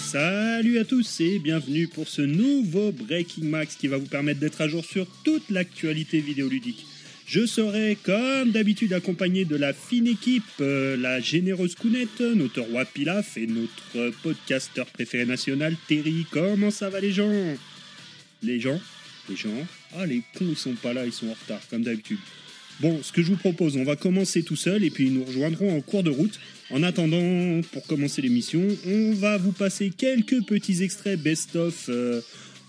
Salut à tous et bienvenue pour ce nouveau Breaking Max qui va vous permettre d'être à jour sur toute l'actualité vidéoludique. Je serai comme d'habitude accompagné de la fine équipe, euh, la généreuse Counette, notre roi Pilaf et notre euh, podcasteur préféré national, Terry. Comment ça va les gens Les gens Les gens Ah les cons ils sont pas là, ils sont en retard comme d'habitude. Bon, ce que je vous propose, on va commencer tout seul et puis nous rejoindrons en cours de route. En attendant, pour commencer l'émission, on va vous passer quelques petits extraits best-of euh,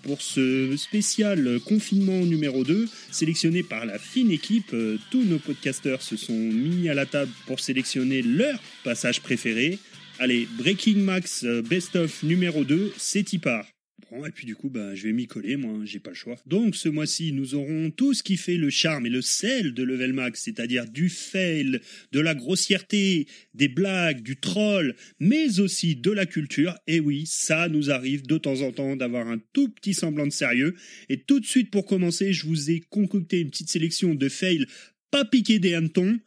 pour ce spécial confinement numéro 2, sélectionné par la fine équipe. Euh, Tous nos podcasteurs se sont mis à la table pour sélectionner leur passage préféré. Allez, Breaking Max euh, best-of numéro 2, c'est y part. Bon, et puis du coup, bah, je vais m'y coller, moi, hein, j'ai pas le choix. Donc ce mois-ci, nous aurons tout ce qui fait le charme et le sel de Level Max, c'est-à-dire du fail, de la grossièreté, des blagues, du troll, mais aussi de la culture. Et oui, ça nous arrive de temps en temps d'avoir un tout petit semblant de sérieux. Et tout de suite pour commencer, je vous ai concocté une petite sélection de fails pas piqués des hannetons.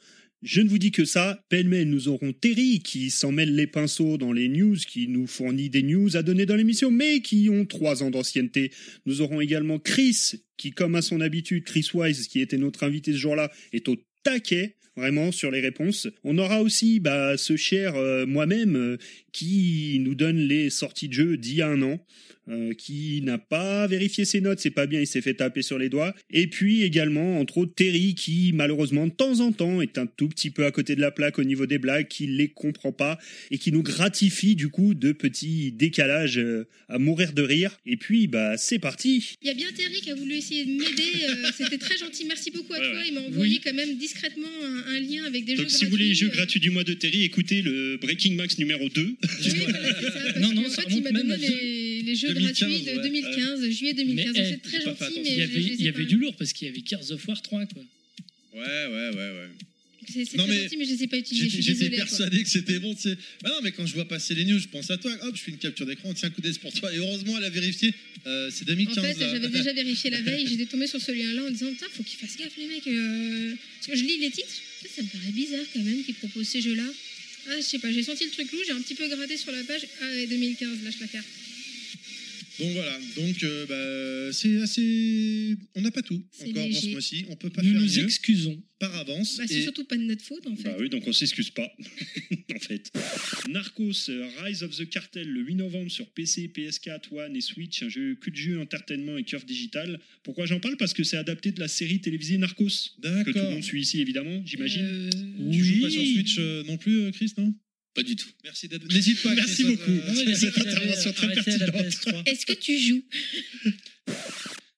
Je ne vous dis que ça, pêle-mêle, nous aurons Terry qui s'en mêle les pinceaux dans les news, qui nous fournit des news à donner dans l'émission, mais qui ont trois ans d'ancienneté. Nous aurons également Chris, qui, comme à son habitude, Chris Wise, qui était notre invité ce jour-là, est au taquet, vraiment, sur les réponses. On aura aussi bah, ce cher euh, moi-même, euh, qui nous donne les sorties de jeu d'il y a un an. euh, qui n'a pas vérifié ses notes, c'est pas bien, il s'est fait taper sur les doigts. Et puis également, entre autres, Terry, qui malheureusement de temps en temps est un tout petit peu à côté de la plaque au niveau des blagues, qui les comprend pas et qui nous gratifie du coup de petits décalages euh, à mourir de rire. Et puis, bah, c'est parti Il y a bien Terry qui a voulu essayer de m'aider. euh, C'était très gentil. Merci beaucoup à Ouais, toi. ouais. Il m'a envoyé Oui. quand même discrètement un, un lien avec des Donc jeux si vous voulez les jeux euh, gratuits du mois de Terry, écoutez le Breaking Max numéro 2. euh, oui, voilà, c'est ça, parce Non, non, qu'en ça fait, il m'a remonte même à donné les, les jeux 2015, gratuits de ouais. 2015, juillet 2015. Mais, Donc, eh, C'est très j'ai pas fait gentil, attention. mais Il y avait, je- je il y les ai avait pas- du lourd parce qu'il y avait Gears of War 3 quoi. Ouais, ouais, ouais, ouais. C'est c'est Non, très mais gentil, mais je les ai pas utilisés. J'étais je suis j'étais désolée, quoi. persuadé que c'était bon, tu sais. Bah non, mais quand je vois passer les news, je pense à toi. Hop, je fais une capture d'écran, tiens, coup d'œil pour toi. Et heureusement, elle a vérifié. Euh, c'est En 2015. fait, là. j'avais déjà vérifié la veille, j'étais tombée sur ce lien-là en disant Putain, faut qu'ils fassent gaffe, les mecs. euh, Parce que je lis les titres, Putain, ça me paraît bizarre quand même qu'ils proposent ces jeux-là. Ah, je sais pas, j'ai senti le truc loup, j'ai un petit peu gratté sur la page. Ah, ouais, 2015, lâche l'affaire. Donc voilà, donc euh, bah, c'est assez. On n'a pas tout C'est encore pour léger. ce mois-ci. On peut pas Nous faire nous mieux excusons. par avance. Bah, c'est et surtout pas de notre faute, en fait. Bah oui, donc on s'excuse pas, en fait. Narcos, euh, Rise of the Cartel, le 8 novembre sur PC, PS4, One et Switch, un jeu cul de jeu, entertainment et curve digital. Pourquoi j'en parle Parce que c'est adapté de la série télévisée Narcos, que tout le D'accord. monde suit ici, évidemment, j'imagine. Euh, Oui. Tu joues pas sur Switch euh, non plus, euh, Chris, non Pas du tout. Merci d'être. N'hésite pas. Merci Chris, beaucoup. Ah euh, Ouais, il a dit cette qu'il avait intervention très arrêté à la PS3. Est-ce que tu joues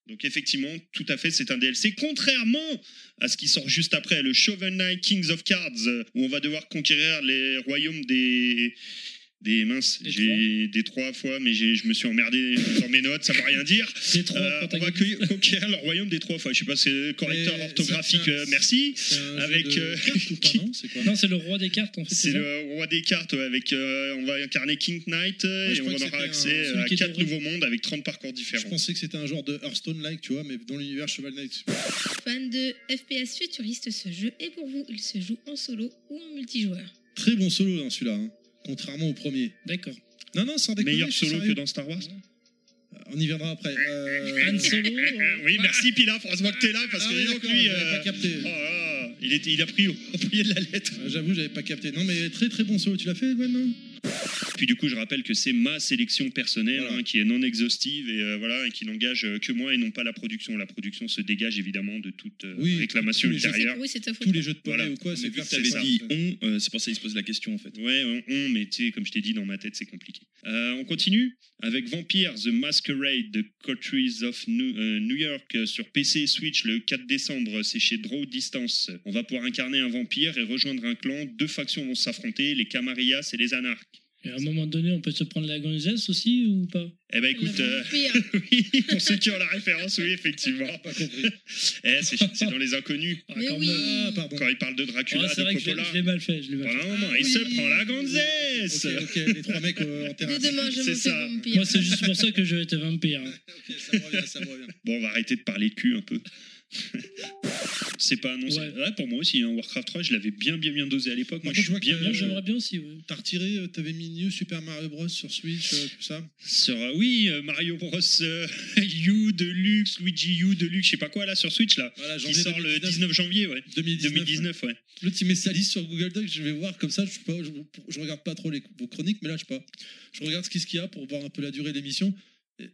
Donc effectivement, tout à fait, c'est un DLC. Contrairement à ce qui sort juste après, le Shovel Knight Kings of Cards, euh, où on va devoir conquérir les royaumes des... Des minces, Des j'ai des trois fois, mais j'ai- je me suis emmerdé dans mes notes, ça veut rien dire. C'est trop Euh, on va cueillir- conquérir le royaume des trois fois. Je sais pas, c'est correcteur Mais orthographique, ça- euh, merci. Eh, c'est un jeu Avec, de euh, cartes ou pas, non C'est quoi Non, c'est le roi des cartes en fait. C'est ça le roi des cartes ouais, avec euh, on va incarner King Knight euh, Ouais, et je on crois que aura c'était un- accès euh, celui à qui est quatre doré. nouveaux mondes avec 30 parcours Je différents. pensais que c'était un genre de Hearthstone-like, tu vois, mais dans l'univers Cheval Knight. Fan de FPS futuriste, ce jeu est pour vous. Il se joue en solo ou en multijoueur. Très bon solo dans celui-là, hein. contrairement au premier. D'accord. Non, non, sans déconner. Meilleur je suis solo que sérieux. dans Star Wars. On y viendra après. Euh, Han Solo. euh, Oui, merci Pilaf, heureusement que t'es là parce Ah que oui, dis donc, d'accord, lui, j'avais euh, pas capté. oh là là, il, était, il a pris au au pied de la lettre. Euh, J'avoue, j'avais pas capté. Non, mais très très bon solo. Tu l'as fait, Gwen non Puis du coup, je rappelle que c'est ma sélection personnelle Voilà. hein, qui est non exhaustive et euh, voilà et qui n'engage euh, que moi et non pas la production. La production se dégage évidemment de toute euh, Oui, réclamation tous les jeux- ultérieure. Oui, c'est ta faute. Tous les jeux de poney Voilà. ou quoi, Mais c'est vu clair que que t'avais c'est dit ça. on, euh, c'est pour ça qu'il se pose la question en fait. Ouais, on, on, mais tu sais, comme je t'ai dit, dans ma tête, c'est compliqué. Euh, on continue avec Vampire The Masquerade The Countries of New, euh, New York euh, sur PC et Switch le 4 décembre. C'est chez Draw Distance. On va pouvoir incarner un vampire et rejoindre un clan. Deux factions vont s'affronter, les Camarillas et les Anarques. Et à un moment donné, on peut se prendre la gonzesse aussi ou pas Eh ben écoute, euh, Pire. oui, pour ceux qui ont la référence, oui, effectivement. Pas compris. Eh, c'est c'est dans Les Inconnus. Ah, Mais quand oui. même. Ah, pardon. Quand ils parlent de Ah, Dracula, c'est de vrai que je Coppola. l'ai- je l'ai mal fait, je l'ai mal fait. Pendant un moment, Ah il se oui. prend la gonzesse Ok, ok, les trois mecs euh, en Dès terrasse. demain, je C'est me fais ça. vampire. Moi, c'est juste pour ça que je vais être vampire. Ok, ça me revient, ça me revient. Bon, on va arrêter de parler de cul un peu. c'est pas annoncé. Ouais. Ouais. pour moi aussi, hein, Warcraft 3, je l'avais bien, bien, bien dosé à l'époque. Moi, Par je contre, je suis bien, vois que- bien Moi, Euh, joué. j'aimerais bien aussi, ouais. T'as retiré, euh, t'avais mis New Super Mario Bros sur Switch, euh, tout ça Sur, euh, oui, euh, Mario Bros. euh, U Deluxe, Luigi U Deluxe, je sais pas quoi, là, sur Switch, là. Voilà, qui sort le 19 janvier, ouais. 2019. 2019, ouais. L'autre, il met sa liste sur Google Doc, je vais voir comme ça. Je, sais pas, je, je regarde pas trop les, vos chroniques, mais là, je sais pas. Je regarde ce qu'il ce qu'il y a pour voir un peu la durée de l'émission. Et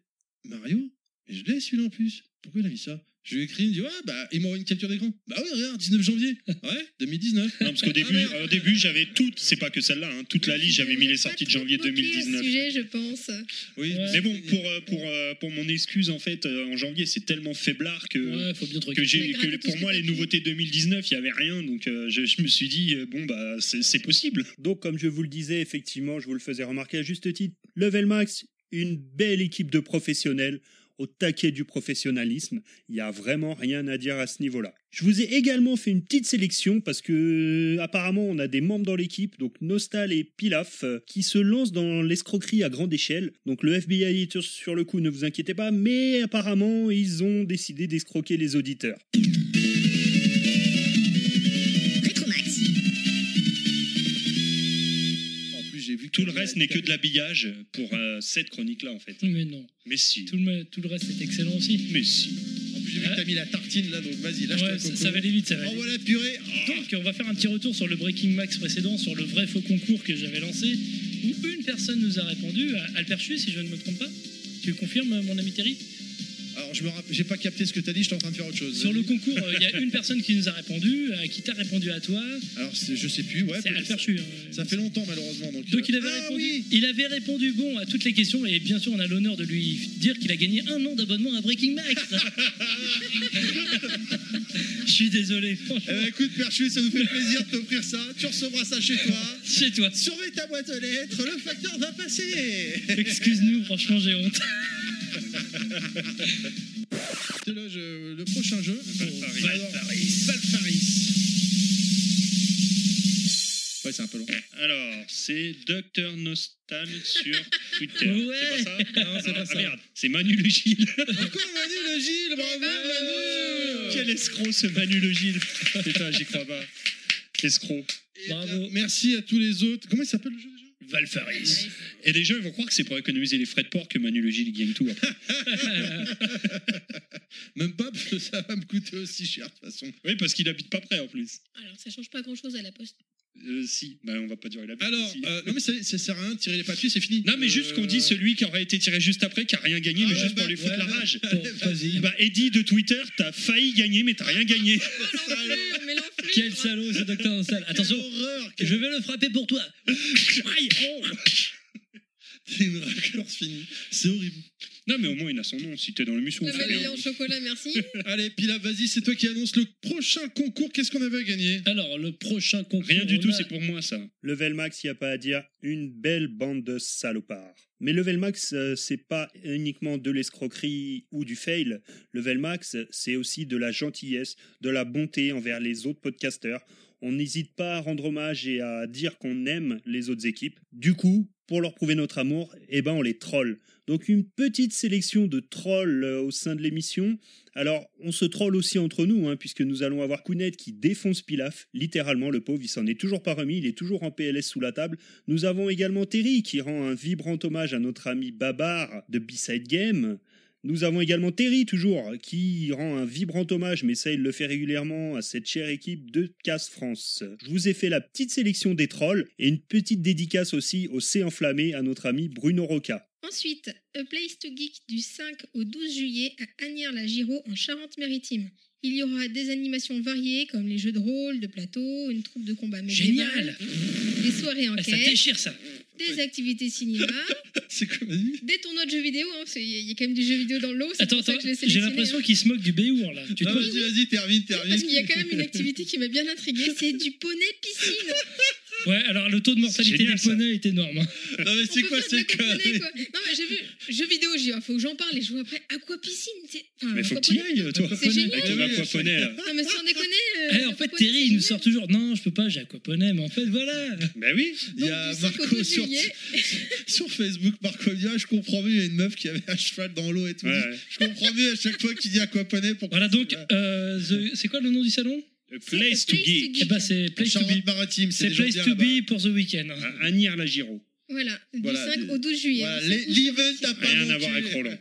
Mario Mais je l'ai celui-là en plus. Pourquoi il a mis ça Je lui ai écrit, il me dit Ouais, bah, il m'envoie une capture d'écran. Bah oui, regarde, 19 janvier. Ouais, 2019. Non, parce qu'au début, Ah, merde. au début j'avais toutes, c'est pas que celle-là, hein, toute la liste, j'avais mis les sorties de janvier 2019. C'est sujet, je pense. Oui, Ouais. Mais bon, pour, euh, pour, euh, pour mon excuse, en fait, euh, en janvier, c'est tellement faiblard que. Ouais, faut bien te que reculer. j'ai Mais que gratter tout pour ce moi que les t'as dit. nouveautés 2019 il y avait rien donc euh, je, je me suis dit euh, bon bah c'est c'est possible Donc, comme je vous le disais, effectivement, je vous le faisais remarquer à juste titre, Level Max, une belle équipe de professionnels au taquet du professionnalisme. Il n'y a vraiment rien à dire à ce niveau-là. Je vous ai également fait une petite sélection parce que, euh, apparemment, on a des membres dans l'équipe, donc Nostal et Pilaf, euh, qui se lancent dans l'escroquerie à grande échelle. Donc, le FBI est sur- sur le coup, ne vous inquiétez pas, mais apparemment, ils ont décidé d'escroquer les auditeurs. Rétromax. en plus, j'ai vu. tout le reste n'est que de l'habillage pour euh, cette chronique là en fait Mais non. mais si Tout le, tout le reste est excellent aussi. mais si En plus, j'ai vu que t'as mis la tartine là, donc vas-y, lâche Ouais, toi ça, ça va aller vite, ça va aller Envoie la purée. Donc, on va faire un petit retour sur le Breaking Max précédent, sur le vrai faux concours que j'avais lancé, où une personne nous a répondu, à Alperchu, si je ne me trompe pas. Tu confirmes, mon ami Terry Alors, je me rappelle, j'ai pas capté ce que t'as dit, j'étais en train de faire autre chose. Sur le concours, euh, il y a une personne qui nous a répondu, euh, qui t'a répondu à toi. Alors, c'est- je sais plus, ouais. c'est peut- Alperchu. Ça fait longtemps, malheureusement. Donc, Donc, euh, il avait, ah répondu, oui il avait répondu bon à toutes les questions, et bien sûr, on a l'honneur de lui dire qu'il a gagné un an d'abonnement à Breaking Max. je suis désolé, Eh franchement. ben, écoute, Perchu, ça nous fait plaisir de t'offrir ça. Tu recevras ça chez toi. Chez toi. Surveille ta boîte aux lettres, le facteur va passer. Excuse-nous, franchement, j'ai honte. C'est le, jeu- le prochain jeu. Valfaris. Alors, Valfaris. Ouais, c'est un peu long. alors c'est Dr Nostal sur Twitter Ouais. c'est pas ça Non, c'est Ah, pas ah, ça. merde c'est Manu Le Gilles Encore Manu le Gilles, bravo Manu quel escroc ce Manu Le Gilles putain j'y crois pas escroc Et, Bravo. euh, Merci à tous les autres. Comment il s'appelle le jeu déjà Valfaris et les gens ils vont croire que c'est pour économiser les frais de port que Manu Le Gilles gagne tout après. Même pas, parce que ça va me coûter aussi cher de toute façon. oui parce qu'il habite pas près en plus Alors, ça change pas grand chose à la poste. Euh, si bah on va pas durer la Alors, euh, non mais ça, ça sert à rien de tirer les papiers, c'est fini. Non, mais juste qu'on dit celui qui aurait été tiré juste après, qui a rien gagné, Ah mais ouais, juste bah, pour lui foutre ouais, la bah, rage. Bon, vas-y. Bah, Eddie de Twitter, t'as failli gagner, mais t'as rien gagné. Oh, l'enflure, mais l'enflure Quel salaud, ce docteur Ansel. Attention, horreur je vais le frapper pour toi. Aïe, oh. C'est une raclure finie. C'est horrible. non, mais au moins, il a son nom. Si t'es dans le muson, La on fait rien. vanille en chocolat, merci. Allez, Pila, vas-y, c'est toi qui annonce le prochain concours. Qu'est-ce qu'on avait gagné Alors, le prochain concours. Rien du on tout, a- c'est pour moi, ça. Level Max, il n'y a pas à dire, une belle bande de salopards. Mais Level Max, euh, c'est pas uniquement de l'escroquerie ou du fail. Level Max, c'est aussi de la gentillesse, de la bonté envers les autres podcasteurs. On n'hésite pas à rendre hommage et à dire qu'on aime les autres équipes. Du coup, pour leur prouver notre amour, eh ben on les troll. Donc une petite sélection de trolls euh, au sein de l'émission. Alors, on se troll aussi entre nous, hein, puisque nous allons avoir Kounet qui défonce Pilaf. Littéralement, le pauvre, il s'en est toujours pas remis, il est toujours en PLS sous la table. Nous avons également Terry qui rend un vibrant hommage à notre ami Babar de B-Side Game. Nous avons également Terry, toujours, qui rend un vibrant hommage, mais ça, il le fait régulièrement à cette chère équipe de Casse France. Je vous ai fait la petite sélection des trolls et une petite dédicace aussi au C enflammé à notre ami Bruno Roca. Ah, Ensuite, A Place to Geek du 5 au 12 juillet à Agnières-la-Giraud en Charente-Maritime. Il y aura des animations variées comme les jeux de rôle, de plateau, une troupe de combat médiéval, Génial des soirées Ah, Ça enquête, déchire ça des activités cinéma, C'est quoi, vas-y des tournois de jeux vidéo. hein, parce qu'il y a- Il y a quand même du jeu vidéo dans l'eau. c'est Attends, pour ça attends, que je l'ai j'ai sélectionné, l'impression hein. qu'il se moque du Béour là. Tu te Non, vois Vas-y, vas-y, termine, termine. Parce qu'il y a quand même une activité qui m'a bien intriguée, c'est du poney piscine. Ouais, alors le taux de mortalité Génial, des ça. poneys est énorme. hein. Non, mais On c'est peut quoi faire de la ces coponnée, conneries quoi. Non, mais j'ai vu, jeux vidéo, j'ai dit, ah, faut que j'en parle et je vois après aquapiscine. c'est- enfin, Mais faut que aquaponée. t'y ailles, toi. C'est génial. Avec ton aquaponais, là. Non, Ah, mais sans déconner. euh, Eh, en fait, aquaponée, Terry, c'est il nous génial. sort toujours. Non, je peux pas, j'ai aquaponais, mais en fait, voilà. Bah oui. Il y a Donc, du cinq au Marco 12 sur, juillet. sur Facebook, Marco dit Ah, Je comprends mieux, il y a une meuf qui avait un cheval dans l'eau et tout. Ouais, ouais. Je comprends mieux à chaque fois qu'il dit aquaponais pour Voilà donc, Ouais. euh, the- c'est quoi le nom du salon A C'est Place to Geek. Eh ben, c'est Place to Be. Maritime, C'est Place to Be pour The Weekend. À Agnières-la-Giraud. Voilà, du Voilà, 5 des- au 12 juillet. Voilà, hein, l'e- c'est ouf. l'event n'a pas Rien à manqué. voir avec Roland.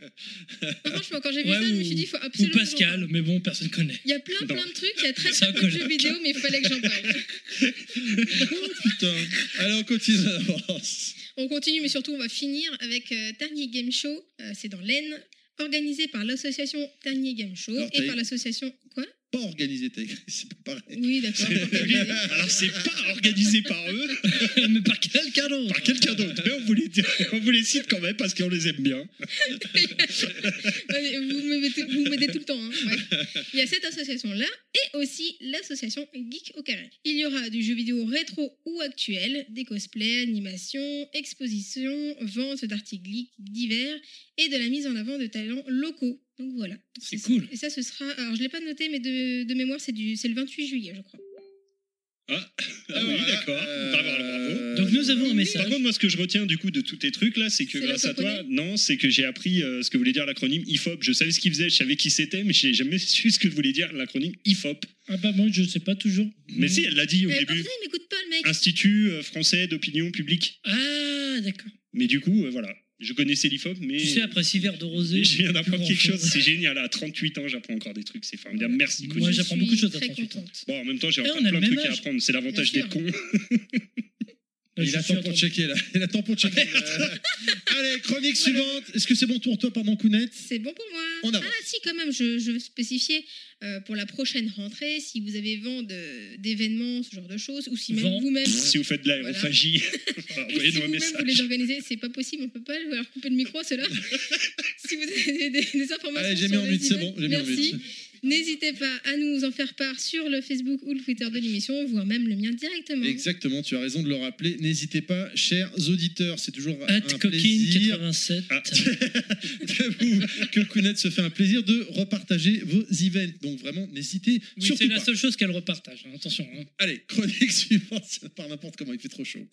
Non, Franchement, quand j'ai vu Ouais, ça, je me suis ou- dit, il faut Ou absolument. que j'en Pascal, parle. mais bon, personne connaît. Il y a plein, Non. plein de trucs, il y a très très Ça peu de colle. jeux vidéo, mais il fallait que j'en parle. Oh, putain. Allez, on continue à l'avance. On continue, mais surtout, on va finir avec euh, Tarnier Game Show. Euh, c'est dans l'Aisne, organisé par l'association Tarnier Game Show Alors, et t'as- par l'association. Quoi Pas organisé, t'as écrit, c'est pas pareil. Oui, d'accord. organisé. Alors, c'est pas organisé par eux, mais par quelqu'un d'autre. par quelqu'un d'autre. Mais on vous, les, on vous les cite quand même parce qu'on les aime bien. Ouais, mais vous me mettez- vous m'aidez tout le temps. hein, bref. Il y a cette association-là et aussi l'association Geek au carré. Il y aura du jeu vidéo rétro ou actuel, des cosplays, animations, expositions, ventes d'articles geeks divers et de la mise en avant de talents locaux. Donc voilà. C'est cool. Et ça, ce sera. Alors, je l'ai pas noté, mais de, de mémoire, c'est du, c'est le 28 juillet, je crois. Ah oui, voilà. d'accord. Bravo, alors, bravo. Euh, Donc nous avons un Par message. contre, moi, ce que je retiens du coup de tous tes trucs là, c'est que C'est grâce à l'aquaponie. toi, non, c'est que j'ai appris euh, ce que voulait dire l'acronyme IFOP. Je savais ce qu'il faisait, je savais qui c'était, mais j'ai jamais su ce que voulait dire l'acronyme IFOP. Ah bah moi, je sais pas toujours. Mm. Mais si, elle l'a dit au Mais début. il m'écoute pas, le mec. Institut euh, français d'opinion publique. Ah, d'accord. Mais du coup, euh, voilà, je connaissais l'IFOP, mais. Tu sais, après six verres de rosé, mais je viens plus d'apprendre quelque grand-chose. chose, c'est génial. À 38 ans, j'apprends encore des trucs, c'est formidable. Merci, Moi, Connie. j'apprends beaucoup de Je suis choses à très 38 ans. contente. Bon, en même temps, j'ai Eh, encore on a plein le de même trucs à âge. apprendre. C'est l'avantage Bien d'être sûr. con. Là, je Il suis attend pour attendu. checker là. Il attend pour checker. Euh, Allez, chronique suivante. Est-ce que c'est bon pour toi, pardon, Kounet C'est bon pour moi. On avance. ah si, quand même, je, je spécifiais euh, pour la prochaine rentrée, si vous avez vent de- d'événements, ce genre de choses, ou si même Vent. vous-même... si vous faites de l'aérophagie, voilà, ou si envoyez-nous un vous-même vous message. les organisez, c'est pas possible, on peut pas leur couper le micro, cela. si vous avez des, des informations, Allez, j'ai mis sur en les mute, c'est events, bon. J'ai mis en merci. mute. N'hésitez pas à nous en faire part sur le Facebook ou le Twitter de l'émission, voire même le mien Mm. directement. Exactement, tu as raison de le rappeler. N'hésitez pas, chers auditeurs, c'est toujours un At coquine plaisir 87. Ah. que, vous- que Kounet se fait un plaisir de repartager vos events. Donc vraiment, n'hésitez Oui, c'est surtout la pas. seule chose qu'elle repartage. hein, Attention. hein. Allez, chronique suivante, ça part n'importe comment, il fait trop chaud.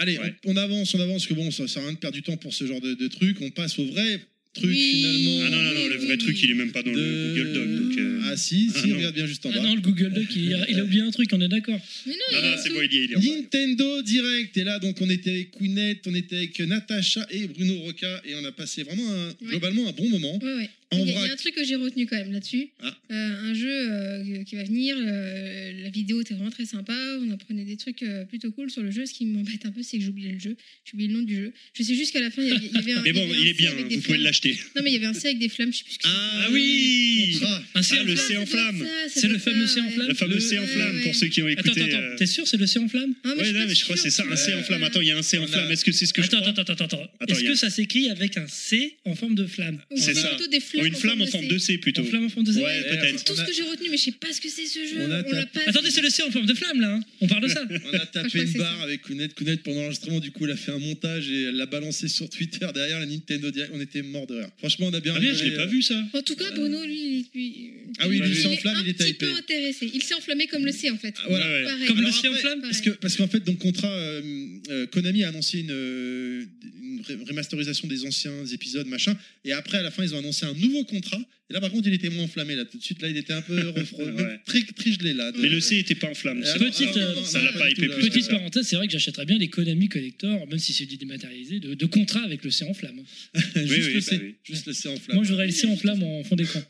Allez, Ouais. on, on avance, on avance, que bon, ça sert à rien de perdre du temps pour ce genre de, de truc. On passe au vrai truc Oui. finalement. Ah non, non, non, le vrai truc, il est même pas dans le de- Google Doc. donc, euh, Ah si, Ah si, non. regarde bien juste en Ah bas. non, le Google Doc, il a, il a oublié un truc, on est d'accord. Mais non, Non, il y non, a c'est tout. bon, il y est, il est en bas. Nintendo Direct. Et là, donc, on était avec Kounet, on était avec Natacha et Bruno Roca. Et on a passé vraiment, un- globalement, un bon moment. Ouais, ouais. En Il y, a- il y vrac. a un truc que j'ai retenu quand même là-dessus. Ah. Euh, un jeu euh, qui va venir. euh, la vidéo était vraiment très sympa. On apprenait des trucs euh, plutôt cool sur le jeu. Ce qui m'embête un peu, c'est que j'oubliais le jeu. J'oublie le nom du jeu. Je sais juste qu'à la fin, il y avait- il y avait un. Mais bon, avait un il est C bien, avec hein, des vous pouvez flammes. l'acheter. Non, mais il y avait un C avec des flammes, je sais plus ce que Ah oui Ah, Un C Ah, en le flamme. C en flamme. C'est le fameux C en flamme Le fameux Le- C en Ouais, Ah, flamme, ouais. pour ceux qui ont Attends, écouté. attends, euh, attends. T'es sûr, c'est le C en flamme Ah, mais Ouais, suis non, pas mais je crois que sûre, c'est ça, tu un C vois. en flamme. Attends, il y a un C en On a- flamme. Est-ce que c'est ce que je Attends, crois attends, attends, attends, attends. Attends, Est-ce il y a- que ça s'écrit avec un C en forme de flamme On C'est voit ça. plutôt des Oh, flammes Une flamme en forme de C En plutôt. flamme en forme de C Ouais, Ouais, peut-être. Tout On ce a- que j'ai retenu, mais je sais pas ce que c'est ce jeu. On a On l'a pas. Attendez, c'est le C en forme de flamme là. hein. on parle de ça. On a Ah, je crois tapé que une c'est barre ça. avec Kounet. Kounet, pendant l'enregistrement, du coup, elle a fait un montage et elle l'a balancé sur Twitter derrière la Nintendo Direct. On était mort de rire. Franchement, on a bien Ah bien, je rigolé. l'ai pas vu ça. En tout cas, Bruno, lui, il- lui- Ah oui, lui, il s'est enflammé, il est était un petit peu hypé. intéressé. Il s'est enflammé comme le C en fait. Ah, voilà. Ouais, ouais. Pareil. Comme Alors le C en après, flamme Parce que parce qu'en fait donc contrat euh, euh, Konami a annoncé une, euh, une ré- remasterisation des anciens épisodes machin et après à la fin ils ont annoncé un nouveau contrat Et là, par contre, il était moins enflammé, là, tout de suite. Là, il était un peu refroidi, Ouais. très, très gelé, là. Mais le C était pas en flamme. Alors, Petite, alors, euh, non, ça non, l'a pas du hypé tout, là. plus que Petite ça. parenthèse, c'est vrai que j'achèterais bien des Konami Collector, même si c'est du dématérialisé, de, de contrat avec le C en flamme. Juste Oui, oui, bah le C. oui. Juste le C en flamme. Moi, j'aurais le C en flamme en fond d'écran.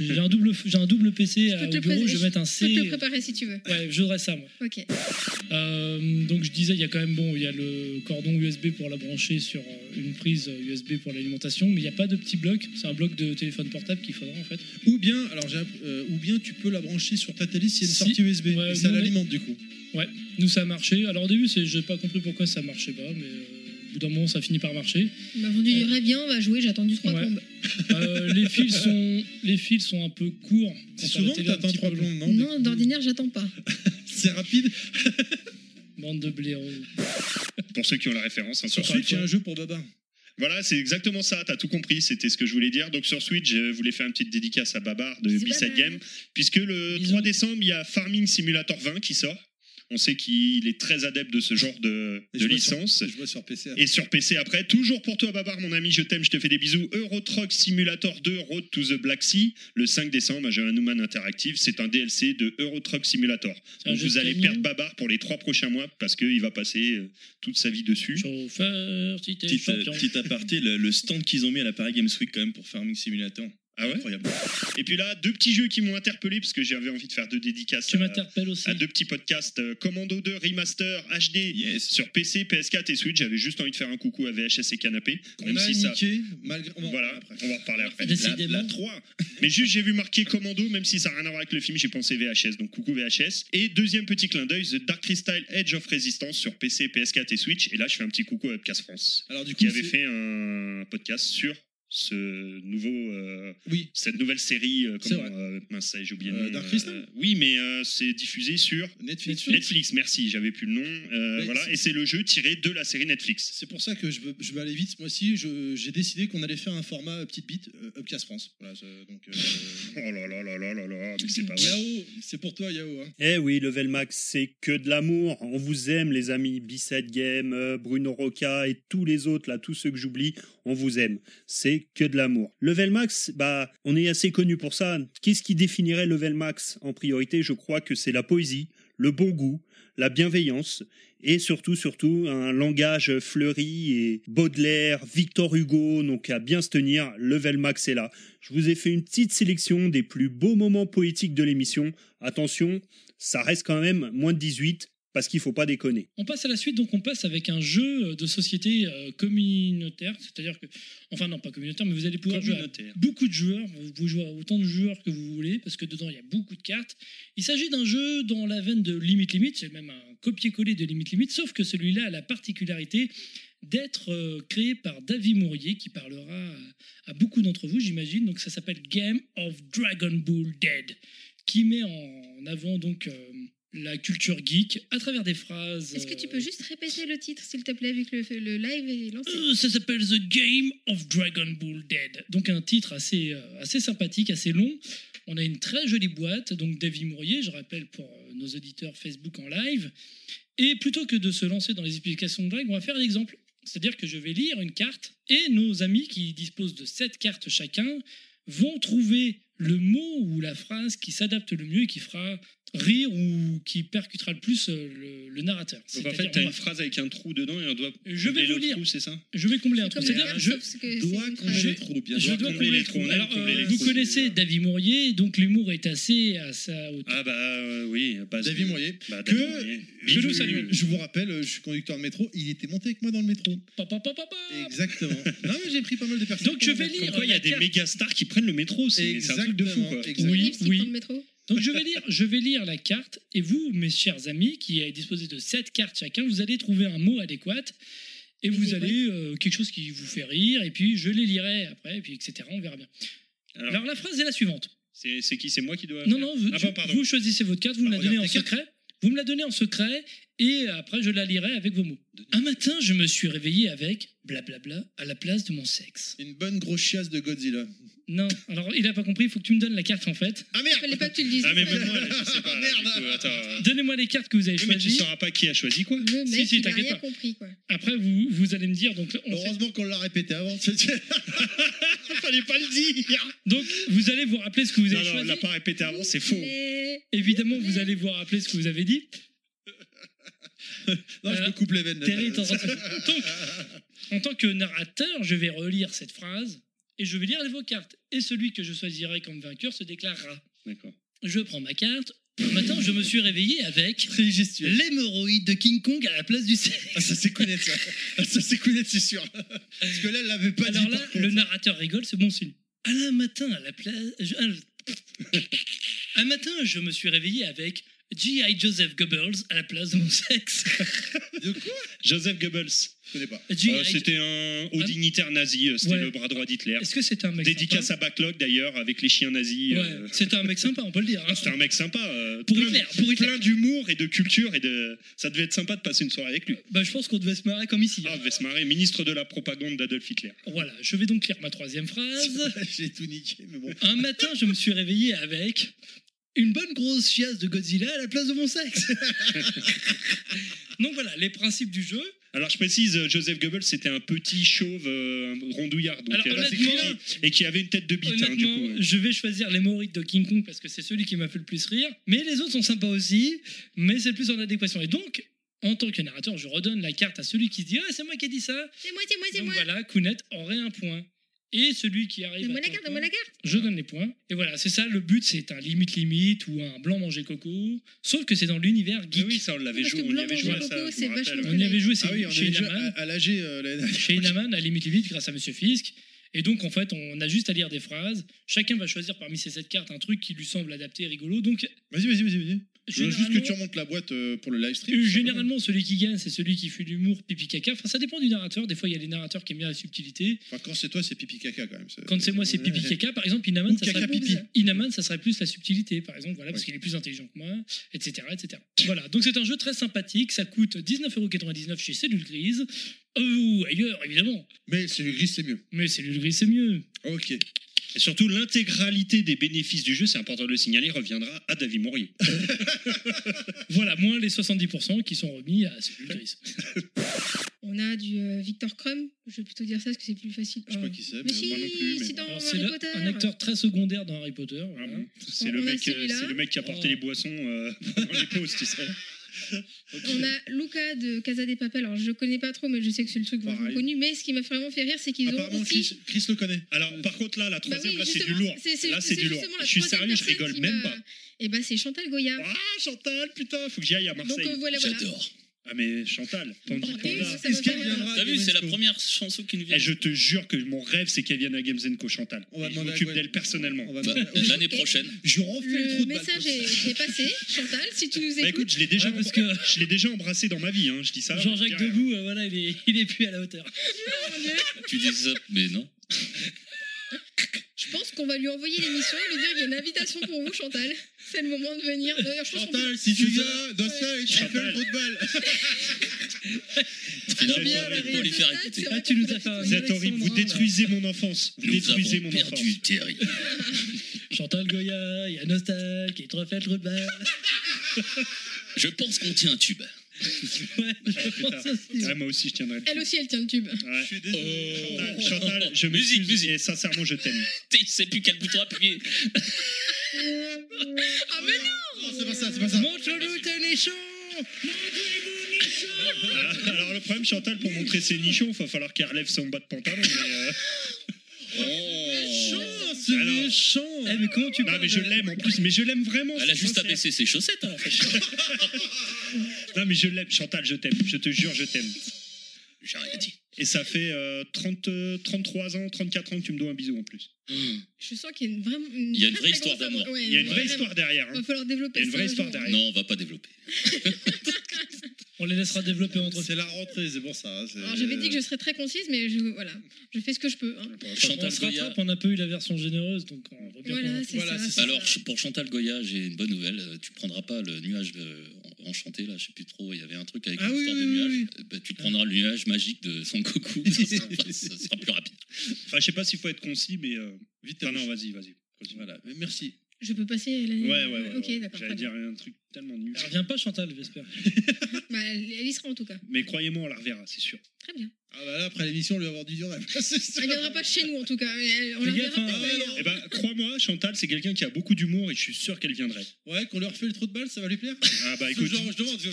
J'ai un double, j'ai un double Je PC peux à- te au le bureau, pré- je vais mettre un Je peux te le C. préparer si tu veux. Ouais, j'aurais ça, moi. Ok. Euh, donc je disais, il y a quand même bon, il y a le cordon USB pour la brancher sur euh, une prise USB pour l'alimentation, mais il n'y a pas de petit bloc. C'est un bloc de téléphone portable qu'il faudra en fait. Ou bien, alors, j'ai app- euh, ou bien tu peux la brancher sur ta télé s'il y a une Si. sortie USB. Ouais, et ça non, mais- l'alimente, du coup. Nous ça a marché. Alors au début, c'est- j'ai pas compris pourquoi ça marchait pas, mais euh, au bout d'un moment, ça finit par marcher. Il m'a vendu du rêve bien, on va jouer, j'ai attendu trois Ouais. plombes. Euh, les fils sont, les fils sont un peu courts. Quand t'as C'est la souvent que télé un t'attends petit peu trois longue. plombes, non Non, d'ordinaire, j'attends pas. C'est rapide. Bande de blaireaux. Pour ceux qui ont la référence, hein, Sur sur Switch, il y a Switch. un jeu pour Baba. Voilà, c'est exactement ça, t'as tout compris, c'était ce que je voulais dire. Donc sur Switch, je voulais faire une petite dédicace à Babar de Bisous, B-Side Babar. Game, puisque le Bisous. 3 décembre, il y a Farming Simulator 20 qui sort. On sait qu'il est très adepte de ce genre de, Et de je vois sur- licence. Je vois sur PC. Et sur PC après, toujours pour toi Babar mon ami, je t'aime, je te fais des bisous. Euro Truck Simulator 2 Road to the Black Sea, le 5 décembre à Newman Interactive, c'est un DLC de Euro Truck Simulator. C'est un Donc jeu vous de allez camion. perdre Babar pour les trois prochains mois parce qu'il va passer euh, toute sa vie dessus. Chauffeur, si t'es Petite, euh, champion. petite aparté, le, le stand qu'ils ont mis à la Paris Games Week quand même pour Farming Simulator. Ah ouais Incroyable. Et puis là, deux petits jeux qui m'ont interpellé parce que j'avais envie de faire deux dédicaces Tu à, m'interpelles aussi. à deux petits podcasts. euh, Commando 2 Remaster HD Yes. sur PC, PS4 et Switch. J'avais juste envie de faire un coucou à VHS et Canapé. On Même a si ça... niqué, malgré. on va en Voilà, parler après. on va en reparler après. Décidément. La, 3. Mais juste, j'ai vu marqué Commando, même si ça n'a rien à voir avec le film, j'ai pensé VHS, donc coucou VHS. Et deuxième petit clin d'œil, The Dark Crystal Edge of Resistance sur PC, PS4 et Switch. Et là, je fais un petit coucou à Webcast France, Alors, du coup. qui avait c'est- fait un podcast sur ce nouveau, euh, Oui. cette nouvelle série. euh, C'est comment, euh, mince, ça y est, j'ai oublié le Euh, nom, Dark euh, Crystal Oui, mais euh, c'est diffusé sur Netflix. Netflix, merci, j'avais plus le nom. euh, Mais voilà, c'est- et c'est le jeu tiré de la série Netflix. C'est pour ça que je veux, je veux aller vite ce mois-ci. Je- J'ai décidé qu'on allait faire un format euh, petite bite, euh, Upcast France. Voilà, c'est- donc. euh, Oh là là là là là là, mais c'est pas vrai. Yao, c'est pour toi, Yao. hein. Eh oui, Level Max, c'est que de l'amour. On vous aime, les amis. B-Side Game, euh, Bruno Roca et tous les autres, là, tous ceux que j'oublie, on vous aime. C'est que de l'amour. Level Max, bah, on est assez connu pour ça. Qu'est-ce qui définirait Level Max en priorité Je crois que c'est la poésie, le bon goût, la bienveillance et surtout, surtout, un langage fleuri et Baudelaire, Victor Hugo, donc à bien se tenir. Level Max est là. Je vous ai fait une petite sélection des plus beaux moments poétiques de l'émission. Attention, ça reste quand même moins de 18 parce qu'il faut pas déconner. On passe à la suite, donc on passe avec un jeu de société euh, communautaire, c'est-à-dire que, enfin non pas communautaire, mais vous allez pouvoir jouer à Communautaire. beaucoup de joueurs, vous pouvez jouer à autant de joueurs que vous voulez, parce que dedans il y a beaucoup de cartes. Il s'agit d'un jeu dans la veine de Limit Limit, c'est même un copier-coller de Limit Limit, sauf que celui-là a la particularité d'être euh, créé par David Mourier, qui parlera à, à beaucoup d'entre vous, j'imagine. Donc ça s'appelle Game of Dragon Ball Dead, qui met en avant donc... euh, la culture geek à travers des phrases. Est-ce que tu euh, peux juste répéter le titre, s'il te plaît, vu que le, le live est lancé euh, ça s'appelle The Game of Dragon Ball Dead. Donc un titre assez, euh, assez sympathique, assez long. On a une très jolie boîte, donc David Mourier, je rappelle pour euh, nos auditeurs Facebook en live. Et plutôt que de se lancer dans les explications de blagues, on va faire l'exemple. C'est-à-dire que je vais lire une carte et nos amis qui disposent de sept cartes chacun vont trouver le mot ou la phrase qui s'adapte le mieux et qui fera rire ou qui percutera le plus euh, le, le narrateur. Donc en C'est-à-dire, fait, t'as on va- une phrase avec un trou dedans et on doit. Je vais combler vous le lire. trou, C'est ça je vais combler un Comme truc. ça, C'est-à-dire, je- sauf que c'est Doit une combler phrase. le trou, bien Je sûr. dois combler combler les les trous. trous. On aime Alors, combler euh, les vous trous. connaissez David Mourier, donc l'humour est assez à sa hauteur. Ah bah euh, oui, bah, c'est- David Moyer. Bah, Que- David Moyer. Je le salue. Je vous rappelle, euh, je suis conducteur de métro. Il était monté avec moi dans le métro. Pa, pa, pa, pa, pa. Exactement. non, mais j'ai pris pas mal de personnes. Donc, je vais Comme lire. quoi, il y a des méga stars qui prennent le métro aussi. mais C'est un truc de fou, quoi. C'est Exactement. Oui, horrible s'il oui. prend le métro. Donc je vais lire, je vais lire la carte et vous, mes chers amis, qui avez disposé de sept cartes chacun, vous allez trouver un mot adéquat et vous c'est allez euh, quelque chose qui vous fait rire et puis je les lirai après et puis etc. On verra bien. Alors- Alors la phrase est la suivante. C'est c'est qui C'est moi qui dois. Non, non, vous, Ah tu- bon, pardon. vous choisissez votre carte, vous me Bah, la donnez en regarde tes secret. Vous me la donnez en secret et après je la lirai avec vos mots. Un matin, je me suis réveillé avec blablabla à la place de mon sexe. Une bonne grosse chiasse de Godzilla. Non, alors il a pas compris, il faut que tu me donnes la carte en fait. Ah Il fallait merde pas que tu le dises. Ah mais même moi, là, je sais pas. là, Merde. du coup, attends, euh, Donnez-moi les cartes que vous avez oui, mais tu choisies. sauras pas qui a choisi quoi. Le Si, mec, si, il a t'inquiète rien pas. compris, quoi. Après, vous, vous allez me dire, donc on fait- Heureusement qu'on l'a répété avant. Fallait pas le dire. Donc, vous allez vous rappeler ce que vous Non, avez non, on choisi. l'a pas répété avant, c'est faux. Mais- Évidemment, vous allez vous rappeler ce que vous avez dit. Non, je Euh, me coupe les veines. là. Terry est en train de- Donc, en tant que narrateur, je vais relire cette phrase et je vais lire vos cartes. Et celui que je choisirai comme vainqueur se déclarera. D'accord. Je prends ma carte. Un matin, je me suis réveillé avec Très gestuel. l'hémorroïde de King Kong à la place du cerf. Ah, ça c'est connaître ça. Ah, ça c'est connaître, c'est sûr. Parce que là, elle l'avait Ah, pas Bah, Alors dit. là, par contre. le narrateur rigole, c'est bon signe. Un matin, à la place. je- Un matin, je me suis réveillé avec G.I. Joseph Goebbels à la place de mon sexe. Joseph Goebbels. Je connais pas. G.I. Euh, c'était un haut Ah. dignitaire nazi. euh, C'était Ouais. le bras droit d'Hitler. Est-ce que c'est un mec Dédicace sympa à Backlog d'ailleurs, avec les chiens nazis. Ouais, euh, c'était un mec sympa, on peut le dire. hein. C'était un mec sympa. euh, Pour plein- Hitler, pour Hitler. plein d'humour et de culture et de ça devait être sympa de passer une soirée avec lui. Bah, je pense qu'on devait se marrer comme ici. Ah, on devait se marrer, ministre de la propagande d'Adolf Hitler. Voilà, je vais donc lire ma troisième phrase. J'ai tout niqué, mais bon. Un matin, je me suis réveillé avec une bonne grosse chiasse de Godzilla à la place de mon sexe. donc voilà, les principes du jeu. Alors je précise, euh, Joseph Goebbels c'était un petit chauve euh, un rondouillard donc, Alors, euh, honnêtement- et qui avait une tête de bite hein, du Honnêtement, coup. euh. je vais choisir les Maorites de King Kong parce que c'est celui qui m'a fait le plus rire. Mais les autres sont sympas aussi, mais c'est plus en adéquation. Et donc, en tant que narrateur, je redonne la carte à celui qui se dit Ah, c'est moi qui ai dit ça. C'est moi, c'est moi, c'est Donc moi. voilà, Kounet aurait un point. Et celui qui arrive. Donne-moi à la temps carte, plein, donne-moi la carte. Je donne les points. Et voilà, c'est ça. Le but, c'est un limite-limite ou un blanc manger coco. Sauf que c'est dans l'univers Ah geek. oui, ça on l'avait Parce joué, que on y Blanc avait joué à Manger ça, Coco, je c'est me rappelle. vachement On y avait joué c'est Ah oui, on chez avait déjà Inaman. à, à l'AG euh, l'année dernière. Chez Inaman, à limite limite, grâce à Monsieur Fisk. Et donc, en fait, on a juste à lire des phrases. Chacun va choisir parmi ces sept cartes un truc qui lui semble adapté et rigolo. Donc, Vas-y, vas-y, vas-y, vas-y. Je veux Euh, juste que tu généralement, remontes la boîte euh, pour le live stream. euh, généralement, celui qui gagne, c'est celui qui fait l'humour pipi caca. Enfin, ça dépend du narrateur. Des fois, il y a les narrateurs qui aiment bien la subtilité. Enfin, quand c'est toi, c'est pipi caca quand même. Quand c'est moi, c'est pipi caca. Par exemple, Ou Inaman, ça caca serait pipi. Inaman, ça serait plus la subtilité, par exemple, voilà, parce Ouais. qu'il est plus intelligent que moi, etc., etc. Voilà, donc c'est un jeu très sympathique, ça coûte 19,99€ chez Cellule Grise, euh, ou ailleurs, évidemment, Mais c'est le gris, c'est mieux. mais Cellule Grise, c'est mieux. Ok. Et surtout l'intégralité des bénéfices du jeu, c'est important de le signaler, reviendra à David Maurier. Voilà, moins les 70% qui sont remis à Cellule Grise. On a du euh, Victor Crumb. Je vais plutôt dire ça parce que c'est plus facile. Je sais pas Oh. qui c'est, mais, Mais si, moi non plus. mais c'est bon. dans Alors, c'est Harry le- Potter. un acteur très secondaire dans Harry Potter. hein. voilà. Ah bon C'est le On a mec, euh, celui-là. c'est le mec qui a porté Oh. les boissons euh, dans les pauses, tu sais. On a Luca de Casa des Papel. Alors, je connais pas trop, mais je sais que c'est le truc vraiment Pareil. connu. Mais ce qui m'a vraiment fait rire, c'est qu'ils ont Apparemment, aussi. Chris, Chris le connaît. Alors par contre là, la Bah troisième oui, là c'est du justement, lourd. Là, c'est du lourd. justement la Je suis troisième sérieux, je personne rigole qui même m'a- pas. Eh ben, c'est Chantal Goya. Ah Chantal, putain, faut que j'y aille à Donc Marseille. euh, voilà, voilà. Ah mais Chantal, Tanguy Oh, Panda. oui, ça Est-ce me qu'elle parle. viendra T'as à vu, c'est la Gamesco première chanson qui nous vient. Eh, je te jure que mon rêve, c'est qu'elle vienne à Games Co Chantal. On va Et je demander à m'occupe Gwen. d'elle personnellement. On va Bah, demander- L'année Ok. prochaine. Je refais le, trou Le de balle. message est, est passé. Chantal, si tu nous Bah écoutes. écoute, je l'ai déjà, Ouais, parce que je l'ai déjà embrassé dans ma vie, hein, je dis ça. Jean-Jacques Je dis rien. Debout, euh, voilà, il est, il est plus à la hauteur. Tu dis ça, mais non. Je pense qu'on va lui envoyer l'émission et lui dire il y a une invitation pour vous, Chantal. C'est le moment de venir. D'ailleurs, je pense qu'on peut- Chantal, si tu viens, d'un seul, tu fais le Chantal. trou de balle. Finalement, bien, pour les faire écouter. Ah, tu nous as fait un hein. Vous êtes horrible, vous détruisez mon enfance. Vous Nous détruisez avons mon perdu enfance. Terry. Chantal Goya, il y a Nostal qui te refait le roadball. Je pense qu'on tient un tube. Ouais, je pense aussi. Ah, moi aussi, je tiendrai. le- Elle aussi, elle tient le tube. Ouais. suis Chantal, Chantal, je Musique, m'excuse musique. et sincèrement, je t'aime. Tu sais plus quel bouton appuyer. Ah, mais non Non, c'est pas ça, c'est pas ça. Montre-nous tes nichons Ah, Alors le problème, Chantal, pour montrer ses nichons, il va falloir qu'elle relève son bas de pantalon. mais, euh, Oh. Méchant, c'est Alors- méchant. Eh, mais comment tu Non parles mais je de- l'aime en plus, mais je l'aime vraiment. Elle a c'est- juste non, abaissé ses chaussettes alors. c'est- Non mais je l'aime, Chantal, je t'aime, je te jure, je t'aime. J'ai rien dit. Et ça fait euh, 30, euh, 33 ans, 34 ans que tu me dois un bisou en plus. Je sens qu'il y a une vraiment. une Il y a une très, vraie très histoire grosse d'amour. ouais, Il y a une vraie vraiment. histoire derrière. hein. Va falloir Il développer. y a une ça vraie un histoire jour. derrière. Non, on va pas développer. On les laissera développer entre C'est la rentrée, c'est pour ça. c'est- Alors j'avais dit que je serais très concise, mais je, voilà, je fais ce que je peux. hein. On Chantal se Goya. rattrape, on n'a pas eu la version généreuse, donc on voit bien Voilà, qu'on- c'est Voilà, ça. c'est c'est Alors, ça. ch- pour Chantal Goya, j'ai une bonne nouvelle. Euh, Tu prendras pas le nuage euh, en- enchanté, là, je sais plus trop. Il y avait un truc avec Ah une oui, histoire de oui, nuage. oui, Euh, bah, tu prendras le nuage magique de Son Goku. Ça sera, ça sera plus rapide. Enfin, je sais pas s'il faut être concis, mais euh, vite. Ah non, vas-y, vas-y. continue. hein. Voilà, mais merci. Je peux passer à la. Ouais, ouais, ouais. Ok, ouais. d'accord. J'allais dire un truc Tellement nul. Elle revient pas, Chantal, j'espère. Bah, elle elle y sera en tout cas. Mais croyez-moi, on la reverra, c'est sûr. Très bien. Ah bah là, après l'émission, on lui va avoir du durable. C'est sûr. Elle viendra pas chez nous en tout cas. mais elle- On Fais la gaffe, verra hein. peut-être Ah, ailleurs. Eh ben, crois-moi, Chantal, c'est quelqu'un qui a beaucoup d'humour et je suis sûr qu'elle viendrait. Ouais, qu'on leur fait le trou de balle, ça va lui plaire Ah bah Parce que écoute, genre, je demande. je-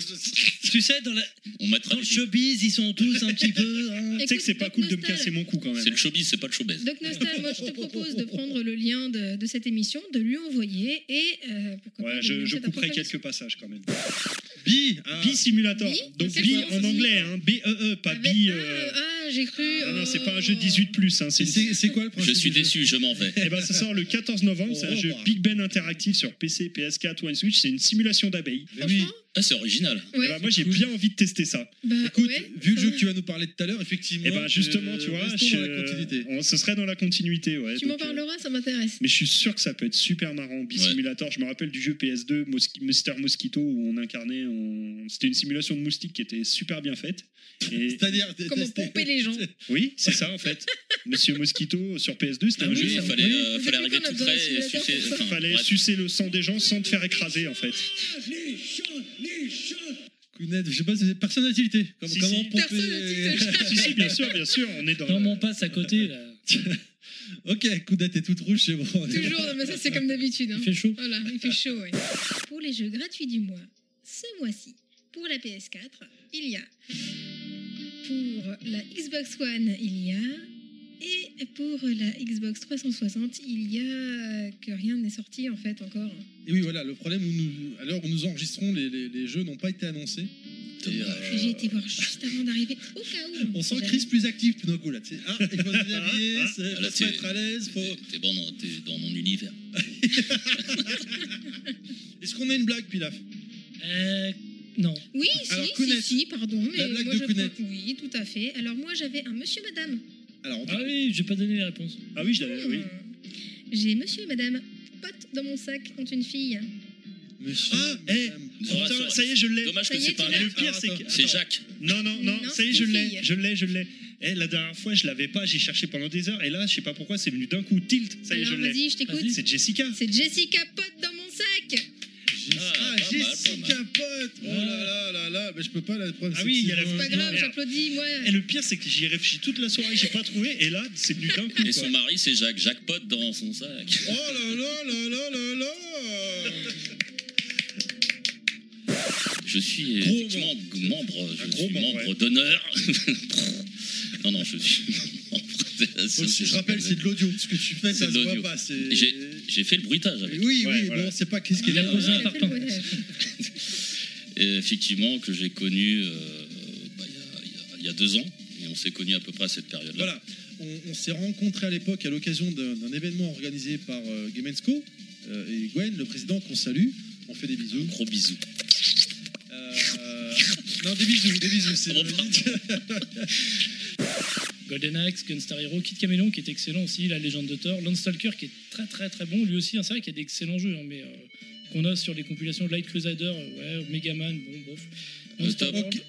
je- tu sais, dans, la- On mettra dans le les- showbiz, ils sont tous un petit peu. hein. tu sais que c'est pas cool Écoute, de me Nostal, casser mon cou quand même. C'est le showbiz, c'est pas le showbiz. Doc Nostal, moi je te propose de prendre le lien de, de cette émission, de lui envoyer et euh, pourquoi pas. Ouais, de lui je, je lancer ta couperai propre émission. quelques passages quand même. Bi ah, Bi-simulator. Bi Donc C'est bi quoi, en bi anglais, hein. B-E-E, pas Avec- bi. ah, euh, Ah, j'ai cru. ah non, c'est pas un oh. jeu 18, plus, hein, c'est c'est- C'est c'est quoi le Je principe suis du jeu déçu, je m'en vais. Eh ben, ça sort le 14 novembre, c'est un Au jeu revoir. Big Ben interactif sur PC, PS4, One Switch, c'est une simulation d'abeilles. Mais oui. Franchement, Ah, c'est original. Eh ouais. ben, moi j'ai cool. bien envie de tester ça. Bah, Écoute, ouais. vu le jeu que tu vas nous parler tout à l'heure, effectivement. Et ben justement, euh, tu vois, restons je- dans la continuité. on- ce serait dans la continuité, ouais. Tu m'en donc, euh, parleras, ça m'intéresse. Mais je suis sûr que ça peut être super marrant. Bisimulator, je me rappelle du jeu PS2, Mos- Mister Mosquito, où on incarnait. on- C'était une simulation de moustique qui était super bien faite. Et... C'est-à-dire. t'es- Comment t'es- pomper les gens. Oui, c'est ça en fait. Monsieur Mosquito sur PS2, c'était Ah un oui, jeu. Oui, hein. il ça- fallait, oui. euh, Depuis fallait qu'on arriver a tout besoin près d'un et simulateur sucer. pour ça. enfin, Fallait bref. sucer le sang des gens sans te faire écraser en fait. Kounet, je sais pas, c'est personnalité. Comme, Si, comment si. pomper. euh, Personnalité. si, si, bien sûr, bien sûr, on est dans. Non, mais on passe à côté, là. ok, Kounet est toute rouge, c'est bon. on est Toujours, non, mais ça c'est comme d'habitude. hein. Il fait chaud. Voilà, il fait chaud, ouais. Pour les jeux gratuits du mois, ce mois-ci, pour la PS4, il y a. Pour la Xbox One, il y a. Et pour la Xbox 360, il y a euh, que rien n'est sorti en fait encore. Et oui, voilà, le problème, où nous, à l'heure où nous enregistrons, les, les- les jeux n'ont pas été annoncés. Et, euh, J'ai été voir juste avant d'arriver au cas où. On sent J'avais- Chris plus actif tout d'un coup, là. tu sais. Ah, il faut se déshabiller, Ah, ah, c'est- ah, là, faut se c'est- mettre à l'aise. Faut... T'es- T'es bon dans, t'es dans mon univers. Est-ce qu'on a une blague, Pilaf Euh, non. Oui, Alors, si, Kounet. si, si, pardon. Mais blague moi, de je Kounet. crois que Oui, tout à fait. Alors moi, j'avais un monsieur, madame. Alors, Ah oui, j'ai pas donné les réponses. Ah oui, je l'avais. Oui. Hmm. J'ai monsieur et madame pote dans mon sac ont une fille. monsieur. Ah, madame. eh, Oh, ouais. Putain, ça y est, je l'ai. Dommage Ça que y est, c'est pas tu un l'as Et lieu. le pire, c'est que. C'est Jacques. Non, non, non, Non, ça y est, c'est je une l'ai, fille. je l'ai, je l'ai. Eh, la dernière fois, je l'avais pas, j'ai cherché pendant des heures, et là, je sais pas pourquoi, c'est venu d'un coup, tilt, ça y est, je Alors l'ai. vas-y, je t'écoute. Vas-y. C'est Jessica. C'est Jessica pote dans mon sac. Jess- Ah, Ah, pas mal, Jessica Pote Oh là là là là Mais je peux pas la prendre. Ah oui, il y a la c'est- C'est pas grave, Merde. j'applaudis. Moi, Et le pire, c'est que j'y ai réfléchi toute la soirée, j'ai pas trouvé, et là, c'est venu d'un coup. Et quoi. son mari, c'est Jacques. Jacques Pote dans son sac. Oh là là là là là là Je suis Gros effectivement membre, je Un gros suis membre, membre ouais. d'honneur. non, non, je suis membre de la Donc, société. je rappelle, c'est de l'audio. Ce que tu fais, C'est ça de se voit l'audio. pas. c'est- J'ai j'ai fait le bruitage avec. Oui, oui, Ouais, voilà. bon, c'est pas qu'est-ce qu'il Il y a a. posé un j'ai fait le parpaing. modèle. Et effectivement, que j'ai connu euh, bah, il y a- il y, a- il y a deux ans. Et on s'est connus à peu près à cette période-là. Voilà, on, on s'est rencontrés à l'époque à l'occasion d'un d'un événement organisé par euh, Gamensco euh, et Gwen, le président qu'on salue. On fait des bisous. Gros bisous. Euh, non, des bisous, des bisous. C'est Ah bon, Golden Axe, Gunstar Hero, Kid Camelon qui est excellent aussi, La Légende de Thor, Landstalker qui est très très très bon lui aussi. hein, c'est vrai qu'il y a d'excellents jeux, hein, mais euh, qu'on a sur les compilations Light Crusader, euh, ouais, Megaman, bon, bof. Euh, Monster top. World,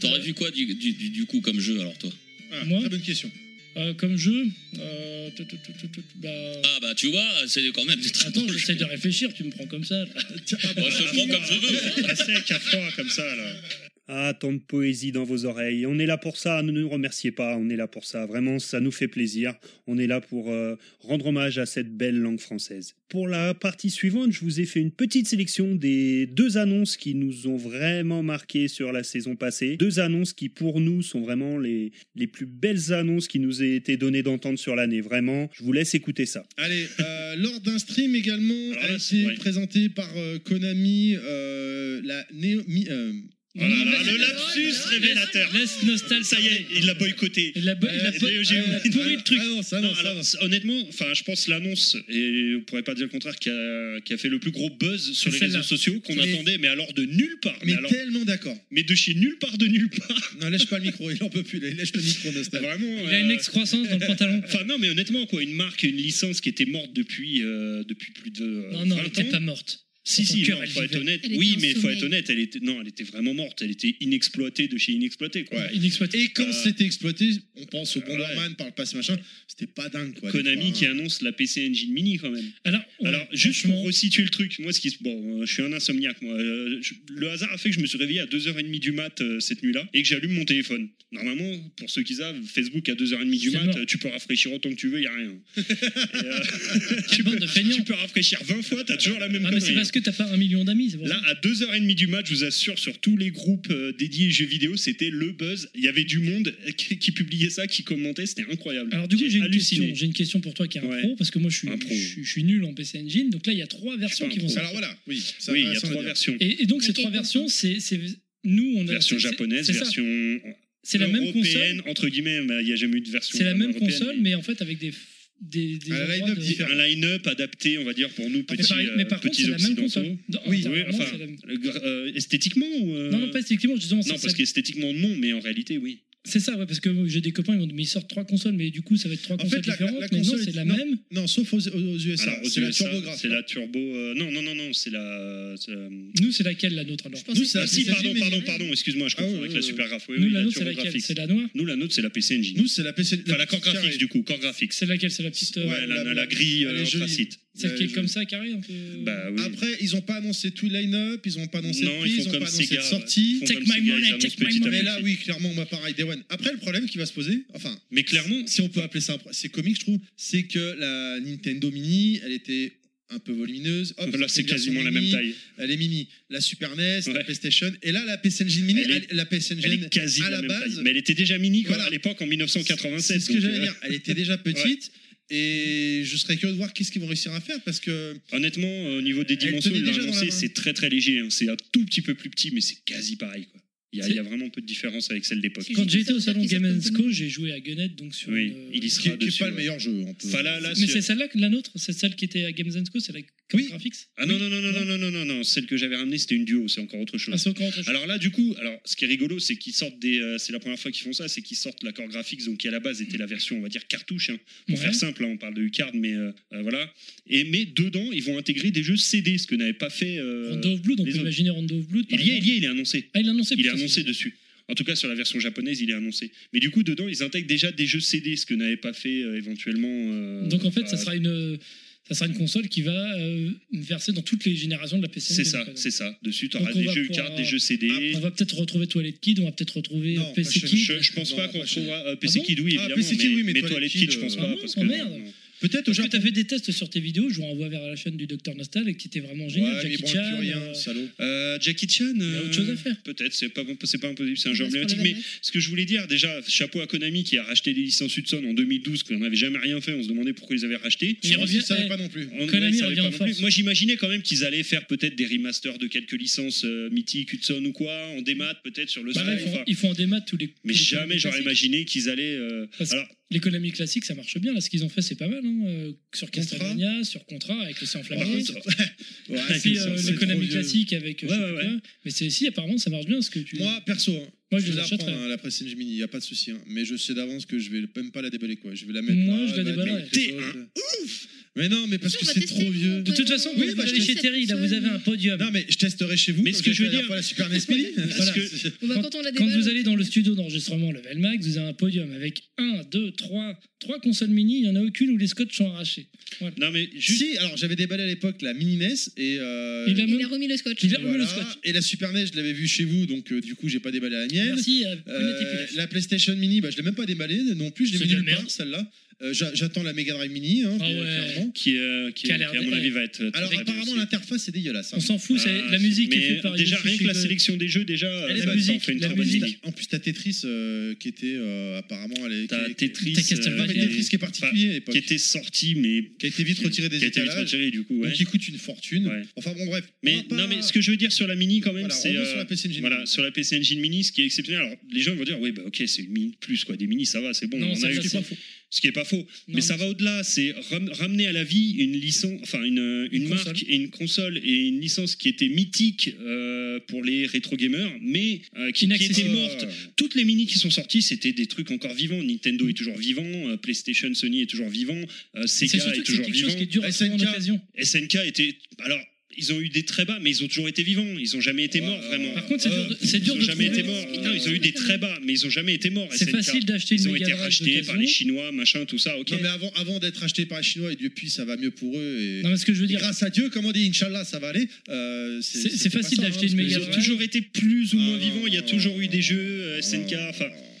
T'aurais vu quoi du, du- du- du coup comme jeu alors toi Ah, Moi Très bonne question. euh, comme jeu, euh, tout, tout, tout, tout, tout, bah, Ah bah tu vois, c'est quand même Ah, des très Attends, bons j'essaie jeux. de réfléchir, tu me prends comme ça. là. ah Moi, je te prends comme je veux. À sec, à froid, comme ça, là. Ah, tant de poésie dans vos oreilles. On est là pour ça, ne nous remerciez pas, on est là pour ça. Vraiment, ça nous fait plaisir. On est là pour euh, rendre hommage à cette belle langue française. Pour la partie suivante, je vous ai fait une petite sélection des deux annonces qui nous ont vraiment marqué sur la saison passée. Deux annonces qui, pour nous, sont vraiment les, les plus belles annonces qui nous aient été données d'entendre sur l'année. Vraiment, je vous laisse écouter ça. Allez, euh, lors d'un stream également, Alors a là, c'est été vrai. présenté par euh, Konami euh, la Neo. Mi- euh, Oh là là, Laisse- le lapsus révélateur. Laisse Nostal, Ça y est, il l'a boycotté. Il a, bo- Eh, il a po- Euh, j'ai- il a pourri le truc. Ah non, ça, non, Non, ça, non. alors, honnêtement, enfin, je pense l'annonce, et on pourrait pas dire le contraire, qui a, qui a fait le plus gros buzz sur C'est les celle-là. réseaux sociaux qu'on Mais- attendait, mais alors de nulle part. Mais, Mais alors, tellement d'accord. mais de chez nulle part de nulle part. Non, lèche pas le micro, il en peut plus. là, Il lèche le micro, Nostal. Vraiment. Il a une euh, excroissance dans le pantalon. Enfin non, mais honnêtement quoi, une marque, une licence qui était morte depuis euh, depuis plus de euh, Non, non, elle 20 était ans. pas morte. Si, Ton si, cœur, non, elle faut être vivait. honnête. Elle Oui, était en mais faut sommeil. être honnête, elle était, non, elle était vraiment morte. Elle était inexploitée de chez inexploitée, quoi. Inexploité. Et quand Euh, c'était exploité, on pense au ouais. Bomberman par le passé, machin, c'était pas dingue, quoi. des Konami fois, qui hein. annonce la PC Engine Mini, quand même. Alors, ouais, Alors, juste Mm. franchement, pour resituer le truc, moi, ce qui, se- bon, euh, je suis un insomniaque, moi. Euh, je- le hasard a fait que je me suis réveillé à 2h30 du mat euh, cette nuit-là et que j'allume mon téléphone. Normalement, pour ceux qui savent, Facebook à 2h30 du C'est mat, mort. euh, tu peux rafraîchir autant que tu veux, il a rien. Et, euh, tu, quelle bande peux, de feignants. tu peux rafraîchir 20 fois, t'as toujours la même Ah, mais c'est connerie, parce que t'as pas un million d'amis, c'est pour Là, ça. à 2h30 du match, je vous assure, sur tous les groupes euh, dédiés jeux vidéo, c'était le buzz. Il y avait du monde qui, qui publiait ça, qui commentait, c'était incroyable. Alors du coup, j'ai une, halluciné. question, j'ai une question pour toi qui est un Ouais. pro, parce que moi je suis, Un pro. Je, suis- je suis nul en PC Engine, donc là il y a trois versions pas un qui vont pro. Alors sortir. voilà, oui, c'est Oui, il y a intéressant à trois dire. versions. Et, et donc ces Laquelle trois donc, versions, c'est, c'est- nous on a... Version c'est- c'est- japonaise, c'est ça. version C'est la même européenne, console, entre guillemets, mais il n'y a jamais eu de version. c'est la même vraiment européenne, console, mais en fait avec des... des, des Ah, la endroits line-up de- différente. Un line-up adapté, on va dire, pour nous, Mais petits, par- euh, Ah, mais par contre, petits c'est la même occidentaux. console. Non, Oui, non, oui, non, enfin, c'est la même. Le gra- euh, esthétiquement ou, euh, Non, non, pas esthétiquement, justement, non, c'est parce ça. qu'esthétiquement, non, mais en réalité, oui. C'est ça, ouais, parce que j'ai des copains, ils m'ont dit, mais ils sortent trois consoles, mais du coup, ça va être trois En consoles fait, la- la- différentes. la mais non, console c'est est- la non. même. Non, sauf aux, aux USA, Alors, aux c'est la USA, turbographe. C'est la turbo. euh, non, non, non, non, c'est la. c'est la- Nous, c'est laquelle, la nôtre alors Je pensais Nous, que c'est Ah, la si, PC pardon, Engine, mais pardon, c'est- pardon, excuse-moi, je Ah, confonds ouais, avec ouais, la ouais. Super Graph. Oui, Nous, oui, la la nôtre, c'est turbo laquelle graphique. C'est la noire Nous, la nôtre, c'est la PC Engine. Nous, c'est la PC. Enfin, la core carrée. graphique, du coup, core graphique. C'est laquelle C'est la petite. euh, Ouais, Ouais, la, la- la grille elle est euh, jolie. anthracite. Celle Ouais, qui est je- comme ça, carrée un peu. euh, Bah oui. Après, ils n'ont pas annoncé tout le line-up, ils n'ont pas annoncé Non, le ils prix, font ils n'ont comme pas annoncé Sega, de ouais. sortie. Ils font Take comme my Sega, ils money, annoncent take petit my à money. Mais petit. là, oui, clairement, moi, pareil, Day One. Après, le problème qui va se poser, enfin, Mais clairement, si on peut appeler ça un pro- c'est comique, je trouve, c'est que la Nintendo Mini, elle était un peu volumineuse. Hop, là, c'est une version quasiment la mini, même taille. Elle est mini. La Super NES, la Ouais. PlayStation, et là, la PC Engine Mini, Elle est- elle- la PC Engine Elle est quasi à de la la même base- taille. Mais elle était déjà mini quand- Voilà. à l'époque en 1987. C'est ce que donc, j'allais euh, dire. Elle était déjà petite. Et je serais curieux de voir qu'est-ce qu'ils vont réussir à faire parce que Honnêtement, euh, au niveau des Elle tenait dimensions, il l'a déjà dans la annoncé, main. c'est très très léger. hein. C'est un tout petit peu plus petit, mais c'est quasi pareil. quoi. Il y, a- C'est- il y a vraiment peu de différence avec celle d'époque. C'est Quand juste j'étais au ça, salon qu'ils Game sortent Co, comme j'ai joué à Gunhead, donc sur. Oui, une, euh, il y ce qui sera est, qui est dessus. pas le ouais. meilleur jeu. On peut... Enfin, là, là, Mais sur- c'est celle-là, que la nôtre C'est celle qui était à Games Co, c'est la comme Oui. graphics Ah non, non, non, non, non, non, non, non, non, celle que j'avais ramenée, c'était une duo, c'est encore autre chose. Ah, c'est encore autre chose. Alors là, du coup, alors ce qui est rigolo, c'est qu'ils sortent des. euh, c'est la première fois qu'ils font ça, c'est qu'ils sortent l'accord graphique, donc qui à la base était la version, on va dire, cartouche. hein. Pour Ouais. faire simple, hein, on parle de Ucard, mais euh, euh, voilà. Et mais dedans, ils vont intégrer des jeux CD, ce que n'avait pas fait. euh, Rondo of Blood, on les peut autres. imaginer Rondo of Blood. par Il y est, exemple. il y est, il est annoncé. Ah, il l'a annoncé. Il est putain, annoncé c'est- dessus. En tout cas, sur la version japonaise, il est annoncé. Mais du coup, dedans, ils intègrent déjà des jeux CD, ce que n'avait pas fait euh, éventuellement. euh, Donc en fait, euh, ça sera une. Ça sera une console qui va euh, verser dans toutes les générations de la PC. C'est Engine, ça, par exemple. c'est ça. Dessus, tu auras Donc, on des va jeux pouvoir- cartes, des jeux CD. euh, On va peut-être retrouver Toilet Kid, on va peut-être retrouver Non, PC pas chez- Kid. Je, je pense Non, pas pas qu'on chez- retrouvera euh, PC bon Kid, oui, Ah, évidemment. PC Kid, mais, oui, mais mais Toilet Toilet Kid, Kid, je pense euh, pas. ah bon parce Oh, que non, merde. non. Peut-être au Parce que Japon. t'as fait des tests sur tes vidéos, je vous renvoie vers la chaîne du Docteur Nostal et qui était vraiment génial. Ouais, mais Jackie bon, Chan. plus rien, euh, salaud. Euh, Jackie Chan. euh, Il y a autre chose à faire. Peut-être, c'est pas, c'est pas impossible, c'est un jeu On reste pour emblématique. le Mais Valorant. ce que je voulais dire, déjà, chapeau à Konami qui a racheté les licences Hudson en 2012, qu'on n'avait jamais rien fait, on se demandait pourquoi ils avaient racheté. Il Je pense revient- qu'ils savaient eh, pas non plus. On- Konami ouais, ça allait revient pas en non force. plus. Moi, j'imaginais quand même qu'ils allaient faire peut-être des remasters de quelques licences euh, mythiques, Hudson ou quoi, en démat, peut-être sur le bah là, store, ils, font, enfin. ils font en démat tous les. Mais les jamais Konami j'aurais classiques. imaginé qu'ils allaient. euh, Parce- Alors, L'économie classique, ça marche bien. Là, ce qu'ils ont fait, c'est pas mal. hein, euh, Sur Contrat. Castlevania, sur Contrat, avec le sang par enflammé. contre, Et puis c'est- euh, c'est trop l'économie vieux. classique avec. euh, Ouais, je sais ouais, pas quoi. Mais c'est si, apparemment, ça marche bien. Ce que tu. Moi, perso, hein, Moi, je je, les vais la achèterais. prendre, hein, la presse Engine Mini, y a pas de souci. hein, mais je sais d'avance que je vais même pas la déballer, quoi. Je vais la mettre. Moi, là, je la elle va être déballerai. avec les autres. Mais non, mais parce Tiens, que on va c'est tester, trop nous, vieux. de toute façon, quand Oui, vous bah, je allez te- chez Terry, là, vous avez un podium. Non, mais je testerai chez vous. Mais comme ce que je veux la dernière dire- fois, la Super NES Mini. Voilà, que- c'est- On va bah, quand on la Quand déballe. vous allez dans le studio d'enregistrement Level Max, vous avez un podium avec 1, 2, 3, 3 consoles mini. Il n'y en a aucune où les scotch sont arrachés. non mais juste. Si, alors j'avais déballé à l'époque la Mini NES et. euh, Il a- Il a remis le scotch. E Il a- voilà, le scotch. Et la Super NES, je l'avais vue chez vous, donc euh, du coup, j'ai pas déballé la mienne. Merci, euh, Euh, Kounet et Pilaf. la PlayStation Mini, bah, je l'ai même pas déballée non plus, je C'est l'ai mis de la nulle merde. part celle-là. Euh, j'a- J'attends la Mega Drive Mini, hein, Ah bien ouais. clairement. Qui, euh, qui, Qui a qui, l'air à de- mon avis, va euh, être. très Alors bien apparemment aussi. l'interface est dégueulasse. hein. On s'en fout, c'est Ah, la musique est mais faite par Déjà, Yoshi rien que la Shiba. sélection des jeux, déjà, Elle euh, est ça bonne. en fait une La très bonne musique. mini. En plus, t'as Tetris euh, qui était euh, apparemment. Elle, est- T'as qui- Tetris, euh, T'as Non, mais Castlevania. qui est- Tetris qui est particulier à l'époque. qui était sorti, mais Qui a été vite retiré des qui a été vite étalages. retiré, du coup. ouais. Donc qui coûte une fortune. Ouais. Enfin bon, bref. Mais On va non, pas- mais ce que je veux dire sur la mini quand même, Voilà, c'est revenons sur euh, la PC Engine. voilà sur la PC Engine Mini, ce qui est exceptionnel. Alors les gens vont dire oui bah ok c'est une mini de plus quoi, des mini ça va, c'est bon, Non, on en a ça, eu. ça, c'est pas faux. Ce qui est pas faux, Non, mais ça va au-delà, c'est ram- ramener à la vie une licence, enfin une, une, Une console. marque et une console et une licence qui était mythique euh, pour les rétro gamers, mais euh, qui, qui était Inaccessible. morte. Toutes les minis qui sont sorties, c'était des trucs encore vivants. Nintendo est toujours vivant, euh, PlayStation, Sony est toujours vivant, euh, C'est Sega surtout est que c'est toujours quelque chose vivant. qui est dur à trouver en SNK. occasion. SNK était alors Ils ont eu des très bas, mais ils ont toujours été vivants. Ils ont jamais été Ouais, morts, ouais, vraiment. Par contre, c'est dur de, c'est Ils dur ont de jamais trouver- été morts. Non, ils ont eu des très bas, mais ils ont jamais été morts. C'est SNK. facile d'acheter une Ils ont Mega été Drive rachetés par les d'occasion. Chinois, machin, tout ça. Ok. Non, mais avant, avant d'être acheté par les Chinois, et depuis, ça va mieux pour eux. Et... Non, mais ce que je veux Et dire, grâce à Dieu, comme on dit, Inch'Allah, ça va aller. euh, C'est- c'est pas facile ça, d'acheter hein, une Ils parce que méga ont Ouais. toujours été plus ou moins Ah, vivants. Il y a non, toujours eu des jeux les- euh, SNK. Enfin,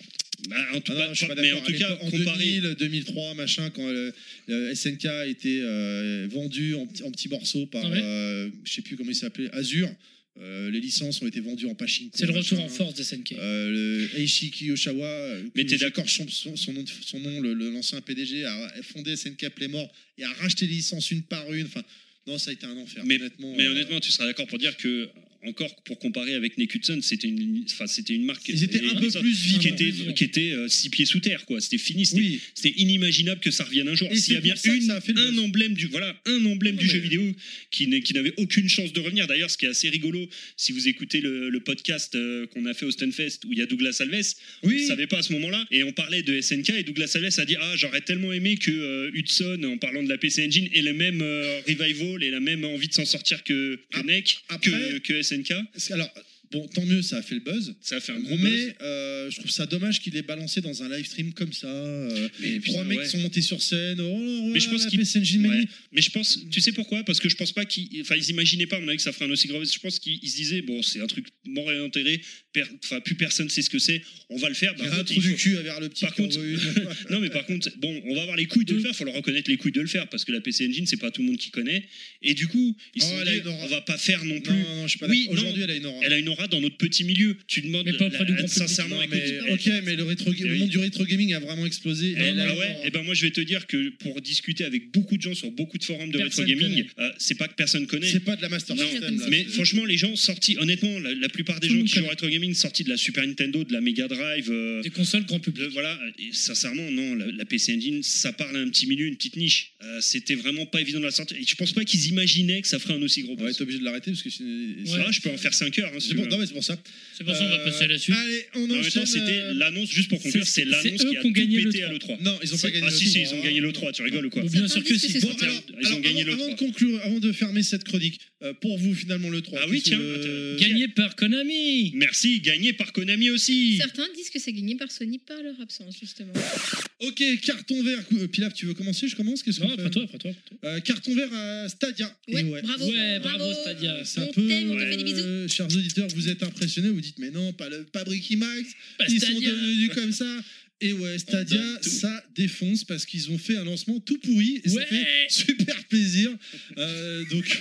bah, en tout, Mm. Ah non, bah, je suis pas mais en d'accord. À tout cas, l'époque, en comparé. 2000, 2003, machin, quand euh, le, le SNK a été euh, vendu en, petits- en petits morceaux par, Ouais. euh, je sais plus comment il s'appelait, Azure. euh, les licences ont été vendues en pachinko. c'est le retour machin. en force de SNK. Euh, le Eishi Kiyosawa, euh, Mais t'es Koji- son, son, son nom, de- son nom, le- le- l'ancien PDG, a fondé SNK Playmore et a racheté les licences une par une. Enfin, non, ça a été un enfer. Mais- honnêtement, Mais euh, honnêtement, tu seras d'accord pour dire que encore pour comparer avec Nekutsun, c'était une, enfin, c'était une marque ils étaient et- un peu ça, plus qui vivants. était, qui était euh, six pieds sous terre, quoi. C'était fini. C'était Oui, C'était inimaginable que ça revienne un jour. Et S'il y a c'est bien pour ça que une- ça a fait le un buzz. emblème du voilà un emblème Non, du mais- jeu vidéo qui n'est- qui n'avait aucune chance de revenir. D'ailleurs, ce qui est assez rigolo, si vous écoutez le, le podcast euh, qu'on a fait au Stunfest où il y a Douglas Alves, on ne oui. savait pas à ce moment-là et on parlait de SNK et Douglas Alves a dit ah j'aurais tellement aimé que euh, Hudson en parlant de la PC Engine ait le même euh, revival et la même envie de s'en sortir que, que Ap- NEC que, après- que SNK. C'est- Alors, bon, tant mieux, ça a fait le buzz. Ça a fait un gros buzz. Mais euh, je trouve ça dommage qu'il ait balancé dans un live stream comme ça. euh, Mais trois putain, mecs ouais. qui sont montés sur scène. Oh, Mais je pense la qu'il- PC Engine Mania. Ouais. Mais je pense, tu sais pourquoi Parce que je pense pas qu'ils, enfin, ils imaginaient pas, à mon avis, que ça ferait un aussi gros. Je pense qu'ils ils se disaient, bon, c'est un truc mort et enterré. per- Enfin, plus personne sait ce que c'est. On va le faire. Il y Par a un contre, trou il du faut- cul à vers le petit. Par qui en contre- veut une. non, mais par contre, bon, on va avoir les couilles de le faire. Faut leur reconnaître les couilles de le faire parce que la PC Engine, c'est pas tout le monde qui connaît. Et du coup, ils se Oh, sont elle a dit, une aura. on va pas faire non plus. non, non, je suis pas Oui, d'accord. Aujourd'hui, elle a une aura. Elle a une aura dans notre petit milieu. Tu demandes, Mais pas auprès du grand public. sincèrement, Non, écoute, mais, elle- Eh ok, mais le, rétro- Oui. le monde du rétro gaming a vraiment explosé. Eh, Elle a ah une ouais, aura. et ben moi je vais te dire que pour discuter avec beaucoup de gens sur beaucoup de forums de rétro Personne gaming, euh, c'est pas que personne connaît. c'est pas de la Master Non, System. là, Mais c'est- franchement, les gens sortis, honnêtement, la, la plupart des Tout gens le monde qui jouent au rétro gaming sortis de la Super Nintendo, de la Mega Drive, euh, Des consoles grand public. de- voilà, et sincèrement, non, la, la PC Engine, ça parle à un petit milieu, une petite niche. Euh, C'était vraiment pas évident de la sortir. Et je pense pas qu'ils imaginaient que ça ferait un aussi gros on va buzz. être obligé de l'arrêter parce que c'est. c'est- Ah, je peux en faire 5 heures. hein, si c'est tu pour- veux. Non, mais c'est pour ça. C'est pour ça qu'on va Euh, passer à la suite. Allez, on en même enchaîne. temps, c'était euh, l'annonce, juste pour conclure, c'est- c'est l'annonce c'est eux qui a qui ont tout gagné le pété à l'E3. Non, ils ont pas gagné. Ah le si, si, tour, ils ont hein. gagné le 3, tu rigoles ou quoi Bon, Certains bien sûr que disent que si. c'est Bon, sorti. alors, Ils ont alors, gagné avant, le avant de 3. conclure, avant de fermer cette chronique, euh, pour euh, vous finalement le 3. Ah oui, qu'est-ce tiens, que- attends. Gagné par Konami Merci, gagné par Konami aussi. Certains disent que c'est gagné par Sony par leur absence, justement. Ok, carton vert. Euh, Pilaf, tu veux commencer Je commence Qu'est-ce Non, qu'on fait après toi, après toi. après toi. Euh, Carton vert à Stadia. Ouais, Et ouais. euh, bravo. Ouais, bravo Stadia. C'est un On peu, t'aime, on te fait des bisous. euh, chers auditeurs, vous êtes impressionnés, vous dites mais non, pas le pas Bricky Max, Bah, ils sont Stadia. devenus comme ça. Et ouais, Stadia, donne tout. ça défonce parce qu'ils ont fait un lancement tout pourri et Ouais. ça fait super plaisir. Euh, donc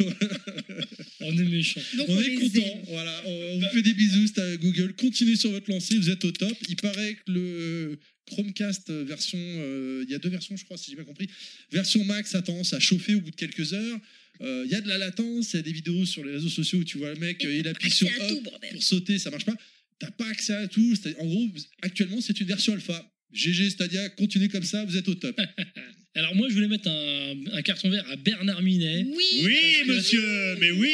On est méchant. Donc on est les content. aime. Voilà, on vous fait des bisous, Stadia Google. Continuez sur votre lancée, vous êtes au top. Il paraît que le euh, Chromecast euh, version, euh, il y a deux versions, je crois, si j'ai bien compris. Version Max a tendance à chauffer au bout de quelques heures. Euh, Il y a de la latence, il y a des vidéos sur les réseaux sociaux où tu vois le mec, euh, il appuie sur Accès à up, tout, bordel. pour sauter, ça marche pas. T'as pas accès à tout. C'est- En gros, vous- actuellement, c'est une version alpha. GG Stadia, continuez comme ça, vous êtes au top. Alors moi, je voulais mettre un, un carton vert à Bernard Minet. Oui, Oui, monsieur, mais oui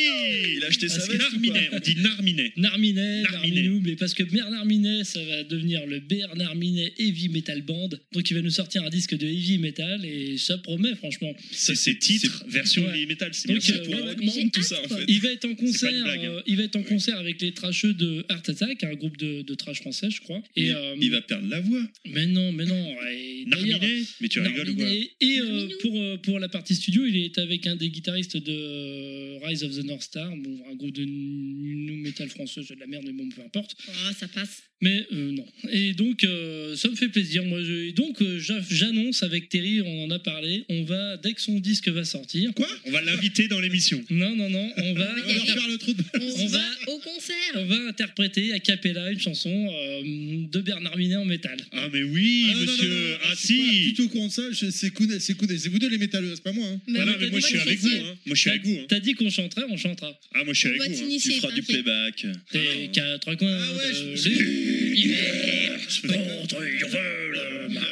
Il a acheté sa veste ou Narminet, on dit Narminet. Narminet, Narminet. Narminouble, parce que Bernard Minet, ça va devenir le Bernard Minet Heavy Metal Band. Donc il va nous sortir un disque de Heavy Metal et ça promet, franchement. C'est ses titres, version Ouais. heavy metal, c'est bien Donc, ça. euh, Ouais, ouais, mais j'ai hâte, quoi. Il va être en concert, une blague, hein. euh, il va être en concert avec les trasheux de Art Attack, un groupe de, de trash français, je crois. Et, euh, Il va perdre la voix. Mais non, mais non. Et d'ailleurs, Narminet Mais tu rigoles ou quoi Narminet. Et euh, Narminou. pour, euh, pour la partie studio, il est avec un des guitaristes de euh, Rise of the North Star, bon, un groupe de new metal français, j'ai de la merde, mais bon, peu importe. Oh, ça passe. Mais euh, non. Et donc, euh, ça me fait plaisir. Moi, je- et donc, euh, j'a- j'annonce avec Terry, on en a parlé, on va, dès que son disque va sortir. Quoi On va l'inviter dans l'émission. Non, non, non, on va. On va leur faire le trou de Ah, On, On va, va- au concert. On va interpréter a cappella une chanson euh, de Bernard Minet en métal. Ah mais oui, Ah, non, non, monsieur non, non, Ah je suis pas si Du tout au courant de ça, je- c'est Kounet, c'est Kounet, c'est vous deux les métalleux, c'est pas moi. hein. Mais Voilà, on Ah, mais va moi je suis t'initier. avec vous, hein. Moi je suis avec vous, hein. T'as dit qu'on chanterait, on chantera. Ah moi je suis On avec va vous. hein. Tu t'initier. feras du t'inquiète. playback. T'es quatre coins. Ah ouais, de je- l'hiver, contre euh, le mal.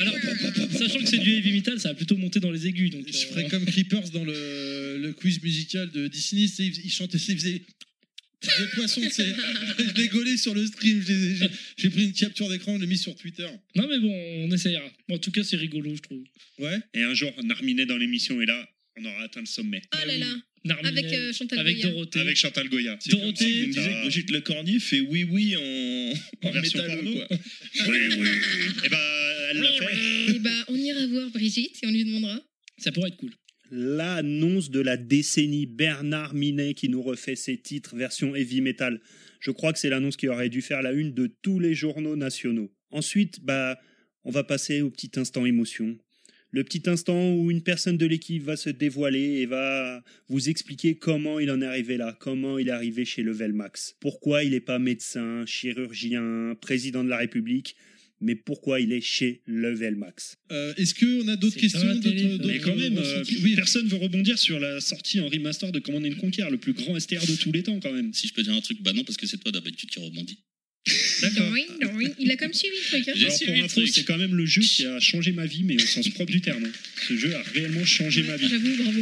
Alors, sachant que c'est du heavy metal, ça a plutôt monté dans les aigus. Donc, Je euh, ferais comme Creepers dans le, le quiz musical de Disney, c'est- ils chantaient, ils faisaient des poissons, tu sais. je dégolais sur le stream, je les ai- j'ai- j'ai pris une capture d'écran, je l'ai mis sur Twitter. Non, mais bon, on essayera. En tout cas, c'est rigolo, je trouve. Ouais. Et un jour, Narminet dans l'émission et là, on aura atteint le sommet. Oh là là. Narminet, Avec euh, Chantal avec Goya. Dorothée. Avec Chantal Goya. C'est Dorothée, comme si vous me disiez t'as- que Brigitte Lecornier fait oui oui en, En version métal, porno. quoi. oui, oui. Et ben, elle l'a fait. Et bah, on ira voir Brigitte et on lui demandera. Ça pourrait être cool. l'annonce de la décennie Bernard Minet qui nous refait ses titres version heavy metal. Je crois que c'est l'annonce qui aurait dû faire la une de tous les journaux nationaux. Ensuite, bah, on va passer au petit instant émotion. Le petit instant où une personne de l'équipe va se dévoiler et va vous expliquer comment il en est arrivé là, comment il est arrivé chez Level Max, pourquoi il n'est pas médecin, chirurgien, président de la République, mais pourquoi il est chez Level Max. Euh, Est-ce qu'on a d'autres C'est questions pas la d'autres- télé, ça. d'autres Mais quand même, euh, ressentis Oui, personne veut rebondir sur la sortie en remaster de Command and Conquer, le plus grand STR de tous les temps, quand même. Si je peux dire un truc, bah non, parce que c'est toi d'habitude qui rebondis. Oui, oui. Il a comme suivi le truc. hein. J'ai Alors suivi pour le info, truc. c'est quand même le jeu qui a changé ma vie, mais au sens propre du terme. hein. Ce jeu a réellement changé ma Ouais, vie. J'avoue, bravo.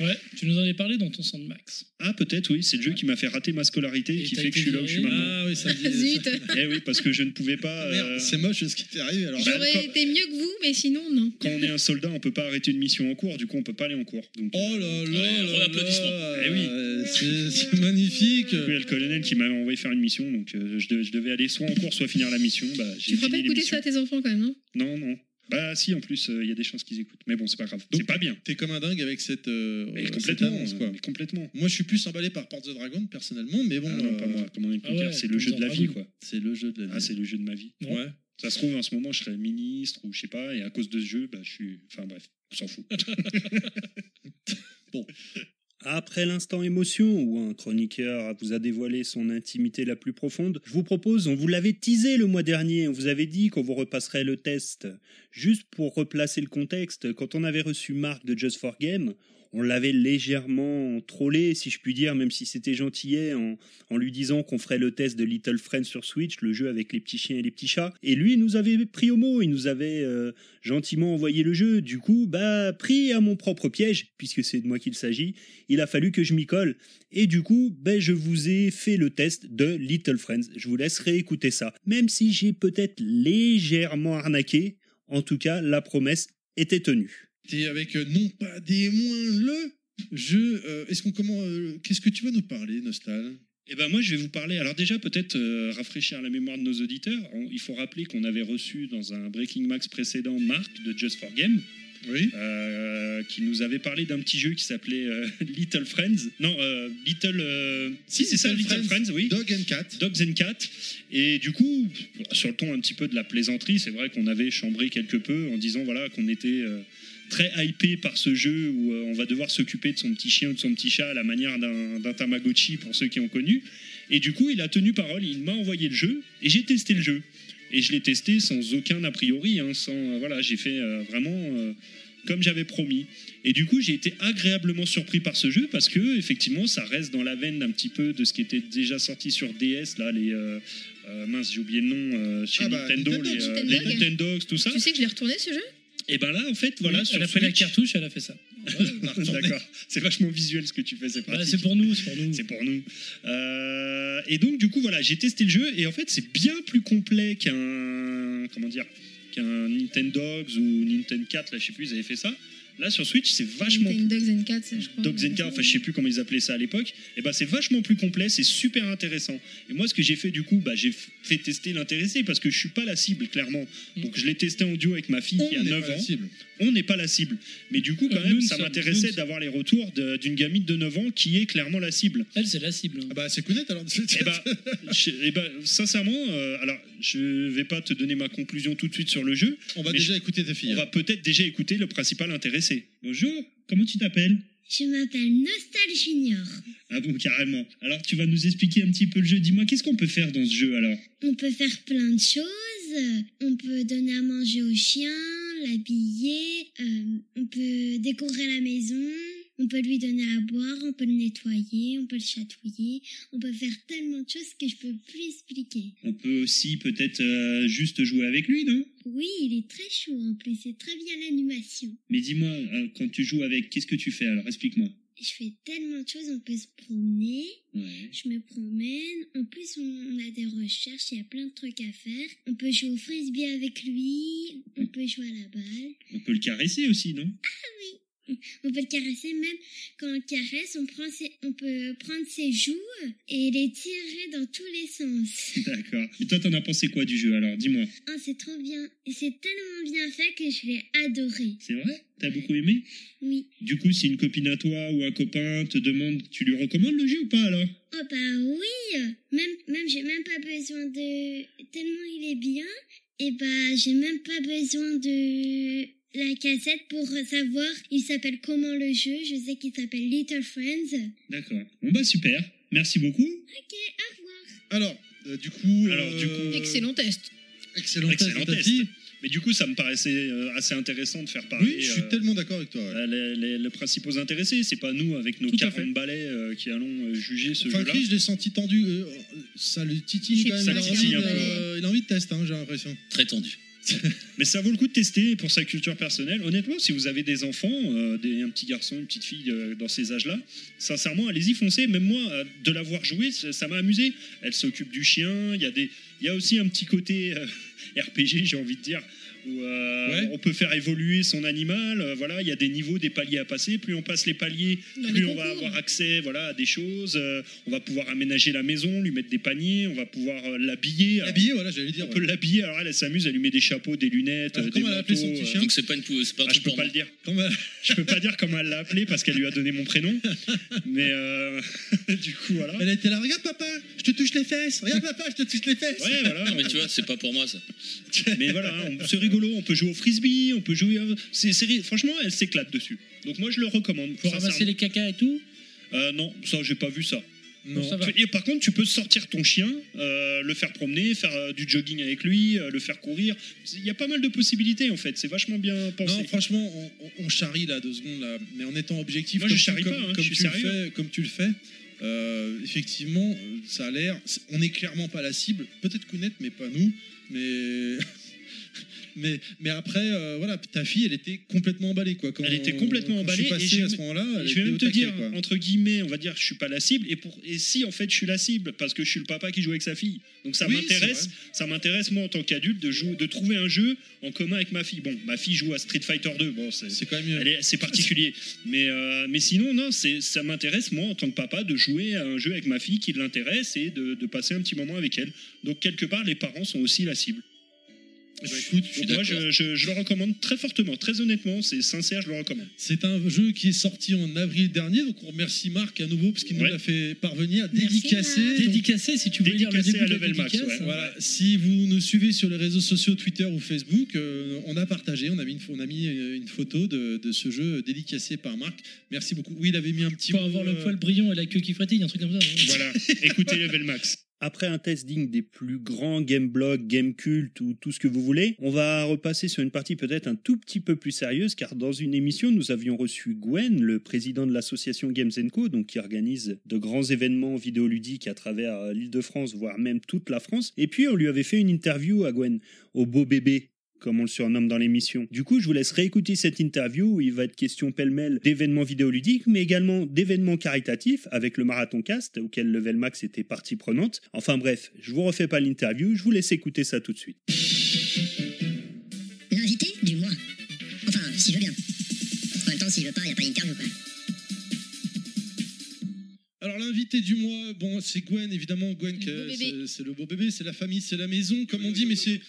Ouais, tu nous en avais parlé dans ton Sandmax. Ah peut-être oui, c'est le jeu qui m'a fait rater ma scolarité et Et qui t'as fait que je suis été là où je suis viré. maintenant. Ah oui, ça me dit- Zut, Eh oui, parce que je ne pouvais pas. Ah, euh, Merde, c'est moche ce qui t'est arrivé alors. quand- j'aurais été mieux que vous, mais sinon, non. quand on est un soldat, on peut pas arrêter une mission en cours, du coup on peut pas aller en cours. Donc, euh, Oh là là Allez, là re-applaudissements. là, Eh oui. euh, c'est- C'est magnifique. il y a le colonel qui m'avait envoyé faire une mission, donc euh, je, devais, je devais aller soit en cours, soit finir la mission. Bah, j'ai Tu feras pas fini écouter l'émission. ça à tes enfants quand même, non Non, non. Bah si, en plus, euh, il y a des chances qu'ils écoutent. Mais bon, c'est pas grave. Donc- euh, C'est pas bien. T'es comme un dingue avec cette, euh, Mais cette complètement. annonce, quoi. euh, mais complètement. Moi, je suis plus emballé par Port the Dragon personnellement, mais bon, Ah non, euh, pas moi. Comment ah ouais, c'est le jeu de la vie, quoi. c'est le jeu de la Ah, vie. c'est le jeu de ma vie. Ouais. Ça se trouve, en ce moment, je serais ministre ou je sais pas, et à cause de ce jeu, bah, je suis. Enfin bref, on s'en fout. Après l'instant émotion où un chroniqueur vous a dévoilé son intimité la plus profonde, je vous propose, on vous l'avait teasé le mois dernier, on vous avait dit qu'on vous repasserait le test. Juste pour replacer le contexte, quand on avait reçu Marc de Just for Game, on l'avait légèrement trollé, si je puis dire, même si c'était gentillet, en, en lui disant qu'on ferait le test de Little Friends sur Switch, le jeu avec les petits chiens et les petits chats. Et lui, il nous avait pris au mot, il nous avait euh, gentiment envoyé le jeu. Du coup, bah, pris à mon propre piège, puisque c'est de moi qu'il s'agit, il a fallu que je m'y colle. Et du coup, ben, je vous ai fait le test de Little Friends. Je vous laisse réécouter ça. Même si j'ai peut-être légèrement arnaqué, en tout cas, la promesse était tenue. T'es avec euh, non pas des moins le jeu. euh, Est-ce qu'on comment euh, Qu'est-ce que tu vas nous parler, Nostal Eh ben moi, je vais vous parler. Alors déjà, peut-être euh, rafraîchir la mémoire de nos auditeurs. On- il faut rappeler qu'on avait reçu dans un Breaking Max précédent Marc de Just for Game, Oui. euh, qui nous avait parlé d'un petit jeu qui s'appelait euh, Little Friends. Non, euh, Little. euh, Si, c'est ça, Little Little Friends. Friends, oui. Dog and Cat. Dogs and Cat. Et du coup, sur le ton un petit peu de la plaisanterie, c'est vrai qu'on avait chambré quelque peu en disant voilà qu'on était euh, très hypé par ce jeu où euh, on va devoir s'occuper de son petit chien ou de son petit chat à la manière d'un d'un Tamagotchi pour ceux qui ont connu. Et du coup, il a tenu parole, il m'a envoyé le jeu et j'ai testé le jeu. Et je l'ai testé sans aucun a priori, hein, sans euh, voilà, j'ai fait euh, vraiment euh, comme j'avais promis. Et du coup, j'ai été agréablement surpris par ce jeu parce que effectivement, ça reste dans la veine d'un petit peu de ce qui était déjà sorti sur DS là, les euh, euh, mince, j'ai oublié le nom euh, chez Ah bah, Nintendo, Nintendo, les, euh, Nintendo les Dog. Nintendogs, tout ça. Tu sais que je l'ai retourné ce jeu Et ben là, en fait, voilà, Oui, sur elle a pris la Switch- cartouche, elle a fait ça. D'accord, c'est vachement visuel ce que tu fais, c'est Bah, pratique. c'est pour nous, c'est pour nous. C'est pour nous. Euh, et donc, du coup, voilà, j'ai testé le jeu et en fait, c'est bien plus complet qu'un. Comment dire Qu'un Nintendogs ou Nintendo 4, là, je sais plus, ils avaient fait ça. Là, sur Switch, c'est vachement T'as une Dogs and Cats, je crois. Dogs and Cats, enfin je sais plus comment ils appelaient ça à l'époque, et ben c'est vachement plus complet, c'est super intéressant. Et moi ce que j'ai fait du coup, bah, j'ai f- fait tester l'intéressé parce que je suis pas la cible clairement. Mm. Donc je l'ai testé en duo avec ma fille qui a On n'est 9 pas la ans. cible. On n'est pas la cible. Mais du coup quand Euh, même nous ne ça sommes- nous m'intéressait ne- d'avoir les retours de- d'une gamine de 9 ans qui est clairement la cible. Elle, c'est la cible. hein. Ah bah c'est Kounet alors. Eh ben, je- eh ben, sincèrement, euh, alors je vais pas te donner ma conclusion tout de suite sur le jeu. on va mais déjà écouter tes filles. On va peut-être déjà écouter le principal intéressé. Bonjour, comment tu t'appelles Je m'appelle Nostal Junior. Ah bon, carrément. Alors tu vas nous expliquer un petit peu le jeu. Dis-moi, qu'est-ce qu'on peut faire dans ce jeu alors On peut faire plein de choses. On peut donner à manger au chien, l'habiller, euh, on peut décorer la maison, on peut lui donner à boire, on peut le nettoyer, on peut le chatouiller, on peut faire tellement de choses que je peux plus expliquer. On peut aussi peut-être euh, juste jouer avec lui, non Oui, il est très chaud en plus, c'est très bien l'animation. Mais dis-moi, euh, quand tu joues avec, qu'est-ce que tu fais alors Explique-moi. Je fais tellement de choses, on peut se promener, Ouais. je me promène, en plus on, on a des recherches, il y a plein de trucs à faire. On peut jouer au frisbee avec lui, on peut jouer à la balle. On peut le caresser aussi, non On peut le caresser même quand on le caresse, on, prend ses- on peut prendre ses joues et les tirer dans tous les sens. D'accord. Et toi, t'en as pensé quoi du jeu alors Dis-moi. Ah, c'est trop bien. Et c'est tellement bien fait que je l'ai adoré. C'est vrai T'as beaucoup aimé Oui. Du coup, si une copine à toi ou un copain te demande, tu lui recommandes le jeu ou pas alors Oh bah oui Même, même j'ai même pas besoin de... Tellement il est bien. Et bah j'ai même pas besoin de la cassette pour savoir il s'appelle comment le jeu. Je sais qu'il s'appelle Little Friends. D'accord. Bon bah super. Merci beaucoup. Ok, au revoir. Alors, euh, du coup. Alors, du coup- Excellent test. Excellent, Excellent test, test. Tati. Mais du coup, ça me paraissait euh, assez intéressant de faire parler. Oui, je suis euh, tellement d'accord avec toi. ouais. euh, les, les- les principaux intéressés, c'est pas nous avec nos Tout à 40 fait. balais euh, qui allons euh, juger ce Enfin, jeu-là. Chris, je l'ai senti tendu. euh, ça le titille Je quand même. sais il, a pas, envie, titille un peu, euh, il a envie de test, hein, j'ai l'impression. Très tendu. Mais ça vaut le coup de tester pour sa culture personnelle. Honnêtement, si vous avez des enfants, euh, des, un petit garçon, une petite fille euh, dans ces âges-là, sincèrement, allez-y, foncez. Même moi, euh, de l'avoir joué, ça ça m'a amusé. Elle s'occupe du chien. Il y, a des- il y a aussi un petit côté euh, RPG, j'ai envie de dire, où euh, Ouais. on peut faire évoluer son animal. Euh, voilà, il y a des niveaux, des paliers à passer. Plus on passe les paliers, Dans les plus on va concours. avoir accès voilà, à des choses. Euh, on va pouvoir aménager la maison, lui mettre des paniers. On va pouvoir euh, l'habiller. Alors, Habillé, voilà, j'allais dire. on peut ouais. l'habiller, alors elle, elle s'amuse à lui mettre des chapeaux, des lunettes, Alors, euh, des comment elle a appelé son manteaux, petit euh, chien Donc c'est pas une pou- c'est pas un ah, je truc peux pour pas moi. le dire. Comment elle- Je peux pas dire comment elle l'a appelé parce qu'elle lui a donné mon prénom. Mais euh, du coup, voilà. Elle était là, regarde papa, je te touche les fesses. Regarde papa, je te touche les fesses. Ouais, voilà. Non, mais tu vois, c'est pas pour moi ça. Mais voilà, on- c'est rigolo. On peut jouer au frisbee, on peut jouer. à- c'est- c'est ri- Franchement, elle s'éclate dessus. Donc moi, je le recommande. Pour ramasser sincèrement. les cacas et tout Euh, non, ça, j'ai pas vu ça. Non, ça va. Et par contre, tu peux sortir ton chien, euh, le faire promener, faire euh, du jogging avec lui, euh, le faire courir. Il y a pas mal de possibilités en fait. C'est vachement bien pensé. Non, franchement, on, on- on charrie là deux secondes là, mais en étant objectif, Moi, comme, je tu- charrie comme- pas, hein, comme je suis tu le sérieux. fais, comme tu le fais, euh, effectivement, euh, ça a l'air. c'est- On n'est clairement pas la cible. Peut-être Kounet, mais pas nous. Mais mais mais après, euh, voilà, ta fille, elle était complètement emballée quoi. Quand, Elle était complètement quand emballée, Je et suis passé je- à ce moment-là. elle je était vais Euh, au même te taquet, dire, hein. quoi. entre guillemets, on va dire, je suis pas la cible. Et, pour, et si, en fait, je suis la cible, parce que je suis le papa qui joue avec sa fille. Donc ça Oui, m'intéresse, ça m'intéresse, moi, en tant qu'adulte, de, jouer- de trouver un jeu en commun avec ma fille. Bon, ma fille joue à Street Fighter 2, bon, c'est. C'est quand même. elle est- c'est particulier. Mais, euh, mais sinon, non, c'est- ça m'intéresse, moi, en tant que papa, de jouer à un jeu avec ma fille qui l'intéresse et de, de passer un petit moment avec elle. Donc, quelque part, les parents sont aussi la cible. Bah, écoute, suis Donc, d'accord. moi, je, je- je le recommande très fortement, très honnêtement, c'est sincère, je le recommande. C'est un jeu qui est sorti en avril dernier, donc on remercie Marc à nouveau parce qu'il Ouais. nous l'a fait parvenir, Merci, dédicacé. Marc. donc- Dédicacé, si tu veux dire le Dédicacé début à de la Level Max, dédicace, ouais. hein. Voilà, si vous nous suivez sur les réseaux sociaux Twitter ou Facebook, euh, on a partagé, on a mis une, on a mis euh, une photo de, de ce jeu dédicacé par Marc. Merci beaucoup. Oui, il avait mis un petit Pour mot, avoir le euh, poil brillant et la queue qui frétille, un truc comme ça. hein. Voilà, écoutez Level Max. Après un test digne des plus grands game blog, game cult ou tout ce que vous voulez, on va repasser sur une partie peut-être un tout petit peu plus sérieuse car dans une émission nous avions reçu Gwen, le président de l'association Games Co, donc qui organise de grands événements vidéoludiques à travers euh, l'Île-de-France, voire même toute la France. Et puis on lui avait fait une interview à Gwen, au beau bébé comme on le surnomme dans l'émission. Du coup, je vous laisse réécouter cette interview où il va être question pêle-mêle d'événements vidéoludiques, mais également d'événements caritatifs avec le Marathon Cast, auquel Level Max était partie prenante. Enfin bref, je vous refais pas l'interview, je vous laisse écouter ça tout de suite. L'invité du mois. Enfin, s'il veut bien. En même temps, s'il veut pas, y a pas d'interview, quoi. Alors l'invité du mois, bon, c'est Gwen évidemment, Gwen, Le que- beau bébé. c'est c'est le beau bébé, c'est la famille, c'est la maison, comme on dit, mais c'est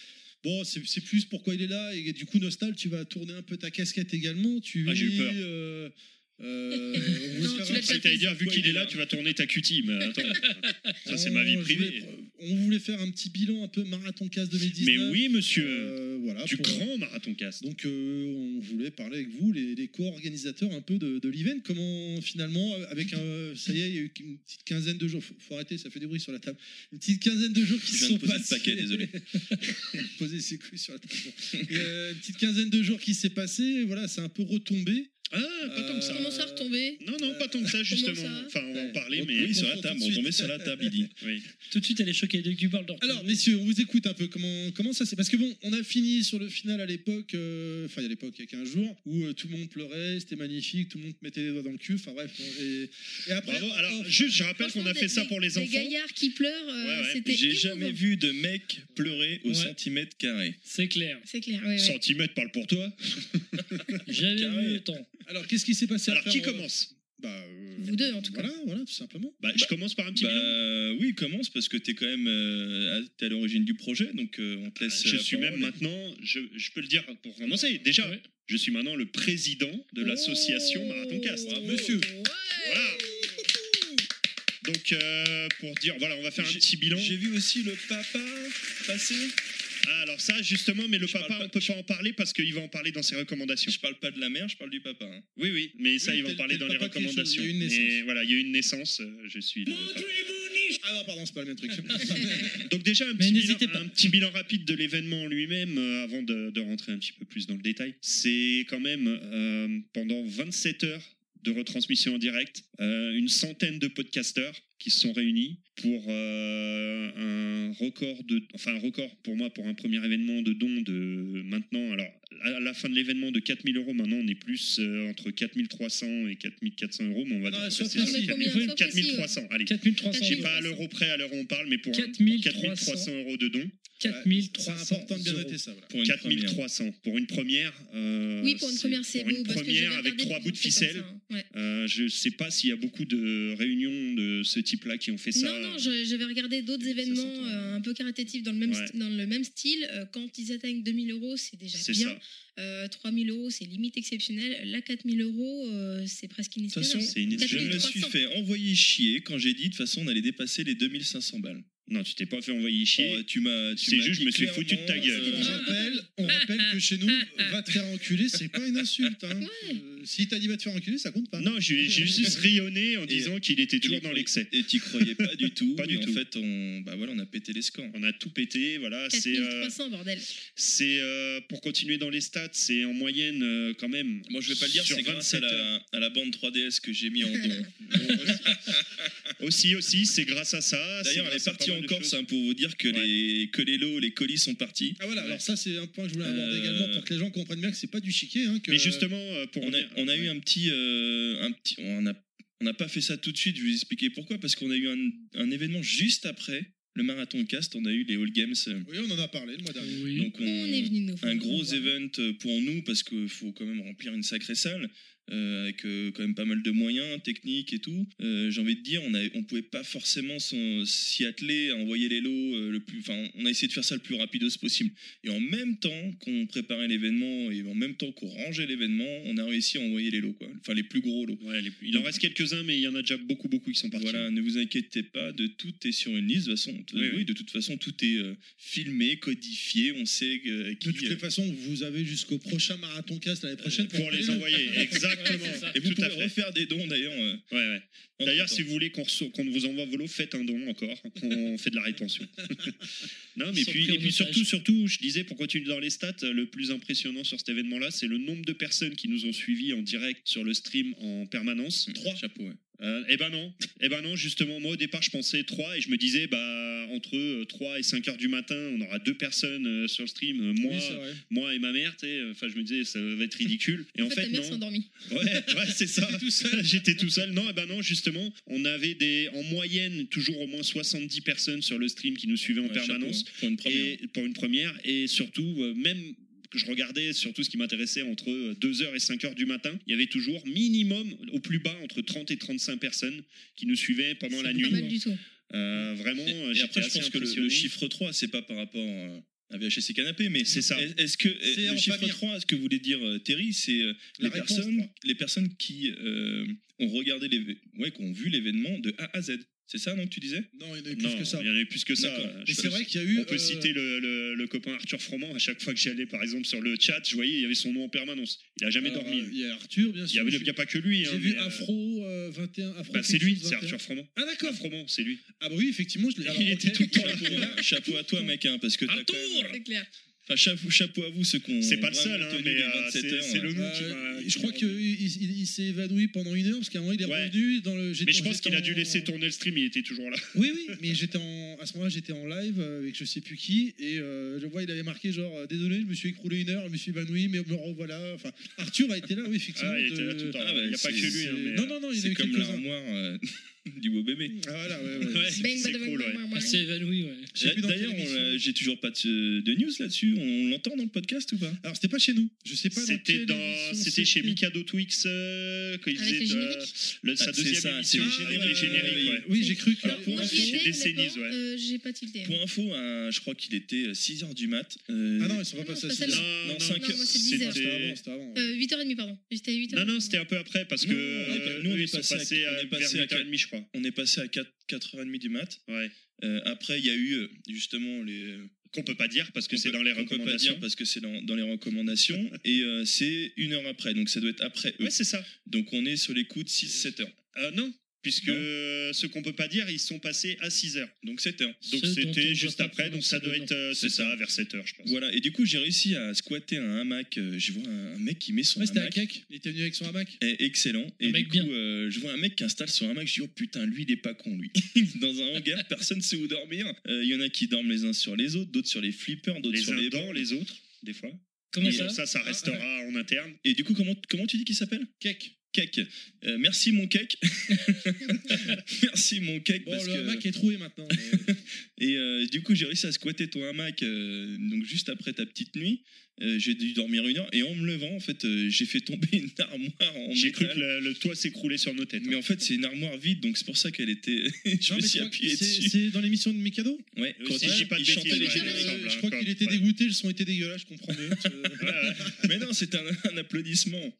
bon, c'est c'est plus pourquoi il est là. Et du coup, Nostal, tu vas tourner un peu ta casquette également. Tu Ah, j'ai eu lis, peur. euh, euh, on Non, va se faire tu un l'as petit- Après, t'allais dire, vu qu'il est là, tu vas tourner ta cutie. Mais attends, ça, Ah, c'est ma vie On- je privée. voulais- on voulait faire un petit bilan un peu marathon casse 2019. Mais oui, monsieur, Euh, voilà, du pour- grand marathon casse. Donc euh, on voulait parler avec vous, les, les co-organisateurs un peu de, de l'event. Comment finalement, euh, avec un, ça y est, il y a eu une petite quinzaine de jours. Faut, faut arrêter, ça fait des bruits sur la table. Une petite quinzaine de jours qui Je se viens de sont poser le passés. paquet, désolé. poser ses couilles sur la table. Euh, une petite quinzaine de jours qui s'est passée. Voilà, c'est un peu retombé. Ah, pas tant que ça. Euh, Comment ça retomber Non, non, pas tant que ça, justement. ça Enfin, on va en Ouais. parler, On- mais. oui, sur la table, on tombait sur la table, il dit. Oui. Tout de suite, elle est choquée dès que tu parles d'or. Alors messieurs, on vous écoute un peu. Comment comment ça s'est Parce que bon, on a fini sur le final à l'époque, euh, enfin il y a l'époque il y a 15 jours, où euh, tout le monde pleurait, c'était magnifique, tout le monde mettait les doigts dans le cul. Enfin bref. on- et, et après. oh, Bravo. on- Alors, juste, je rappelle qu'on a fait ça pour les Les enfants. gaillards qui pleurent, euh, Ouais, ouais. c'était. émouvant. vu de mec pleurer Ouais. centimètre carré. C'est clair. C'est clair, ouais, ouais. Centimètre parle pour toi. J'avais Carré. eu le temps. Alors, qu'est-ce qui s'est passé Alors, après, qui euh, commence Bah, euh, Vous deux, en tout cas. Voilà, voilà, tout simplement. bah, Je commence par un petit Bah, bilan. oui, commence parce que t'es quand même euh, à- t'es à l'origine du projet, donc euh, on te laisse. Ah, Je la suis parole. même maintenant, je, je peux le dire pour commencer, déjà, je suis maintenant le président Oh, de l'association Marathon Cast. Oh, monsieur. Voilà. Donc, euh, pour dire, voilà, on va faire un J'ai- petit bilan. J'ai vu aussi le papa passer. Ah, alors ça, justement, mais le Je papa, parle pas- on peut pas en parler parce qu'il va en parler dans ses recommandations. Je parle pas de la mère, je parle du papa. hein. Oui, oui, mais ça, Oui, il va en tel- parler tel dans les papa qui est chaud, recommandations. il y a eu une naissance. Mais voilà, il y a eu une naissance, euh, je suis... le papa. Ah non, pardon, c'est pas le même truc. Donc déjà, un Mais petit, bilan, n'hésitez pas. un petit bilan rapide de l'événement en lui-même, euh, avant de, de rentrer un petit peu plus dans le détail. C'est quand même, euh, pendant 27 heures de retransmission en direct, euh, une centaine de podcasteurs qui se sont réunis pour euh, un record de... Enfin, un record pour moi, pour un premier événement de dons de maintenant... Alors, à la fin de l'événement de 4000 euros, maintenant, on est plus euh, entre 4300 et 4400 euros, mais on va Non, rester sois sur précis. 4000. Il faut une euh, 4300, allez. 4300 Je sais euros. pas à l'euro près à l'heure où on parle, mais pour 4300. 4300 euros de dons, C'est 4300. important de bien euros. noter ça. Voilà. Pour une première. 4300 pour une première. euh, Oui, pour une première, c'est pour beau. une parce que j'ai première bien avec regardé trois les bouts de gens, c'est comme ficelle. ça, hein. Ouais. Euh, je sais pas s'il y a beaucoup de réunions de ce type-là qui ont fait ça. Non, non, je- j'avais regardé d'autres ça événements s'entend. euh, un peu caritatifs dans le même, Ouais. st- dans le même style. Euh, Quand ils atteignent 2000 euros, c'est déjà c'est bien. ça. Euh, 3000 euros, c'est limite exceptionnel. Là, 4000 euros, euh, c'est presque inespéré. façon, C'est une Je me 4300. suis fait envoyer chier quand j'ai dit de toute façon on allait dépasser les 2500 balles. Non, tu t'es pas fait envoyer chier. Oh, tu m'as. tu C'est m'as juste, je dit me suis foutu de ta clairement, gueule. On euh, rappelle, on rappelle que chez nous, va te faire enculer, c'est pas une insulte. Hein. Ouais. Euh, si t'as dit va te faire enculer, ça compte pas. Non, Ah. j'ai j'ai juste rayonné en Et- disant qu'il était toujours dans l'excès. Et t'y croyais pas du tout. Pas du et en tout. fait, on, bah voilà, on a pété les scores. On a tout pété, voilà. C'est euh, 4300, bordel. c'est, euh, pour continuer dans les stats, c'est en moyenne euh, quand même. Moi, je vais pas le dire, sur c'est grâce à 27 heures. la, à la bande 3DS que j'ai mis en don. Aussi, aussi, c'est grâce à ça. c'est D'ailleurs, elle grâce est à partie pas mal en de Corse choses. hein, pour vous dire que Ouais. les que les lots, les colis sont partis. Ah voilà, Ouais. alors ça c'est un point que je voulais aborder Euh, également pour que les gens comprennent bien que c'est pas du chiquet. Hein, que... Mais justement, euh, pour On a, revenir- on a Ouais. eu un petit, euh, un petit, on a, on n'a pas fait ça tout de suite. Je vais vous expliquer pourquoi. Parce qu'on a eu un, un événement juste après le marathon cast. On a eu les All Games. euh, Oui, on en a parlé le mois Euh, dernier. Oui. Donc On est venu nous faire un gros voir. event euh, pour nous parce qu'il faut quand même remplir une sacrée salle euh, avec euh, quand même pas mal de moyens techniques et tout. Euh, J'ai envie de dire, on ne on pouvait pas forcément s'en- s'y atteler à envoyer les lots euh, le plus. Enfin, on a essayé de faire ça le plus rapide possible. Et en même temps qu'on préparait l'événement et en même temps qu'on rangeait l'événement, on a réussi à envoyer les lots, quoi. Enfin, les plus gros lots. Ouais, les- il en reste quelques-uns, mais il y en a déjà beaucoup, beaucoup qui sont partis. Voilà, ne vous inquiétez pas, de tout est sur une liste. De toute façon, Oui, oui, oui. de toute façon, tout est euh, filmé, codifié. On sait euh, qui. De toutes les façons, vous avez jusqu'au prochain marathon cast l'année prochaine Pour les envoyer, exactement. Ouais, Ah, c'est ça. et vous Tout à pouvez fait. refaire des dons d'ailleurs. euh, Ouais, ouais. en D'ailleurs, tout si temps. vous voulez qu'on reço- qu'on vous envoie vos lots, faites un don encore. On fait de la rétention. non, mais Ils sont puis, pris et en puis otage. surtout, surtout, je disais, pour continuer dans les stats, le plus impressionnant sur cet événement-là, c'est le nombre de personnes qui nous ont suivis en direct sur le stream en permanence. Trois chapeaux, Mmh, ouais. Euh, eh ben non, eh ben non, justement, moi au départ je pensais 3 et je me disais bah entre euh, 3 et 5 heures du matin, on aura deux personnes euh, sur le stream, euh, moi, Oui, c'est vrai. moi et ma mère, tu sais, euh, enfin je me disais ça va être ridicule et en, En fait, ta mère s'est non. endormie. Ouais, ouais, c'est ça. J'étais tout seul. Non, eh ben non, justement, on avait des en moyenne toujours au moins 70 personnes sur le stream qui nous suivaient en Ouais, permanence chapeau, hein, pour une première. et pour une première et surtout euh, même que je regardais surtout ce qui m'intéressait entre 2h et 5h du matin, il y avait toujours minimum au plus bas entre 30 et 35 personnes qui nous suivaient pendant la C'est Pas nuit. mal du tout. Euh, vraiment, Et- et, j'étais après, je assez pense que le, le impressionné. chiffre 3, c'est pas par rapport euh, à VHC Canapé, mais c'est ça. est- Est-ce que est- C'est en le chiffre famille. 3, ce que voulait dire euh, Terry, c'est euh, La les réponse personnes, trois. les personnes qui euh, ont regardé les, ouais, qui ont vu l'événement de A à Z. C'est ça, non, que tu disais Non, il y en a eu plus Non, que ça. il y en avait plus que ça. D'accord. Euh, je- Mais c'est vrai qu'il y a eu. On peut euh, citer le, le- le copain Arthur Froment. À chaque fois que j'allais, par exemple, sur le chat, je voyais, il y avait son nom en permanence. Il a jamais alors, dormi. euh, lui. Il y a Arthur, bien Il y sûr. avait- J'ai il n'y a pas que lui. hein, j'ai vu mais, euh, Afro euh, 21. Afro bah, c'est quelque lui, chose, c'est 21. Arthur Froment. Ah d'accord. Froment, c'est lui. Ah bah oui, effectivement, je l'ai. alors, Il était ok. tout le temps là. Chapeau à toi, mec, hein, parce que t'as Arthur quand même- C'est clair. Enfin, chapeau, chapeau à vous, ceux qui ont. C'est pas le vraiment seul, hein, tenu mais les hein. euh, 27 c'est heures, c'est le nom qui Euh, m'a. je crois qu'il il, il s'est évanoui pendant une heure parce qu'à un moment il est Ouais. revenu dans le. j'étais- Mais je pense j'étais qu'il a en- dû laisser tourner le stream, il était toujours là. Oui, oui, mais j'étais en... à ce moment-là, j'étais en live euh, avec je sais plus qui, et euh, je vois, il avait marqué genre, euh, désolé, je me suis écroulé une heure, je me suis évanoui, mais me revoilà. Enfin, Arthur a été là, oui, effectivement. Ah, il était là de- tout le temps. Ah, bah, il n'y a pas c'est- que lui. c'est- hein, mais, Non, non, non, il y en a C'est eu comme quelques-uns. l'armoire euh, du beau bébé. hein. Ah, voilà, ouais, ouais. Ouais, Bang, c'est bang, bang, cool, ouais. bang, bang, Elle bang. s'est évanouie, ouais. Je sais plus dans D'ailleurs, quelle on émission. l'a- j'ai toujours pas de, de news là-dessus. On l'entend dans le podcast ou pas Alors, c'était pas chez nous. Je sais pas. dans C'était quelle dans, émission c'était chez c'était. Mikado Twix euh, quand il Avec faisait les de- génériques le- sa Ah, c'est deuxième ça, émission. c'est avec euh, les génériques. ouais. Oui, j'ai cru que. Ah, Alors, Alors, moi, j'y info, étais, des mais bon, sénises, ouais. euh, j'ai pas tilté. Pour info, à- je crois qu'il était 6h du mat. euh, Ah non, ils sont pas Non, passés à c'est pas 6 celle-là. Non, Non, cinq non, moi, c'est c'était- bizarre. C'était avant, c'était avant. Euh, 8h30, pardon. J'étais à 8h. Non, non, c'était un peu après parce que Non, on est pas- euh, nous, on eux, est ils sont passé à- passés on à est vers passé à 8h30, je crois. on est passé à 4, 4h30 du mat. Ouais. Euh, après, il y a eu euh, justement les. Qu'on peut pas dire parce que qu'on c'est peut- dans les qu'on peut pas recommandations. dire parce que c'est dans, dans les recommandations. et euh, c'est une heure après, donc ça doit être après eux. Ouais, c'est ça. Donc on est sur les coups de 6-7 heures. Euh, non, puisque Non. euh, ce qu'on peut pas dire, ils sont passés à 6h. Donc 7 heures. Donc Ce dont on c'était doit juste pas après, donc ça doit prononcer être, euh, c'est C'est ça, ça. vers 7h, je pense. Voilà. Et du coup, j'ai réussi à squatter un hamac. Euh, Je vois un, un mec qui met son Ouais, euh, c'était un hamac. cake. Il était venu avec son hamac. Eh, excellent. Un Et mec du bien. coup, euh, je vois un mec qui installe son hamac. Je dis, oh putain, lui, il est pas con, lui. Dans un hangar, personne sait où dormir. Euh, Il y en a qui dorment les uns sur les autres, d'autres sur les flippers, d'autres Les sur uns les dans bancs. les autres, des fois. Comment Et ça donc ça, ça restera en interne. Et du coup, comment, comment tu dis qu'il s'appelle Cake. Cake. Euh, merci, mon cake. merci, mon cake. Bon, parce Oh, le que- hamac est troué maintenant. mais- Et euh, du coup, j'ai réussi à squatter ton hamac euh, donc juste après ta petite nuit. Euh, j'ai dû dormir une heure. Et en me levant, en fait, euh, j'ai fait tomber une armoire en J'ai cru métal. que le, le toit s'écroulait sur nos têtes. Mais en fait, c'est une armoire vide, donc c'est pour ça qu'elle était. je Non, me mais suis crois appuyé que c'est- dessus. C'est dans l'émission de Mikado Ouais, Euh, quand si il- j'ai pas de il bêtises, chantait ouais, je, les il me génériques. semble, hein, crois comme- qu'il était ouais. dégoûté, le son était dégueulasse, je comprends mieux. tu- Ouais, ouais. Mais non, c'est un, un applaudissement.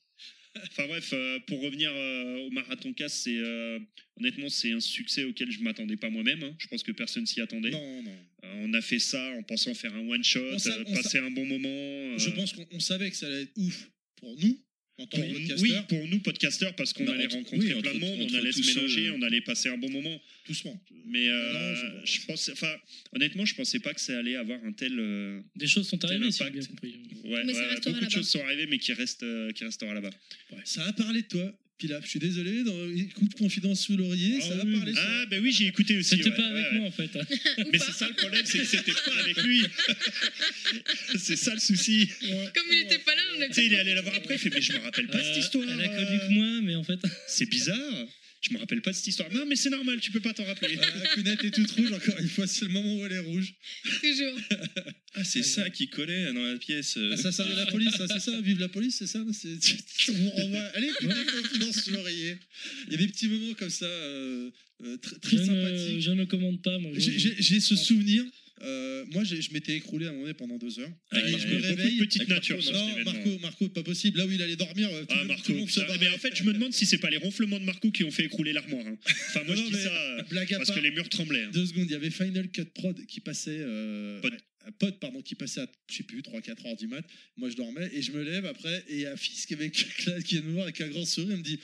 Enfin bref, euh, pour revenir euh, au marathon casse, c'est euh, honnêtement c'est un succès auquel je m'attendais pas moi-même. hein. Je pense que personne s'y attendait. non, non. Euh, on a fait ça en pensant faire un one shot, On s'a- on s'a- passer un bon moment. euh, Je pense qu'on on savait que ça allait être ouf pour nous, en tant pour que nous, podcasteurs. oui, pour nous podcasteurs, parce qu'on Bah, allait entre- rencontrer plein oui, de entre- monde, on entre allait tous se mélanger, ceux- on allait passer un bon moment. doucement. Mais euh, Non, je... pense, enfin honnêtement, je pensais pas que ça allait avoir un tel. euh, Des choses sont Tel arrivées, si j'ai impact. bien compris. Ouais, Mais ça ouais, ouais, restera beaucoup de là-bas. choses sont arrivées, mais qui reste, euh, qui restera là-bas. Ça a parlé de toi, Pilaf. Je suis désolé, dans Écoute Confidence sous l'oreiller, ça a parlé de toi. Ah ben oui, j'ai écouté aussi. C'était ouais, pas ouais, avec ouais. moi, en fait. Mais c'est ça le problème, c'est que c'était pas avec lui. c'est ça le souci. Comme il était pas là, on a Tu sais, il est allé la voir après, il fait Mais je me rappelle pas de cette Euh, histoire. Elle a connu euh, que moi, mais en fait. C'est bizarre. Je me rappelle pas de cette histoire. Non, mais c'est normal, tu peux pas t'en rappeler. Voilà, la cunette est toute rouge, encore une fois, c'est le moment où elle est rouge. toujours. Ah, c'est ça qui collait dans la pièce. euh. Ah, ça sert de la police, ça, c'est ça Vive la police, c'est ça C'est- On vous renvoie. Allez, Écoute Confidence sous l'oreiller. Il y a des petits moments comme ça, euh, euh, tr- très je, ne, sympathiques. je ne commande pas, moi. J'ai- J'ai j'ai ce souvenir. euh, moi, j'ai- je m'étais écroulé à un moment donné pendant deux heures. Ah, il y Marco avait beaucoup de réveille. petites Avec natures Marco, dans cet non, événement. Marco, Marco, pas possible. Là où il allait dormir, euh, tout, Ah, le, Marco. tout le monde se ça- barrait. mais en fait, je me demande si c'est pas les ronflements de Marco qui ont fait écrouler l'armoire. hein. Enfin, moi, Non, je dis mais- ça euh, Blague à parce part, que les murs tremblaient. hein. deux secondes, il y avait Final Cut Prod qui passait. Euh, Pod. à- à Pod, pardon, qui passait à, je sais plus, 3-4 heures du mat. Moi, je dormais et je me lève après. Et il y a Fils qui, avait- qui vient me voir avec un grand sourire. Il me dit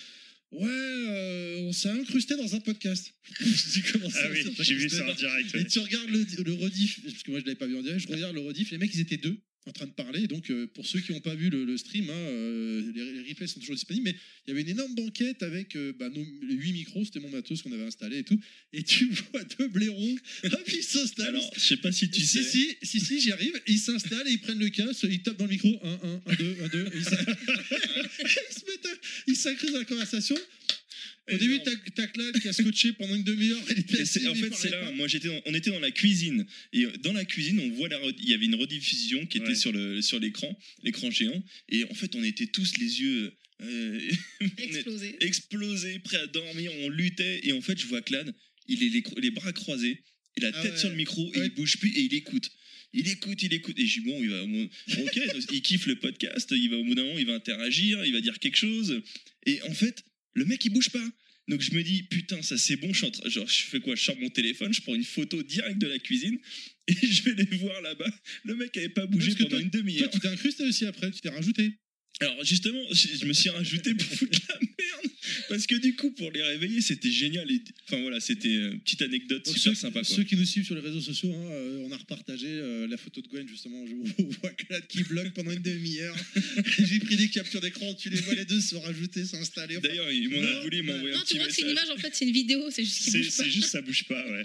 Ouais, euh, on s'est incrusté dans un podcast. je dis Comment ça Ah on oui, s'est j'ai vu incrusté ça en dans- direct. ouais. et tu regardes le, le rediff, parce que moi je l'avais pas vu en direct, je regarde le rediff, les mecs ils étaient deux en train de parler, donc euh, pour ceux qui n'ont pas vu le, le stream, hein, euh, les, les replays sont toujours disponibles, mais il y avait une énorme banquette avec euh, bah, nos, les huit micros, c'était mon matos qu'on avait installé et tout, et tu vois deux blaireaux, hop ils s'installent, Alors, je sais pas si tu si, sais. si, si, si, j'y arrive. Ils s'installent et ils prennent le casque, ils tapent dans le micro. 1, 1, 1, 2, 1, 2. Ils s'in- ils se mettent à- ils s'incrustent dans la conversation. Au début, t'as t'as Claude qui a scotché pendant une demi-heure. il était Et c'est- assis, en il fait, parlait c'est pas. là. Moi, j'étais. dans- On était dans la cuisine et euh, dans la cuisine, on voit la. red- Il y avait une rediffusion qui était Ouais. sur le sur l'écran, l'écran géant. Et en fait, on était tous les yeux euh, Explosé. explosés, prêts à dormir. On luttait et en fait, je vois Clad. Il est les, cro- les bras croisés, et la Ah tête ouais. sur le micro, et Ouais. il bouge plus et il écoute. Il écoute, il écoute. Et je dis, bon, il va au moins- Ok, donc, il kiffe le podcast, il va au bout d'un moment, il va interagir, il va dire quelque chose. Et en fait, le mec, il bouge pas. Donc je me dis, putain, ça c'est bon, je, suis en train- genre, je fais quoi Je sors mon téléphone, je prends une photo directe de la cuisine, et je vais les voir là-bas. Le mec avait pas bougé Parce que pendant une Toi, demi-heure. tu t'es incrusté aussi après, tu t'es rajouté. Alors justement, je je me suis rajouté pour foutre la merde, parce que du coup, pour les réveiller, c'était génial. et- Enfin voilà, c'était euh, une petite anecdote Donc, super ceux- sympa. Quoi. Ceux qui nous suivent sur les réseaux sociaux, hein, euh, on a repartagé euh, la photo de Gwen justement. Je on voit Claude qui bloque pendant une demi-heure. J'ai pris des captures d'écran, tu les vois les deux se rajouter, s'installer. Enfin, D'ailleurs, il m'en a Non, voulu, il m'a bah, envoyé un Non, tu petit vois que c'est une message. image, en fait, c'est une vidéo, c'est juste qu'il C'est bouge pas. c'est juste ça bouge pas, ouais.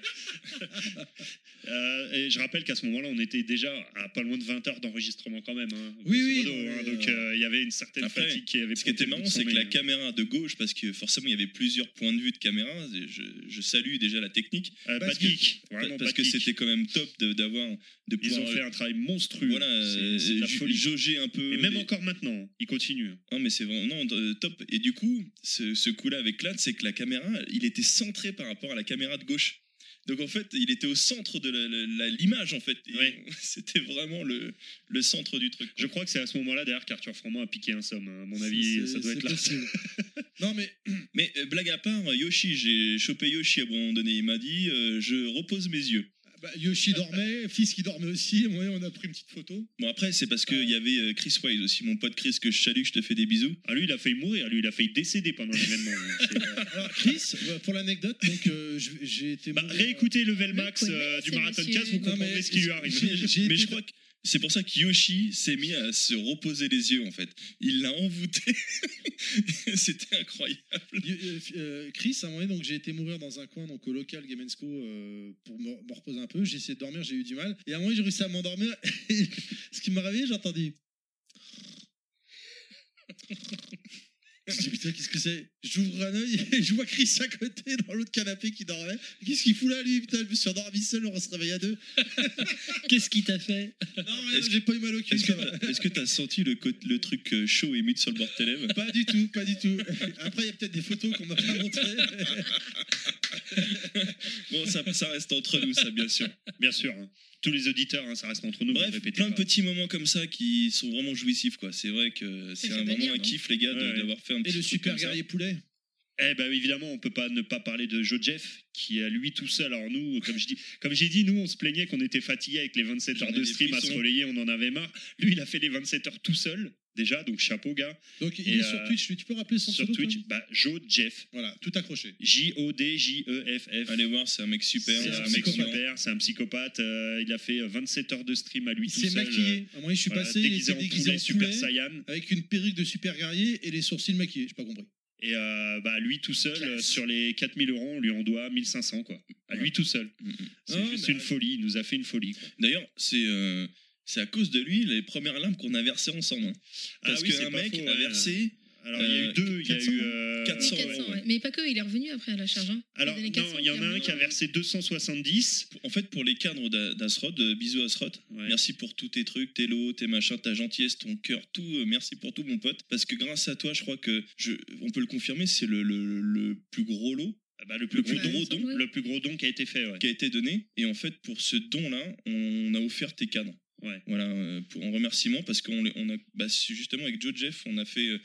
Euh, et je rappelle qu'à ce moment-là, on était déjà à pas loin de 20 heures d'enregistrement quand même. hein, Oui, grosso modo, oui, non, hein, mais, donc euh, euh, il y avait une certaine Après, fatigue qui avait. Ce qui était marrant, c'est que la caméra de gauche, parce que forcément, il y avait plusieurs points de vue de caméra. Et Je, je salue déjà la technique. Euh, Parce pas de geek, pa- vraiment parce pas de que geek. c'était quand même top de- d'avoir. De Ils pouvoir, euh, ont fait un travail monstrueux. Voilà, c'est c'est de la euh, ju- folie. jauger un peu. Et même les- encore maintenant, ils continuent. non, mais c'est vraiment non, euh, top. Et du coup, ce, ce coup-là avec Latt, c'est que la caméra, il était centré par rapport à la caméra de gauche. Donc en fait, il était au centre de la- la- la- l'image en fait. Et Ouais. C'était vraiment le, le centre du truc. Je crois que c'est à ce moment-là, d'ailleurs, qu'Arthur Froment a piqué un somme. hein. À mon avis, C'est- ça doit c'est être là. possible. non, mais Mais euh, blague à part, Yoshi, j'ai chopé Yoshi à un moment donné. Il m'a dit, euh, je repose mes yeux. bah, Yoshi dormait, fils qui dormait aussi. Moi, on a pris une petite photo. Bon après, c'est parce qu'il y avait euh, Chris Wise aussi, mon pote Chris que je salue, je te fais des bisous. Ah, lui, il a failli mourir. Lui, il a failli décéder pendant l'événement. hein. C'est, euh, Alors, Chris, bah, pour l'anecdote, donc euh, je- j'ai été. Bah, mourir- réécoutez Level Max connaît, euh, du ce Marathon monsieur. 4, vous Non, mais comprendrez ce qui lui arrive. j'ai- j'ai Mais été- je crois que c'est pour ça que Yoshi s'est mis à se reposer les yeux en fait. Il l'a envoûté. C'était incroyable. Y- euh, f- euh, Chris, à un moment donné, donc j'ai été mourir dans un coin, donc au local Game Co, euh, pour me me reposer un peu. J'ai essayé de dormir, j'ai eu du mal. Et à un moment, j'ai réussi à m'endormir. Et ce qui m'a réveillé, j'ai entendu. Je dis putain, qu'est-ce que c'est J'ouvre un œil et je vois Chris à côté dans l'autre canapé qui dormait. Qu'est-ce qu'il fout là, lui Putain, je me suis endormi seul, on se réveille à deux. Qu'est-ce qui t'a fait Non, rien, Est-ce j'ai pas eu mal au cul. Est-ce que ça va. t'as- est-ce que t'as senti le, co- le truc euh, chaud et humide sur le bord de tes lèvres Pas du tout, pas du tout. Après, il y a peut-être des photos qu'on m'a pas montrées. Bon, ça, ça reste entre nous, ça, bien sûr. Bien sûr. hein. Tous les auditeurs, hein, ça reste entre nous. vous Bref, répétez plein de pas. petits moments comme ça qui sont vraiment jouissifs, quoi. C'est vrai que c'est fait un- plaisir, vraiment un hein. kiff, les gars, de- Ouais, ouais. d'avoir fait un Et petit le truc super comme ça. guerrier poulet. Eh ben évidemment, on peut pas ne pas parler de Joe Jeff, qui à lui tout seul. Alors nous, comme je dis, comme j'ai dit, nous on se plaignait qu'on était fatigué avec les 27 J'en heures ai de des stream à se frissons. relayer, on en avait marre. Lui, il a fait les 27 heures tout seul déjà, donc chapeau gars. Donc il Et, est euh, sur Twitch, lui. Tu peux rappeler son Sur pseudo, toi Twitch, bah Joe Jeff, Voilà, tout accroché. J O D J E F F. Allez voir, c'est un mec super. C'est un un mec psychopathe. super, c'est un psychopathe. euh, il a fait euh, 27 heures de stream à lui Il tout s'est seul. euh, maquillé. À un moment, je suis voilà, passé, il déguisé était en poulet, déguisé en Super poulet, Saiyan. avec une perruque de super guerrier et les sourcils maquillés. J'ai pas compris. Et euh, bah, lui tout seul, Classe. euh, sur les 4000 euros, on lui en doit 1500, quoi. À lui tout seul. Mhm. C'est Non, juste Ah, mais- une folie, il nous a fait une folie. quoi. D'ailleurs, c'est euh, c'est à cause de lui les premières larmes qu'on a versées ensemble. hein. Parce Ah oui, c'est qu'un pas mec faux, a ouais. versé. Alors, il y a eu Euh, deux. Il y a 400, eu. euh, 400, ouais. 400, ouais. Mais pas que, il est revenu après à la charge. Hein. Alors, Il a donné non, 400, il y en a un revenu qui a après. versé 270. En fait, pour les cadres d'A- d'Asrod, euh, bisous Asrod. Merci pour tous tes trucs, tes lots, tes machins, ta gentillesse, ton cœur, tout. euh, Merci pour tout, mon pote. Parce que grâce à toi, je crois que je, on peut le confirmer, c'est le, le- le plus gros lot Ah bah, le plus, Le plus gros don, gros don, oui. le plus gros don qui a été fait. ouais. qui a été donné. Et en fait, pour ce don-là, on a offert tes cadres. Ouais. Voilà, euh, pour, en remerciement, parce qu'on les- on a, bah, c'est justement avec Joe Jeff, on a fait. euh,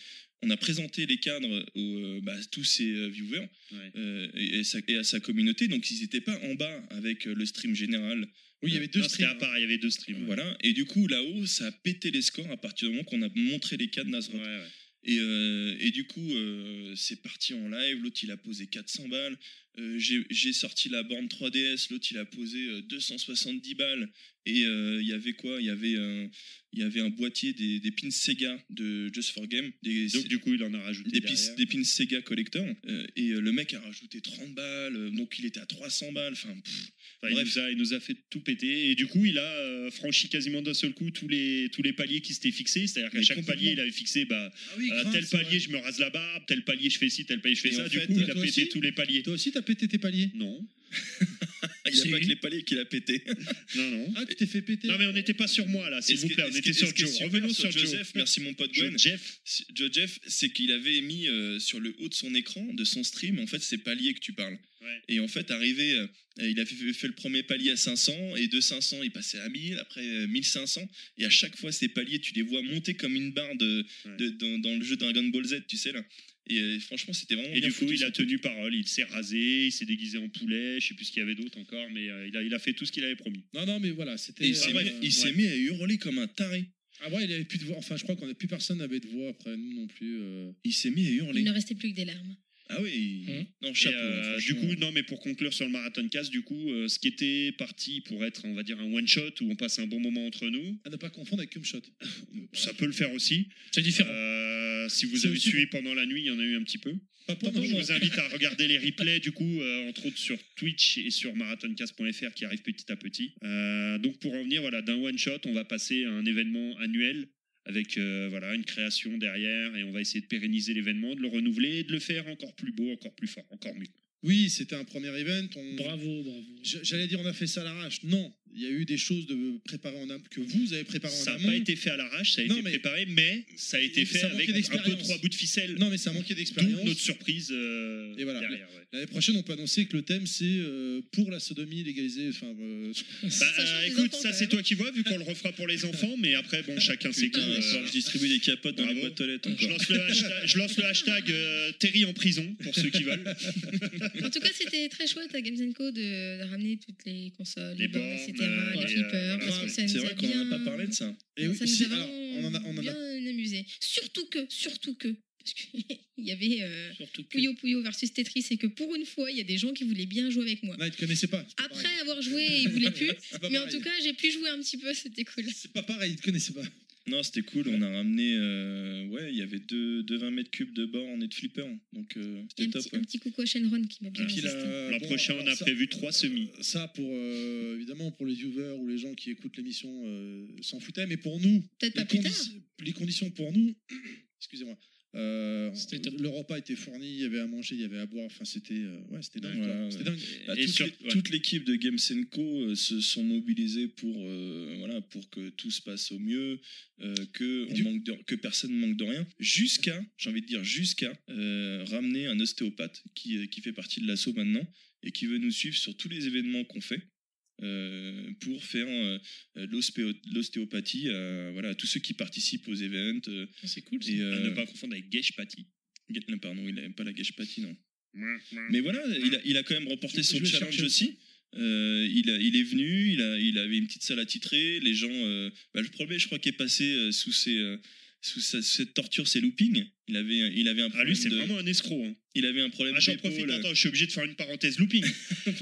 on a présenté les cadres aux, euh, bah, tous ses euh, viewers Ouais. euh, et, et sa- et à sa communauté. Donc, ils n'étaient pas en bas avec euh, le stream général Oui, il y avait deux Non, c'était streams. à part, il y avait deux streams. hein. ouais. Voilà. Et du coup, là-haut, ça a pété les scores à partir du moment qu'on a montré les cadres Ouais, Nasrat. ouais. Et, euh, et du coup, euh, c'est parti en live. L'autre, il a posé 400 balles. Euh, J'ai j'ai sorti la borne 3DS. L'autre, il a posé euh, 270 balles. Et euh, il y avait quoi Il y avait un, il y avait un boîtier des, des pins Sega de Just for Game. Des, Donc, du coup, il en a rajouté. des, derrière. pins, des pins Sega collector. Euh, et euh, le mec a rajouté 30 balles. euh, Donc, il était à 300 balles. Enfin, pff, Enfin, il, Bref. nous a, il nous a fait tout péter. Et du coup, il a euh, franchi quasiment d'un seul coup tous les, tous les paliers qui s'étaient fixés. C'est-à-dire qu'à Mais chaque complètement. palier, il avait fixé bah, Ah oui, euh, grave, tel c'est palier, vrai. je me rase la barbe, tel palier, je fais ci, tel palier, je fais Et ça. en Du fait, coup, il a toi pété aussi tous les paliers. Toi aussi, t'as pété tes paliers. Non, Ah, il n'y C'est a pas que lui. les paliers qu'il a pété. non, non. Ah, tu t'es fait péter. Non, mais on n'était pas sur moi là, s'il Est-ce vous que- plaît. On est-ce était que- sur est-ce que Joe. super Revenons sur Joe. Joseph. Merci mon pote Joe Gwen. Jeff. Joe Jeff, c'est qu'il avait mis euh, sur le haut de son écran, de son stream, en fait, c'est palier que tu parles. Ouais. Et en fait, arrivé, euh, il a fait, fait le premier palier à 500, et de 500, il passait à 1000, après euh, 1500, et à chaque fois, ces paliers, tu les vois monter comme une barre de, Ouais. de- dans, dans le jeu Dragon Ball Z, tu sais, là. Et euh, franchement, c'était vraiment. Et bien du coup, foutu, il a ça. tenu parole. Il s'est rasé, il s'est déguisé en poulet, je sais plus ce qu'il y avait d'autre encore, mais euh, il, a, il a fait tout ce qu'il avait promis. Non, non, mais voilà, c'était. Et il euh, s'est bref, mis, il s'est ouais. mis à hurler comme un taré. Ah ouais, il avait plus de voix. Enfin, je crois qu'on a plus personne avait de voix après nous non plus. euh. Il s'est mis à hurler. Il ne restait plus que des larmes. Ah oui. il- Hum. Non, chapeau. Et, hein, euh, du franchement. coup, non, mais pour conclure sur le marathon casse, du coup, euh, ce qui était parti pour être, on va dire, un one shot où on passe un bon moment entre nous, À ne pas confondre avec Cumshot. ça peut le faire aussi. C'est différent. Euh, si vous C'est avez aussi suivi pendant la nuit, il y en a eu un petit peu. Pas pour je moi. vous invite à regarder les replays, du coup, euh, entre autres sur Twitch et sur marathoncast.fr qui arrivent petit à petit. Euh, donc, pour en venir, voilà, d'un one-shot, on va passer à un événement annuel avec euh, voilà une création derrière et on va essayer de pérenniser l'événement, de le renouveler et de le faire encore plus beau, encore plus fort, encore mieux. Oui, c'était un premier event. On... Euh, Bravo, bravo. J- J'allais dire on a fait ça à l'arrache. Non, il y a eu des choses de préparées en am- que vous avez préparées en Ça n'a amont. pas été fait à l'arrache, ça a Non, été mais- préparé, mais ça a été Et fait ça manquait avec un peu d'expérience. trois bouts de ficelle. Non, mais ça manquait d'expérience. D'où notre surprise euh, Et voilà. derrière. ouais. L'année prochaine, on peut annoncer que le thème c'est euh, pour la sodomie légalisée. Enfin, euh, Bah, Ça change euh, les écoute, enfants, ça quand c'est même. toi qui vois, vu qu'on le refera pour les enfants, mais après, bon, chacun ses Ah, goûts. Putain, euh, il va falloir que je distribue des capotes dans Bravo. les boîtes toilettes je, encore. lance le hashtag, je lance le hashtag, euh, Terry en prison, pour ceux qui veulent. En tout cas, c'était très chouette à Games Co de, de ramener toutes les consoles, Les bornes, etc., euh, les les, euh, Ah, flippers, voilà, parce que ça nous C'est a vrai qu'on en a bien- pas parlé de ça. et Eh oui, ça nous si, a alors, vraiment on en a, on en a- bien amusé. Surtout que, surtout que, parce qu'il y avait euh, Surtout que. Puyo Puyo versus Tetris et que pour une fois, il y a des gens qui voulaient bien jouer avec moi. Non, ils te connaissaient pas. c'est pas Après pareil. avoir joué, ils voulaient plus, C'est pas mais en pareil. tout cas, j'ai pu jouer un petit peu, c'était cool. c'est pas pareil. Ils te connaissaient pas. Non, c'était cool. On a ramené. euh, ouais, il y avait deux, deux 20 mètres cubes de bornes et de flippers. Donc euh, Et Un c'était top. petit, hein. ouais. un petit coucou à Shenron qui m'a bien Et puis assisté. là, L'an bon, prochain, on alors a ça- prévu trois semis. Euh, Ça, pour euh, évidemment, pour les viewers ou les gens qui écoutent l'émission, euh, s'en foutaient, mais pour nous, Peut-être les, pas plus tard. condi- les conditions pour nous, excusez-moi, euh, C'était top. le repas était fourni, il y avait à manger, il y avait à boire, enfin c'était euh, ouais, c'était dingue. Ouais, quoi. ouais, C'était ouais. dingue. Bah, Et toute sur- l'é- ouais. toute l'équipe de Games Co euh, se sont mobilisés pour euh, voilà pour que tout se passe au mieux, euh, que Et on du- manque de- que personne manque de rien, jusqu'à j'ai envie de dire jusqu'à euh, ramener un ostéopathe qui euh, qui fait partie de l'assaut maintenant et qui veut nous suivre sur tous les événements qu'on fait. euh, pour faire euh, euh, de l'ospéo- de l'ostéopathie à, voilà, à tous ceux qui participent aux events. euh, C'est cool. ça. et, À ne euh, pas confondre avec Gage Patty. Ga- non, pardon, il n'aime pas la gâche-pâtie, non. Mais Mais voilà, il a, il a quand même remporté Je- son je vais challenge chercher. aussi. Euh, il, a- il est venu, il, a, il avait une petite salle à titrer. Les gens, euh, bah, le problème, je crois, qui est passé euh, sous, ses, euh, sous sa- cette torture, c'est looping. Il avait, il avait ah, un problème. lui, c'est de- vraiment un escroc. hein. Il avait un problème. Ah, j'en d'épaule. profite, attends, je suis obligé de faire une parenthèse looping.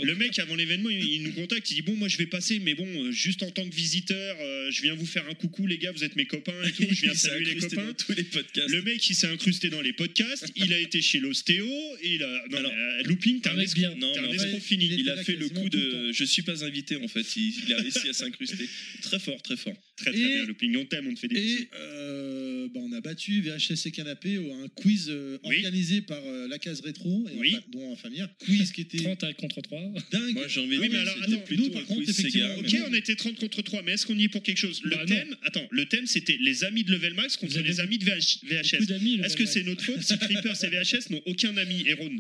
le mec, avant l'événement, il, il nous contacte, il dit Bon, moi je vais passer, mais bon, euh, juste en tant que visiteur, euh, je viens vous faire un coucou, les gars, vous êtes mes copains et tout, je viens Il s'est saluer les incrusté copains. dans tous les podcasts. Le mec, il s'est incrusté dans les podcasts, il a été chez l'ostéo, et il a. Non, Alors, mais, euh, looping, t'es un un mec escroc. bien. Non, t'es mais un en fait, escroc fini. il a était là fait le quasiment coup tout le de je suis pas invité en fait. Il, il a réussi à s'incruster. Très fort, très fort. Très très Et- bien, looping, on t'aime, on te fait des bisous. Et euh, bah, on a battu VHS et Canapé au- un quiz euh, Oui. organisé par euh, la case rétro, et en Oui. fa- dont en famille, quiz qui était 30 à contre 3. dingue. Moi, j'ai envie de Oui, mais dire, alors, c'était attends, nous, plutôt par un contre, quiz Sega, effectivement, mais Ok, on était 30 contre 3, mais est-ce qu'on y est pour quelque chose Le Bah, non. thème, attends, le thème c'était les amis de Level Max Vous contre avez les amis de VH- Beaucoup VHS. d'amis, le Est-ce que Valmax. c'est notre faute si Creepers et VHS n'ont aucun ami, Eron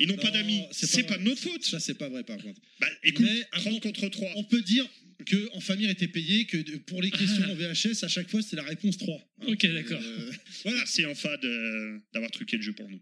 Ils n'ont pas Non, d'amis. c'est pas C'est pas, vrai. de notre faute. Ça, c'est pas vrai, par contre. Bah écoute, Mais 30 contre 3. On peut dire que en famille était payé, que de- pour les questions en VHS, à chaque fois, c'était la réponse 3. hein. Ok, d'accord. Euh, Voilà, c'est en fade euh, d'avoir truqué le jeu pour nous.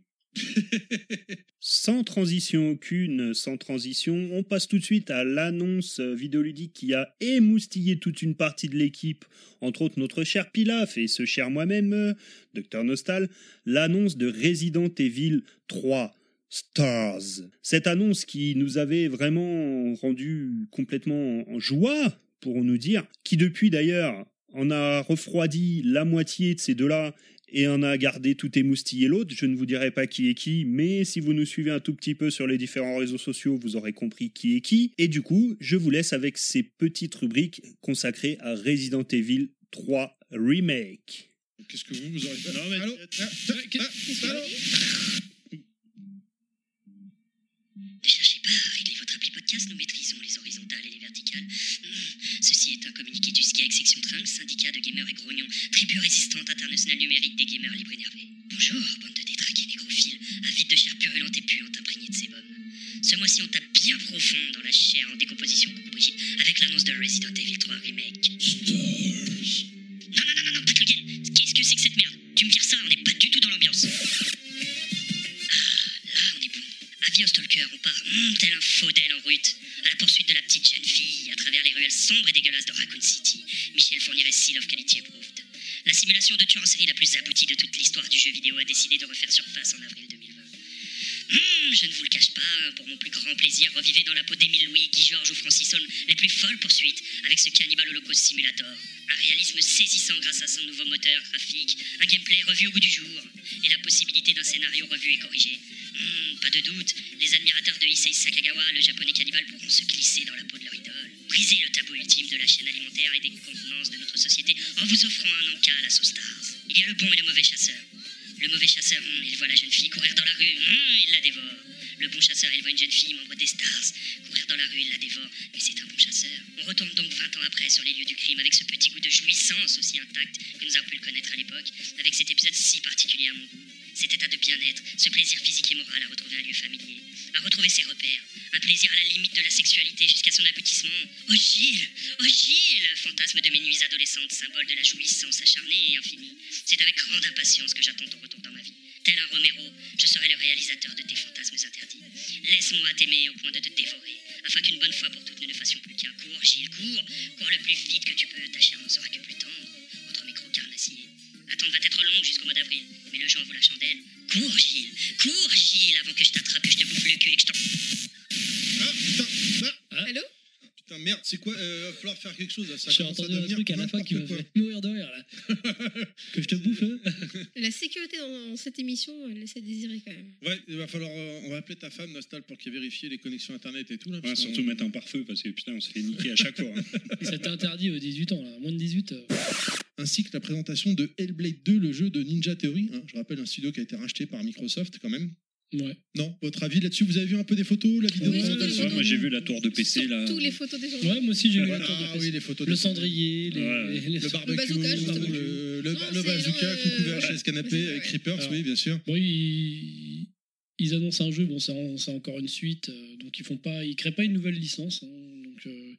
Sans transition aucune, sans transition, on passe tout de suite à l'annonce vidéoludique qui a émoustillé toute une partie de l'équipe, entre autres notre cher Pilaf et ce cher moi-même, euh, Dr Nostal, l'annonce de Resident Evil 3. Stars. Cette annonce qui nous avait vraiment rendu complètement en joie, pour nous dire, qui depuis d'ailleurs en a refroidi la moitié de ces deux-là et en a gardé tout émoustillé l'autre. Je ne vous dirai pas qui est qui, mais si vous nous suivez un tout petit peu sur les différents réseaux sociaux, vous aurez compris qui est qui. Et du coup, je vous laisse avec ces petites rubriques consacrées à Resident Evil 3 Remake. Qu'est-ce que vous, vous aurez fait Non, mais- Allô Ah, ah, ah, allô Ne cherchez pas à régler votre appli podcast, nous maîtrisons les horizontales et les verticales. Mmh. Ceci est un communiqué du SCAG section Trinque, syndicat de gamers et grognons, tribu résistante internationale numérique des gamers libres énervés. Bonjour, bande de détraqués nécrophiles, avides de chair purulente et puante imprégnée de sébum. Ce mois-ci, on tape bien profond dans la chair en décomposition Coucou Brigitte avec l'annonce de Resident Evil 3 Remake. Non, non, non, non, non, pas Tolkien Qu'est-ce que c'est que cette merde Tu me tires ça, on n'est pas du tout dans l'ambiance. Là, on est bon. Avis au stalker, on part hum, tel un faudel en rute, à la poursuite de la petite jeune fille, à travers les ruelles sombres et dégueulasses de Raccoon City. Michel Fournier et Seal of Quality Approved. La simulation de tueur en série la plus aboutie de toute l'histoire du jeu vidéo a décidé de refaire surface en avril 2020. Hum, je ne vous le cache pas, euh, pour mon plus grand plaisir, revivez dans la peau d'Émile Louis, Guy Georges ou Francis Holm les plus folles poursuites avec ce Cannibal Holocaust Simulator. Un réalisme saisissant grâce à son nouveau moteur graphique, un gameplay revu au goût du jour et la possibilité d'un scénario revu et corrigé. Hmm, pas de doute, les admirateurs de Issei Sakagawa, le japonais cannibale, pourront se glisser dans la peau de leur idole. briser le tabou ultime de la chaîne alimentaire et des convenances de notre société en vous offrant un encas à la sauce Stars. Il y a le bon et le mauvais chasseur. Le mauvais chasseur, hum, il voit la jeune fille courir dans la rue, hum, il la dévore. Le bon chasseur, il voit une jeune fille, membre des Stars, courir dans la rue, il la dévore, mais c'est un bon chasseur. On retourne donc 20 ans après sur les lieux du crime avec ce petit goût de jouissance aussi intact que nous avons pu le connaître à l'époque, avec cet épisode si particulier à mon goût. Cet état de bien-être, ce plaisir physique et moral à retrouver un lieu familier, à retrouver ses repères, un plaisir à la limite de la sexualité jusqu'à son aboutissement. Oh Gilles Oh Gilles Fantasme de mes nuits adolescentes, symbole de la jouissance acharnée et infinie. C'est avec grande impatience que j'attends ton retour dans ma vie. Tel un Romero, je serai le réalisateur de tes fantasmes interdits. Laisse-moi t'aimer au point de te dévorer, afin qu'une bonne fois pour toutes nous ne fassions plus qu'un cours, Gilles, cours Cours le plus vite que tu peux, ta chair n'en sera que plus tendre, entre mes crocs carnassiers. L'attente va être longue jusqu'au mois d'avril, mais le jeu en vaut la chandelle. Cours, Gilles Cours, Gilles, avant que je t'attrape, que je te bouffe le cul et que je t'en... Ah, putain, Allô putain, merde, c'est quoi euh, Va falloir faire quelque chose là, ça J'ai commence à entendu un devenir truc à la fin qui me n'importe quoi. fait mourir de rire là. que je te bouffe. hein. La sécurité dans, dans cette émission elle laisse à désirer quand même. Ouais, il va falloir. euh, on va appeler ta femme, Nostal, pour qu'elle vérifie les connexions internet et tout là. Ouais, parce qu'on- surtout mettre un pare-feu parce que putain, on s'est fait niquer à chaque fois. hein. C'était interdit aux 18 ans là, moins de 18. euh, ainsi que la présentation de Hellblade 2, le jeu de Ninja Theory. hein. je rappelle un studio qui a été racheté par Microsoft quand même. Ouais. Non, votre avis là-dessus Vous avez vu un peu des photos, la vidéo Oui, oui, de présentation oui, Ouais, moi, j'ai vu la tour de PC là. Surtout les photos des gens. Ouais, moi aussi j'ai eu la tour de Ah Pest. oui, les photos. Le de- cendrier, les, Ouais. les- les- Le barbecue, bazooka, le, justement. le, le Non, ba- le c'est bazooka, genre, coucou euh, VHS ouais, canapé, c'est euh, vrai. Creepers, Alors. oui, bien sûr. Bon, ils, ils annoncent un jeu, bon, c'est en- c'est encore une suite, euh, donc ils font pas, ils créent pas une nouvelle licence, hein, donc euh, ils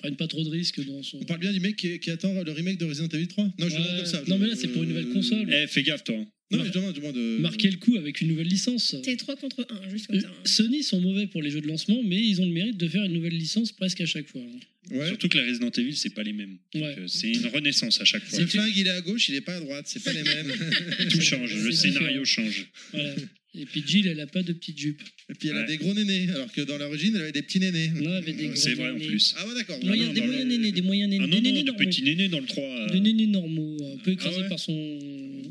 prennent pas trop de risques dans son. On parle bien du mec qui, qui attend le remake de Resident Evil 3 Non, je Ouais. demande comme ça. Non, je- Euh, mais là, c'est pour une nouvelle console. Eh, fais gaffe, toi. hein. Non, mais je demande, je demande. euh, Marquer le coup avec une nouvelle licence. T'es 3 contre 1, Mm. juste comme Euh, ça. hein. Sony sont mauvais pour les jeux de lancement, mais ils ont le mérite de faire une nouvelle licence presque à chaque fois. hein. Ouais. Surtout que la Resident Evil, c'est pas les mêmes. Ouais. Donc, euh, C'est une renaissance à chaque fois. Le flingue, il est à gauche, il est pas à droite, c'est pas les mêmes. euh, Tout change, le C'est scénario différent. change. Voilà. Et puis Jill, elle a pas de petite jupe. Et puis elle a Ouais. des gros nénés, alors que dans l'origine, elle avait des petits nénés. Là, avec des gros C'est vrai en nénés. plus. Ah ouais, d'accord. Non, il y a non, des dans moyens le- nénés, des moyens nénés. Ah non, des non, nénés de normaux. petit néné dans le 3. euh, ah Des nénés normaux, un peu écrasés ouais. par son.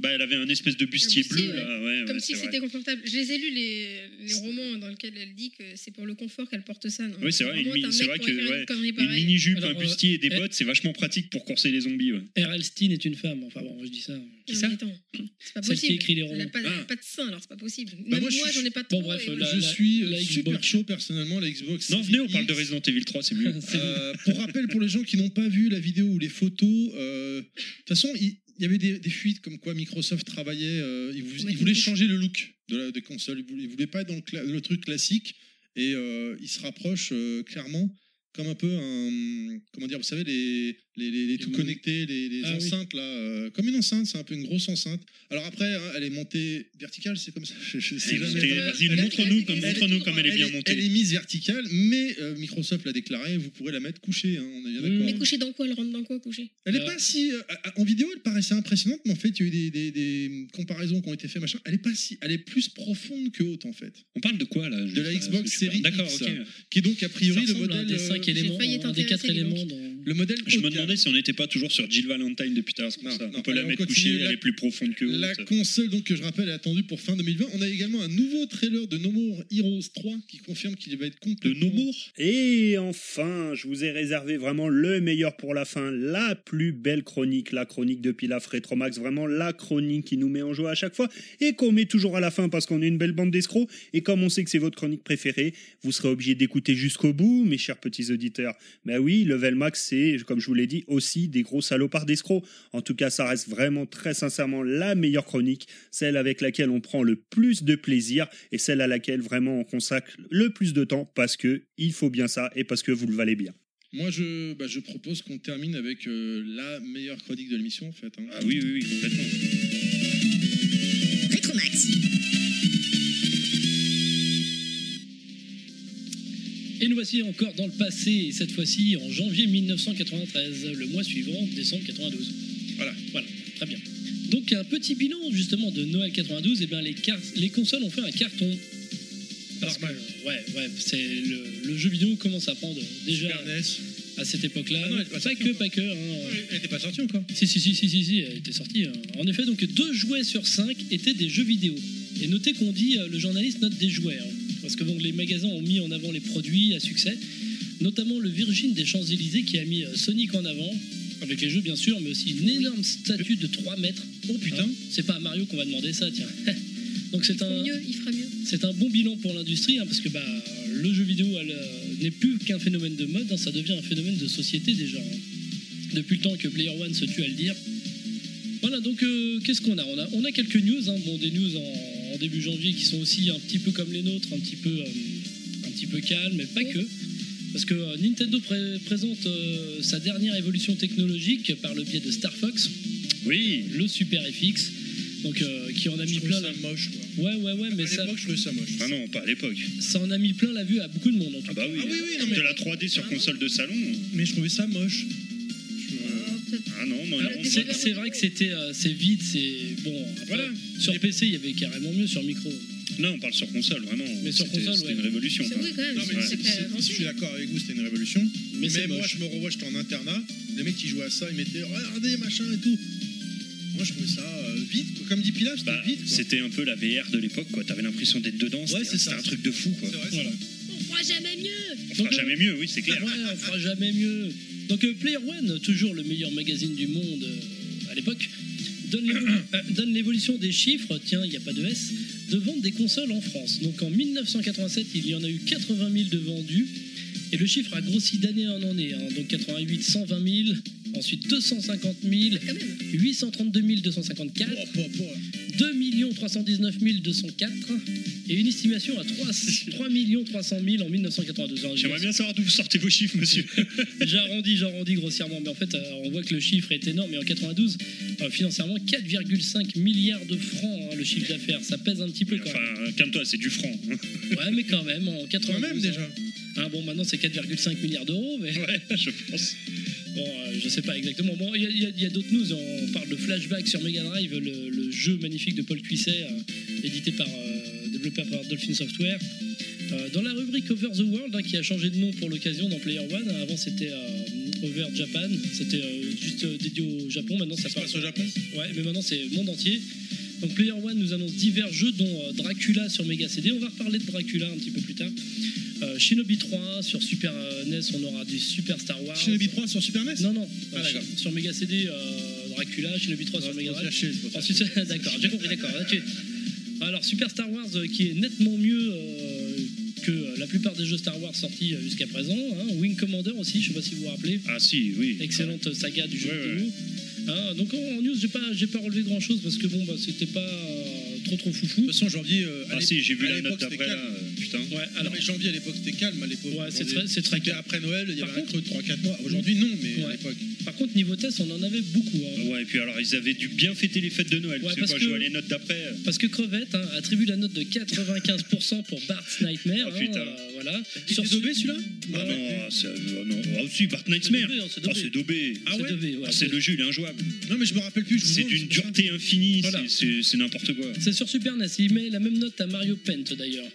Bah, elle avait un espèce de bustier Un bustier, bleu là. Ouais, Comme ouais, si c'est vrai. c'était confortable. Je les ai lus, les, les romans dans lesquels elle dit que c'est pour le confort qu'elle porte ça. non Oui, c'est vrai, Vraiment, une mi- t'as un c'est mec vrai pour que, écrire une ouais, connerie Une pareille. mini-jupe, un Alors, euh, bustier et des eh- bottes, c'est vachement pratique pour courser les zombies. ouais. R.L. Stein est une femme, enfin bon, je dis ça. Non, mais attends, C'est pas Celle qui possible. écrit les Elle a romans. pas, Ah. Bah, pas de sein, alors c'est pas possible. Même moi, moi, je suis- j'en ai pas Bon, trop. bref, et la- voilà. Je la- suis euh, la Xbox. super chaud personnellement, la Xbox. Non, venez, on parle de Series X. Resident Evil 3, c'est mieux. C'est- Euh, pour rappel, pour les gens qui n'ont pas vu la vidéo ou les photos, euh, de toute façon, il il y avait des, des fuites comme quoi Microsoft travaillait. euh, ils, vou- Ouais, ils voulaient c'est- changer le look de la des consoles. Ils voulaient, ils voulaient pas être dans le, cla- le truc classique. Et euh, ils se rapprochent euh, clairement comme un peu un. Comment dire Vous savez, les, les, les- les tout mon- connectés, les, les Ah oui. enceintes, là. euh, comme une enceinte, c'est un peu une grosse enceinte. Alors après, hein, elle est montée verticale, c'est comme ça. Je, je C'est- sais jamais. c'est- Vas-y, montre-nous comme, montre-nous comme elle est bien Elle montée. est mise verticale, mais euh, Microsoft l'a déclaré, vous pourrez la mettre couchée, hein, on est bien Oui, d'accord. Mais coucher dans quoi Elle rentre dans quoi coucher Elle est pas si. euh, à- à- en vidéo, elle paraissait impressionnante, mais en fait, il y a eu des, des- des comparaisons qui ont été faites, machin. Elle est pas si. Elle est plus profonde que haute, en fait. On parle de quoi là juste, la là, Xbox parce que je suis pas- Series D'accord, X. ok. Qui est donc, a priori, ça le ressemble à un modèle. des euh, cinq J'ai éléments, failli être un des quatre intéressée, éléments. donc. dans- le modèle Je haut me de gamme. demandais si on n'était pas toujours sur Jill Valentine depuis tout à l'heure. c'est pour Non, ça. non, On peut la allez, on mettre continue, couchée, la- elle est plus profonde que La haute. console, donc, que je rappelle, est attendue pour fin 2020. On a également un nouveau trailer de No More Heroes 3 qui confirme qu'il va être De complètement. No More Et enfin, je vous ai réservé vraiment le meilleur pour la fin, la plus belle chronique, la chronique de Pilaf Retromax, vraiment la chronique qui nous met en joie à chaque fois et qu'on met toujours à la fin parce qu'on est une belle bande d'escrocs. Et comme on sait que c'est votre chronique préférée, vous serez obligé d'écouter jusqu'au bout, mes chers petits auditeurs. Ben oui, Level Max, c'est, comme je vous l'ai dit, aussi des gros salopards d'escrocs. En tout cas, ça reste vraiment très sincèrement la meilleure chronique, celle avec laquelle on prend le plus de plaisir et celle à laquelle vraiment on consacre le plus de temps parce que il faut bien ça et parce que vous le valez bien. Moi, je, bah, je propose qu'on termine avec euh, la meilleure chronique de l'émission, en fait. hein. Ah oui, oui, oui, complètement. Rétromax. Et nous voici encore dans le passé, et cette fois-ci en janvier 1993, le mois suivant, décembre 92. Voilà. Voilà, très bien. Donc un petit bilan justement de Noël 92, et bien les, car- les consoles ont fait un carton. Parce que, ouais, ouais, c'est le, le jeu vidéo commence à prendre déjà Super NES. à cette époque-là. Ah non, elle est pas pas sortie que, encore. pas que. hein. Elle n'était pas sortie encore. Si, si, si, si, si, si, elle était sortie. hein. En effet, donc deux jouets sur cinq étaient des jeux vidéo. Et notez qu'on dit, euh, le journaliste note des jouets. hein. parce que bon, les magasins ont mis en avant les produits à succès. notamment le Virgin des Champs-Élysées qui a mis euh, Sonic en avant, avec les jeux bien sûr, mais aussi une énorme statue de 3 mètres. Oh putain Hein C'est pas à Mario qu'on va demander ça, tiens. Donc c'est un, Mieux, il fera mieux. c'est un bon bilan pour l'industrie, hein, parce que bah, le jeu vidéo elle, euh, n'est plus qu'un phénomène de mode, hein, ça devient un phénomène de société déjà. hein. Depuis le temps que Player One se tue à le dire. Voilà, donc euh, qu'est-ce qu'on a on, a on a quelques news, hein, bon, des news en, en début janvier qui sont aussi un petit peu comme les nôtres, un petit peu, euh, un petit peu calmes, mais pas que. Parce que euh, Nintendo pré- présente euh, sa dernière évolution technologique par le biais de Star Fox, Oui. le Super FX, donc, euh, qui en a mis Je plein trouve la... ça moche, quoi. Ouais, ouais, ouais, mais à ça... l'époque, je trouvais ça moche. Ah non, pas à l'époque. Ça en a mis plein la vue à beaucoup de monde en tout Ah cas. bah oui. Ah oui, oui, non, mais- Ah De la 3D sur console de salon. Mais je trouvais ça moche. Alors, Euh, peut-être- Ah non, moi Ah, non. on c'est, voit- c'est vrai que c'était euh, c'est vide, c'est bon. après, Voilà. Sur PC, il y avait carrément mieux sur micro. Non, on parle sur console, vraiment. Mais sur C'était- console, c'était ouais. une révolution. C'est quoi. vrai quand même, Non, c'est une mais c'est- sacrée c'est- je avancée. suis d'accord avec vous, c'était une révolution. Mais, Mais, c'est moi, moche. je me revois, j'étais en internat. Les mecs qui jouaient à ça, ils mettaient regardez, machin et tout. Moi, je trouvais ça euh, vide, quoi. Comme dit Pilaf, c'était Bah, vide, quoi. c'était un peu la VR de l'époque, quoi. T'avais l'impression d'être dedans. c'était- c'est c'était ça. un truc de fou, quoi. C'est euh, vrai, c'est Voilà. vrai. On fera jamais mieux. On Donc, euh, fera jamais mieux, oui, c'est clair. Ouais, on fera jamais mieux. Donc euh, Player One, toujours le meilleur magazine du monde euh, à l'époque, donne l'évo- euh, donne l'évolution des chiffres, tiens, il n'y a pas de S, de vente des consoles en France. Donc en 1987, il y en a eu 80 000 de vendus, et le chiffre a grossi d'année en année. hein. Donc 88, 120 000, ensuite 250 000, Quand même. 832 254. Oh, pas, pas. 2 319 204 et une estimation à 3, 3 300 000 en 1982. Alors, J'aimerais bien savoir d'où vous sortez vos chiffres, monsieur. J'arrondis, j'arrondis grossièrement, mais en fait, euh, on voit que le chiffre est énorme. Et en 92, euh, financièrement, 4,5 milliards de francs hein, le chiffre d'affaires. Ça pèse un petit peu quand Enfin, euh, calme-toi, c'est du franc. hein. même. Ouais, mais quand même, en 92. Quand même, déjà. hein. Ah bon, maintenant c'est 4,5 milliards d'euros, mais Ouais, je pense. bon, euh, je sais pas exactement. Bon, il y a- il y a, il y a d'autres news. On parle de Flashback sur Mega Drive, le, le jeu magnifique de Paul Cuisset, euh, édité par, euh, développé par Dolphin Software. Euh, dans la rubrique Over the World, hein, qui a changé de nom pour l'occasion dans Player One, avant c'était euh, Over Japan, c'était euh, juste euh, dédié au Japon, maintenant ça se parle- passe au Japon Ouais, mais maintenant c'est monde entier. Donc Player One nous annonce divers jeux dont euh, Dracula sur Mega CD, on va reparler de Dracula un petit peu plus tard. Euh, Shinobi 3 sur Super euh, NES, on aura du Super Star Wars. Shinobi 3 sur Super NES Non, non, Ah, Euh, d'accord. sur Mega CD, euh, Dracula, Shinobi 3 sur Mega Drive. Ensuite, d'accord, j'ai compris, d'accord. Là, tu- Alors, Super Star Wars, euh, qui est nettement mieux euh, que euh, la plupart des jeux Star Wars sortis euh, jusqu'à présent. hein. Wing Commander aussi, je sais pas si vous vous rappelez. Ah si, oui. Excellente euh, saga du jeu Ouais, ouais. vidéo. Hein, donc en, en news, j'ai pas, j'ai pas relevé grand chose parce que bon, bah, c'était pas euh, trop trop foufou. De toute façon, janvier. euh, à Ah l'ép- si, j'ai vu à la l'époque, note c'était d'après, là. calme. euh, Putain. Ouais, Non, alors. mais janvier à l'époque c'était calme à l'époque. Ouais, c'est C'était- très, c'est très C'était clair. après Noël, il y Par avait un contre- creux de 3-4 mois. Aujourd'hui non, mais à Ouais. l'époque. Par contre, niveau test, on en avait beaucoup. hein. Ah Ouais, et puis alors, ils avaient dû bien fêter les fêtes de Noël. Ouais, parce que parce quand que- je vois les notes d'après, euh, Parce que Crevette hein, attribue la note de 95% pour Bart's Nightmare. Oh, putain. hein, euh, voilà. Sur ce- Zobé celui-là ah non, ah, ça- ah non. Ah aussi, Bart C'est Nightmare. Dobé, hein, c'est Ah, Dobé. c'est dobé. C'est ouais Dobé, ouais. Ah, c'est le jeu, il est injouable. Non mais je me rappelle plus. je vous C'est demande, d'une pour ça. dureté infinie, Voilà. c'est- c'est c'est n'importe quoi. C'est sur Super NES. Il met la même note à Mario Paint d'ailleurs.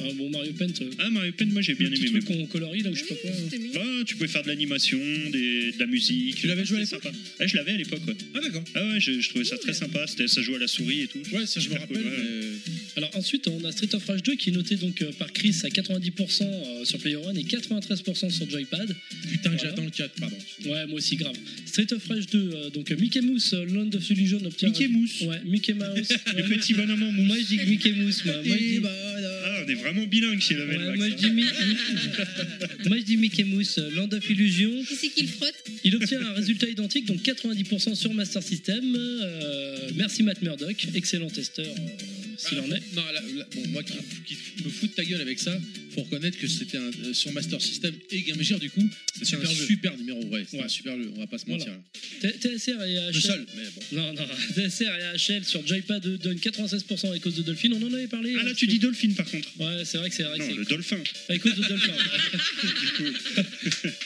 Ah, bon, Mario Paint, euh, Ah, Mario Pen, moi j'ai bien le petit aimé. Mais... truc qu'on colorie là où je sais pas quoi. hein. Oui, c'était mignon. Bah, tu pouvais faire de l'animation, des- de la musique. Tu l'avais joué à C'était sympa. Ouais, Je l'avais à l'époque, ouais. Ah d'accord. Ah ouais, je, je trouvais ça très sympa. C'était- Ça jouait à la souris et tout. Ouais, ça je me Super rappelle. cool, ouais. mais- Alors ensuite, on a Street of Rage 2 qui est noté donc euh, par Chris à 90% euh, sur Player One et 93% sur Joypad. Putain que Voilà. j'attends le 4, pardon. Ouais, moi aussi, grave. Street of Rage 2, euh, donc euh, Mickey Mouse, euh, Land of Illusion obtient. euh, Mickey Mouse. Ouais, Mickey Mouse. Le Ouais, petit bonhomme en mousse. Moi je dis Mickey Mouse, moi. Moi, je dis- Ah, on est vraiment bilingue chez la Ouais, Velmax. moi, je dis Mi- moi, je dis Mickey Mouse, euh, Land of Illusion. Qui c'est qui le frotte Il obtient un résultat identique, donc 90% sur Master System. Euh, merci Matt Murdock, excellent testeur euh, s'il en est. Non, là, là, bon, moi qui, qui me fous de ta gueule avec ça, faut reconnaître que c'était un, euh, sur Master System et Game Gear du coup, c'était Super un jeu. super numéro, ouais, c'était Ouais. un super jeu, on va pas se mentir. là. T- TSR et Le AHL. seul, mais bon. Non, non, TSR et AHL sur Joypad euh, donnent 96% à cause de Dolphin. On en avait parlé. Ah, là, hein, tu parce dis Dolphin par contre. que- Ouais, c'est vrai que c'est vrai que Non, le dolphin. c'est à cause de Dolphin.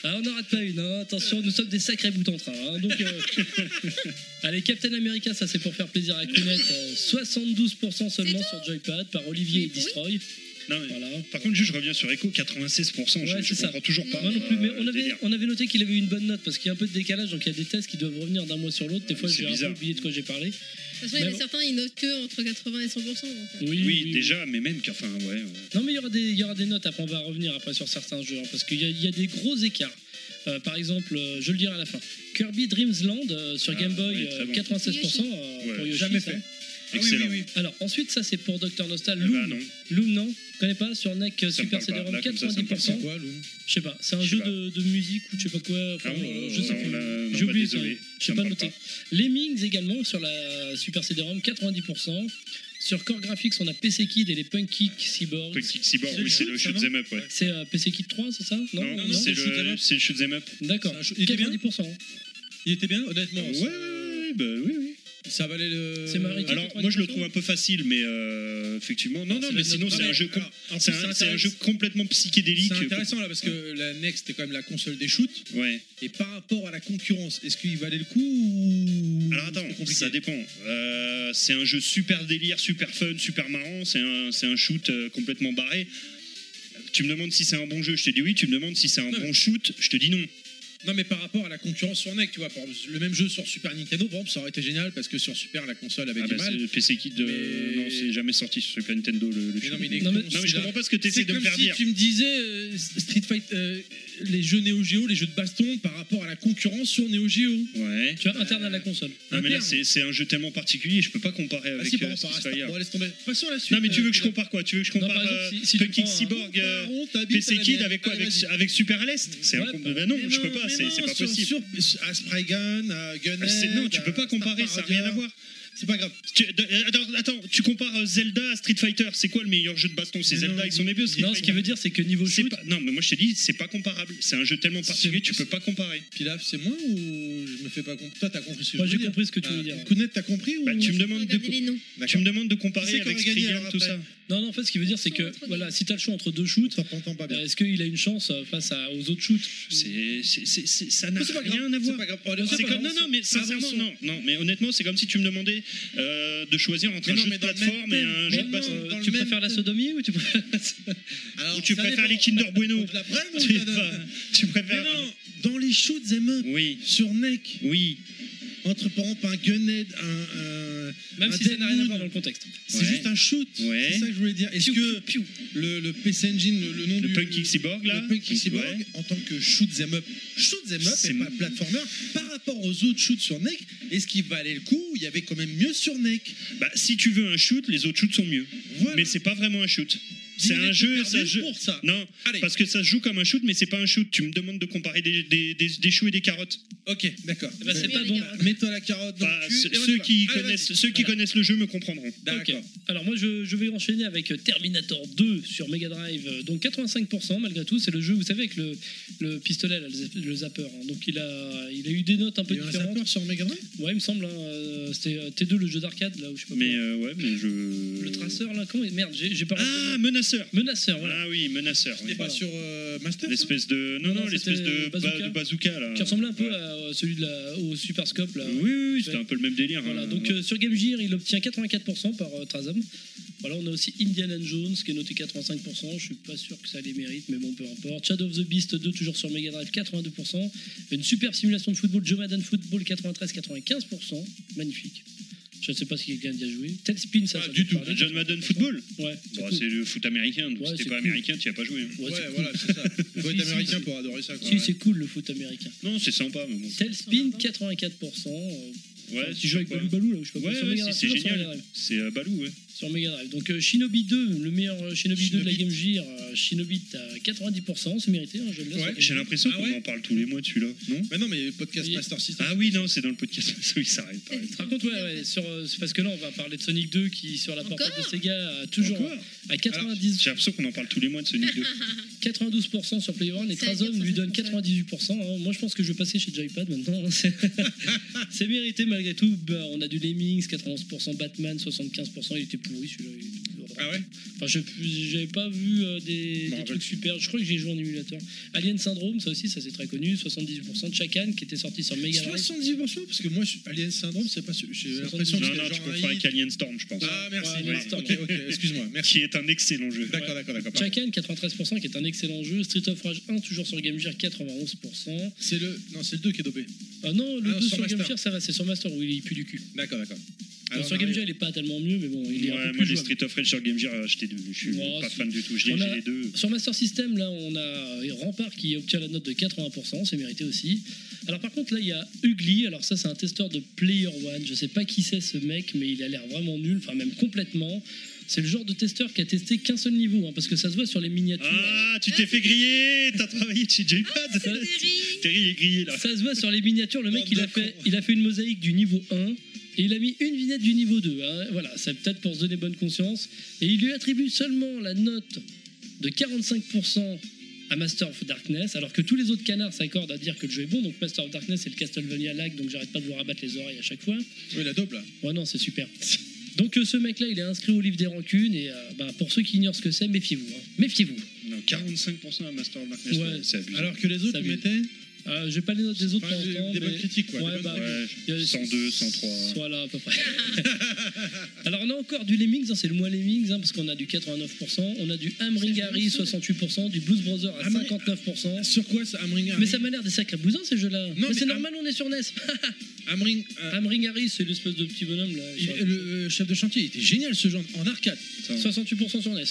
Ah, on n'en rate pas une, hein. attention, nous sommes des sacrés bouts en train. hein. Donc, euh, Allez, Captain America, ça c'est pour faire plaisir à Kounet, euh, 72% seulement C'est sur Joypad par Olivier Mais et oui. Destroy. Non, mais- Voilà. Par contre, juste, je reviens sur Echo, 96%, je, Ouais, je c'est ça. comprends toujours pas. Moi non plus, mais euh, on le avait, délire. on avait noté qu'il avait eu une bonne note parce qu'il y a un peu de décalage, donc il y a des tests qui doivent revenir d'un mois sur l'autre. Des fois, C'est j'ai un peu bizarre. oublié de quoi j'ai parlé. De toute façon, il y Mais en bon. a certains, ils notent que entre 80 et 100%. donc, euh, Oui, Oui, oui, oui. déjà, mais même qu'enfin, ouais. ouais. Ah Non, mais il y, aura des, il y aura des notes, après on va revenir après sur certains jeux, hein, parce qu'il y, a- il y a des gros écarts. Euh, par exemple, euh, je le dirai à la fin, Kirby Dreams Land euh, sur Ah, Game Boy, oui, très euh, bon. 96% euh, Ouais, pour Yoshi. jamais ça. fait. Excellent. oui, oui, Alors ensuite, ça c'est pour Dr. Nostal, Eh ben, Loom. non. Loom, non Connais pas Sur NEC euh, Ça me Super parle pas. CD-ROM Là, comme ça, ça me parle. C'est 90%. quoi, Lou Je sais pas, c'est un Je sais jeu pas. de, de musique ou je sais pas quoi. enfin, euh, Ah, oh là là, je sais non, plus. là, non, J'ai bah, oublié, désolé, ça, je sais ça me pas parle noté. Lemmings également sur la euh, Super CD-ROM, 90%. Sur Core Graphics, on a PC Kid et les Punk Kick Cyborgs. Punk Kick Cyborg, C'est oui, le c'est shoot, le ça, shoot non them up, ouais. C'est euh, PC Kid 3, c'est ça Non, non, c'est c'est le shoot 'em le, up. c'est le shoot them up. D'accord. C'est un shoot- il était bien 90%. Il était bien, honnêtement. Ouais, ouais, ça- ouais, bah oui, oui. Ça valait le. C'est Marie qui- Alors, moi, je le trouve un peu facile, mais euh, effectivement. Non, non, c'est mais la sinon, note- c'est non, un mais jeu com- Alors, en c'est plus, un- ça c'est un intéresse- jeu complètement psychédélique. C'est intéressant là parce que la Next c'était quand même la console des shoots Ouais. et par rapport à la concurrence, est-ce qu'il valait le coup ou Alors attends, c'était compliqué ça dépend. Euh, c'est un jeu super délire, super fun, super marrant. C'est un, c'est un shoot euh, complètement barré. Tu me demandes si c'est un bon jeu, je te dis oui. Tu me demandes si c'est un Non, bon shoot, je te dis non. Non mais par rapport à la concurrence sur NEC, tu vois, par exemple, le même jeu sur Super Nintendo, par exemple, ça aurait été génial parce que sur Super la console avait Ah du bah, c'est mal. le PC Kid, euh, Mais- non, c'est jamais sorti sur Super Nintendo le, le Mais shoot. non mais il est Non, Non, mais- con, mais je celui-là. comprends pas ce que tu essaies C'est de me comme faire si dire. tu me disais euh, Street Fighter, euh, les jeux Neo Geo, les jeux de baston par rapport à la concurrence sur Neo Geo. Ouais. Tu vois, interne à la console. Non, mais là, Interne. c'est c'est un jeu tellement particulier, je peux pas comparer Ah avec si, par euh, rapport à Street Star- Fighter. Bon, laisse tomber. Passons à la suite. Non, mais tu veux que je euh, compare quoi Tu veux que je Non, compare par exemple, euh, si- si tu Punky prends un- Cyborg, euh, Baron, t'habites à PC la Kid maison. avec quoi Allez, avec, vas-y. avec Super Lest C'est Ouais, incompatible. Bah non, Mais je peux non, pas, mais c'est non, c'est pas sur- possible. Ah, Sur, euh, à Spray Gun, à Gunhead, C'est- non, tu peux pas à comparer, ça Star n'a rien à Paradia. voir. euh, C'est pas grave. Tu- euh, attends, attends, tu compares euh, Zelda à Street Fighter, c'est quoi le meilleur jeu de baston C'est Mais Zelda non, avec son épée ou Street Non, ce qui Fighter veut dire, c'est que niveau C'est shoot, pas- Non, mais moi je t'ai dit, c'est pas comparable. C'est un jeu tellement particulier, tu C'est- peux pas comparer. Pilaf, c'est moi ou je me fais pas compris Toi, t'as compris ce que moi je j'ai veux dire compris ce que tu veux dire. Ah, Kounet, t'as compris ou Bah, tu me faut demandes de, regarder les noms. D'accord. tu me demandes de Qui c'est comparer qui avec aurait gagné, Spriggan, alors, tout après ça. Non, non, en fait, ce qui veut dire, c'est que Entre deux. voilà, si t'as le choix entre deux shoots, On t'entend pas bien. euh, est-ce qu'il a une chance euh, face à- aux autres shoots C'est- c'est- c'est- c'est- Ça n'a Mais c'est pas grave, rien à c'est voir. pas grave. Allez, on C'est s'en comme, non, balance. non, mais sincèrement, Avançons. non, non, mais honnêtement, c'est comme si tu me demandais euh, de choisir entre Mais un non, jeu de mais dans le même plateforme et thème. un Mais jeu de non, baston. Euh, dans le Tu même préfères la temps. sodomie ou tu préfères. Alors, Ou tu ça préfères dépend. les Kinder Bueno Faut que je la prenne ou je Tu la donne vas- Tu Mais préfères. non, dans les shoots et mains, Oui, sur Neck, oui. entre par exemple un Gunhead, un. un- Même Un si ça n'a rien à Deadwood. voir dans le contexte. c'est Ouais. juste un shoot. Ouais. C'est ça que je voulais dire. Est-ce que le, le PC Engine, le, le nom Le du. Punk Cyborg, là Le Punk Cyborg, Ouais. en tant que shoot them up, shoot them up C'est- et pas platformer, par rapport aux autres shoots sur Neck, est-ce qu'il valait le coup Il y avait quand même mieux sur Neck. Bah, si tu veux un shoot, les autres shoots sont mieux. Voilà. Mais c'est pas vraiment un shoot. C'est Il un était jeu, perdu ça se joue. pour ça. Non, Allez, parce que ça se joue comme un shoot, mais c'est pas un shoot. Tu me demandes de comparer des, des, des, des choux et des carottes. ok, d'accord. Eh ben, c'est Mais pas les bon. gars, Mets-toi la carotte dans Bah, le cul. ceux et on y ceux va. qui, Allez, connaissent, vas-y. ceux qui connaissent le jeu me comprendront. D'accord. Alors moi je, je vais enchaîner avec euh, Terminator 2 sur Mega Drive, Euh, donc 85% malgré tout, c'est le jeu, vous savez, avec le, le pistolet, là, le zap- le zapper, hein. donc il a, il a eu des notes un peu Il y a eu un différentes. zapper sur Mega Drive Ouais il me semble, hein, euh, c'était euh, T2 le jeu d'arcade là où je sais pas Mais quoi. euh, ouais, mais je. Le traceur là, comment Merde, j'ai j'ai pas... Ah, menaceur. Menaceur, voilà. Ah oui, menaceur. oui. C'était pas sur euh, Master ça L'espèce de. Non, Non, non, non, l'espèce c'était de ba- bazooka. de bazooka, là. Qui ressemblait un peu Ah, Ouais. à euh, celui de la, au Super Scope là. Oui, oui, oui, c'était un peu le même délire. Voilà, hein. donc euh, sur Game Gear, il obtient 84% par euh, Trasam. Voilà, on a aussi Indiana Jones qui est noté 85%. Je suis pas sûr que ça les mérite, mais bon, peu importe. Shadow of the Beast 2, toujours sur Mega Drive, 82%. Une superbe simulation de football, Joe Madden Football, 93-95%. Magnifique. Je ne sais pas si quelqu'un y a joué. Tailspin, ça, Pas ça du doit tout. parler. John Madden Football Ouais, c'est Bon, cool. C'est le foot américain, donc Ouais, si c'est t'es pas cool. américain, tu as pas joué. hein. Ouais, Ouais, c'est cool. voilà, c'est ça. Faut Si, être si, américain si. pour adorer ça. quoi. Si, c'est cool le foot américain. Non, c'est sympa, mais bon. Tailspin, 84%. euh, Ouais, tu joues avec sympa. Balou Balou, là, ou je sais pas quoi, Ouais, sur ouais, Mega si, Drive, c'est toujours sur génial. Mega Drive. C'est euh, Balou, ouais. sur Mega Drive. Donc euh, Shinobi 2, le meilleur euh, Shinobi, 2 de la Shinobi. Game Gear, euh, Shinobi à 90%, c'est mérité, hein, je le laisse. Ouais, sur Game J'ai Gear. l'impression Ah qu'on ouais en parle tous les mois de celui-là, non Mais Bah non, mais le podcast Oui. Master System. Ah oui, non, c'est dans le podcast, oui, ça arrête Ah, pas. ouais. Par contre, ouais, ouais, sur, euh, c'est parce que là, on va parler de Sonic 2 qui, sur la Encore portée de Sega, a toujours Encore à 90, J'ai l'impression qu'on en parle tous les mois de Sonic 2. 92% sur Player One et Ça veut dire Trazom ça, lui c'est donne pour ça. 98%. hein. Moi, je pense que je vais passer chez Joypad maintenant. hein. C'est- c'est mérité malgré tout. Bah, on a du Lemmings, 91%, Batman, 75%. Il était pourri celui-là. il était- Ah ouais Enfin, je j'avais pas vu euh, des, Je m'en des rappelle. trucs super. Je crois que j'ai joué en émulateur. Alien Syndrome, ça aussi, ça c'est très connu. 78% de Chakan qui était sorti sur Mega Drive. 78% parce que moi, je- Alien Syndrome, c'est pas. sûr- J'ai l'impression Non, que non, c'est tu genre. un confonds avec hit. Alien Storm, je pense. Ah, merci. Ouais, oui, Alien Storm. ok, ok, excuse-moi. Merci. Qui est un excellent jeu. D'accord, d'accord, d'accord. pardon. Chakan 93% qui est un excellent jeu. Street of Rage 1 toujours sur Game Gear 91%. C'est le, non, c'est le 2 qui est dopé. Ah non, le 2 Ah, sur sur, Game Master. Gear ça va, c'est sur Master où il pue du cul. D'accord, d'accord. Alors, sur Game Gear il est pas tellement mieux, mais bon, il est Ouais, un peu moi, plus les jouable. Street of Rage sur Game Gear, euh, j'étais de- je suis Oh, pas si. fan du tout. J'ai On a- j'ai les deux. Sur Master System, là, on a euh, Rampart qui obtient la note de 80%, c'est mérité aussi. Alors, par contre, là, il y a Ugly. Alors, ça, c'est un testeur de Player One. Je sais pas qui c'est ce mec, mais il a l'air vraiment nul, enfin, même complètement. C'est le genre de testeur qui a testé qu'un seul niveau, hein, parce que ça se voit sur les miniatures. Ah, tu t'es fait griller T'as travaillé chez J-Pad Ah, C'est terrible. Terry il est grillé là. Ça se voit sur les miniatures, le mec Bande il a, de fait, cons. il a fait une mosaïque du niveau 1 et il a mis une vignette du niveau 2. hein. Voilà, c'est peut-être pour se donner bonne conscience. Et il lui attribue seulement la note de 45% à Master of Darkness, alors que tous les autres canards s'accordent à dire que le jeu est bon. Donc Master of Darkness c'est le Castlevania Lag, donc j'arrête pas de vous rabattre les oreilles à chaque fois. Oui, la dope là. Ouais, non, c'est super. Donc euh, ce mec-là, il est inscrit au livre des rancunes et euh, bah, pour ceux qui ignorent ce que c'est, méfiez-vous. hein. Méfiez-vous. Non, 45% à Master of Darkness. Ouais. ouais, c'est abusé. Alors que les autres, Ça ils abuse. mettaient Euh, J'ai pas les notes des autres enfin, pour des, l'instant, des mais- bonnes critiques, quoi. Ouais, des bonnes- bah, Ouais, Il y a- 102, 103. Voilà, à peu près. Alors, on a encore du Lemmings, hein, c'est le moins Lemmings, hein, parce qu'on a du 89%, on a du Hamringari 68%, du Blues Brothers à Ah, mais- 59%. Sur quoi ça Amring Mais ça m'a l'air des sacrés bousins ces jeux-là. Mais, mais c'est Ham- normal, on est sur NES. Amring. euh, Hamringari, c'est l'espèce de petit bonhomme là. il- le euh, chef de chantier, il était génial ce genre en arcade. 68% sur NES.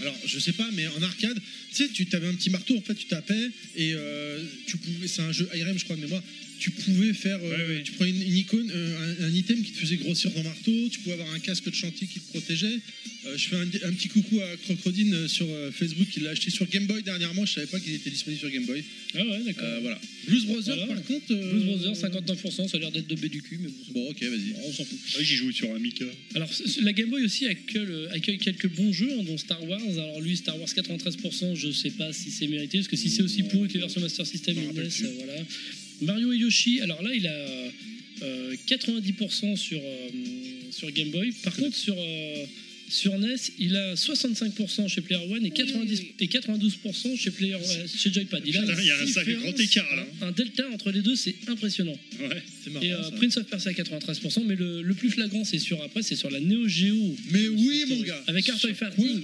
Alors, je sais pas, mais en arcade, tu sais, tu t'avais un petit marteau, en fait, tu tapais, et euh, tu pouvais, c'est un jeu ARM, je crois, de mémoire, tu pouvais faire, euh, tu prenais une, une icône, euh, un, un item qui te faisait grossir ton marteau, tu pouvais avoir un casque de chantier qui te protégeait. Euh, je fais un, un petit coucou à Crocodine euh, sur euh, Facebook, il l'a acheté sur Game Boy dernièrement, je savais pas qu'il était disponible sur Game Boy. Ah ouais, d'accord. Euh, voilà. Blues Brothers, Voilà. par contre. euh, Blues Brothers, 59%, ça a l'air d'être de B du cul, mais bon, c'est bon, Bon, ok, vas-y. on s'en fout. Ouais, J'y joue sur Amica. Alors, c- c- la Game Boy aussi accueille, euh, accueille quelques bons jeux, hein, dont Star Wars. Alors, lui, Star Wars 93%, je sais pas si c'est mérité, parce que si c'est aussi pourri que les versions Master System Je m'en et NES, rappelle plus. euh, voilà. Mario et Yoshi, alors là, il a euh, euh, 90% sur, euh, sur Game Boy. Par contre, sur, euh, sur NES, il a 65% chez Player One et, 90, et 92% chez, Player, euh, chez Joypad. Il a Putain, il y a un six sacré différences. grand écart là. hein. Un delta entre les deux, c'est impressionnant. Ouais. C'est marrant. Et euh, ça. Prince of Persia à 93%, mais le, le plus flagrant, c'est sur après, c'est sur la Neo Geo. Mais oui, mon gars. Avec Art Sur of quoi Fighting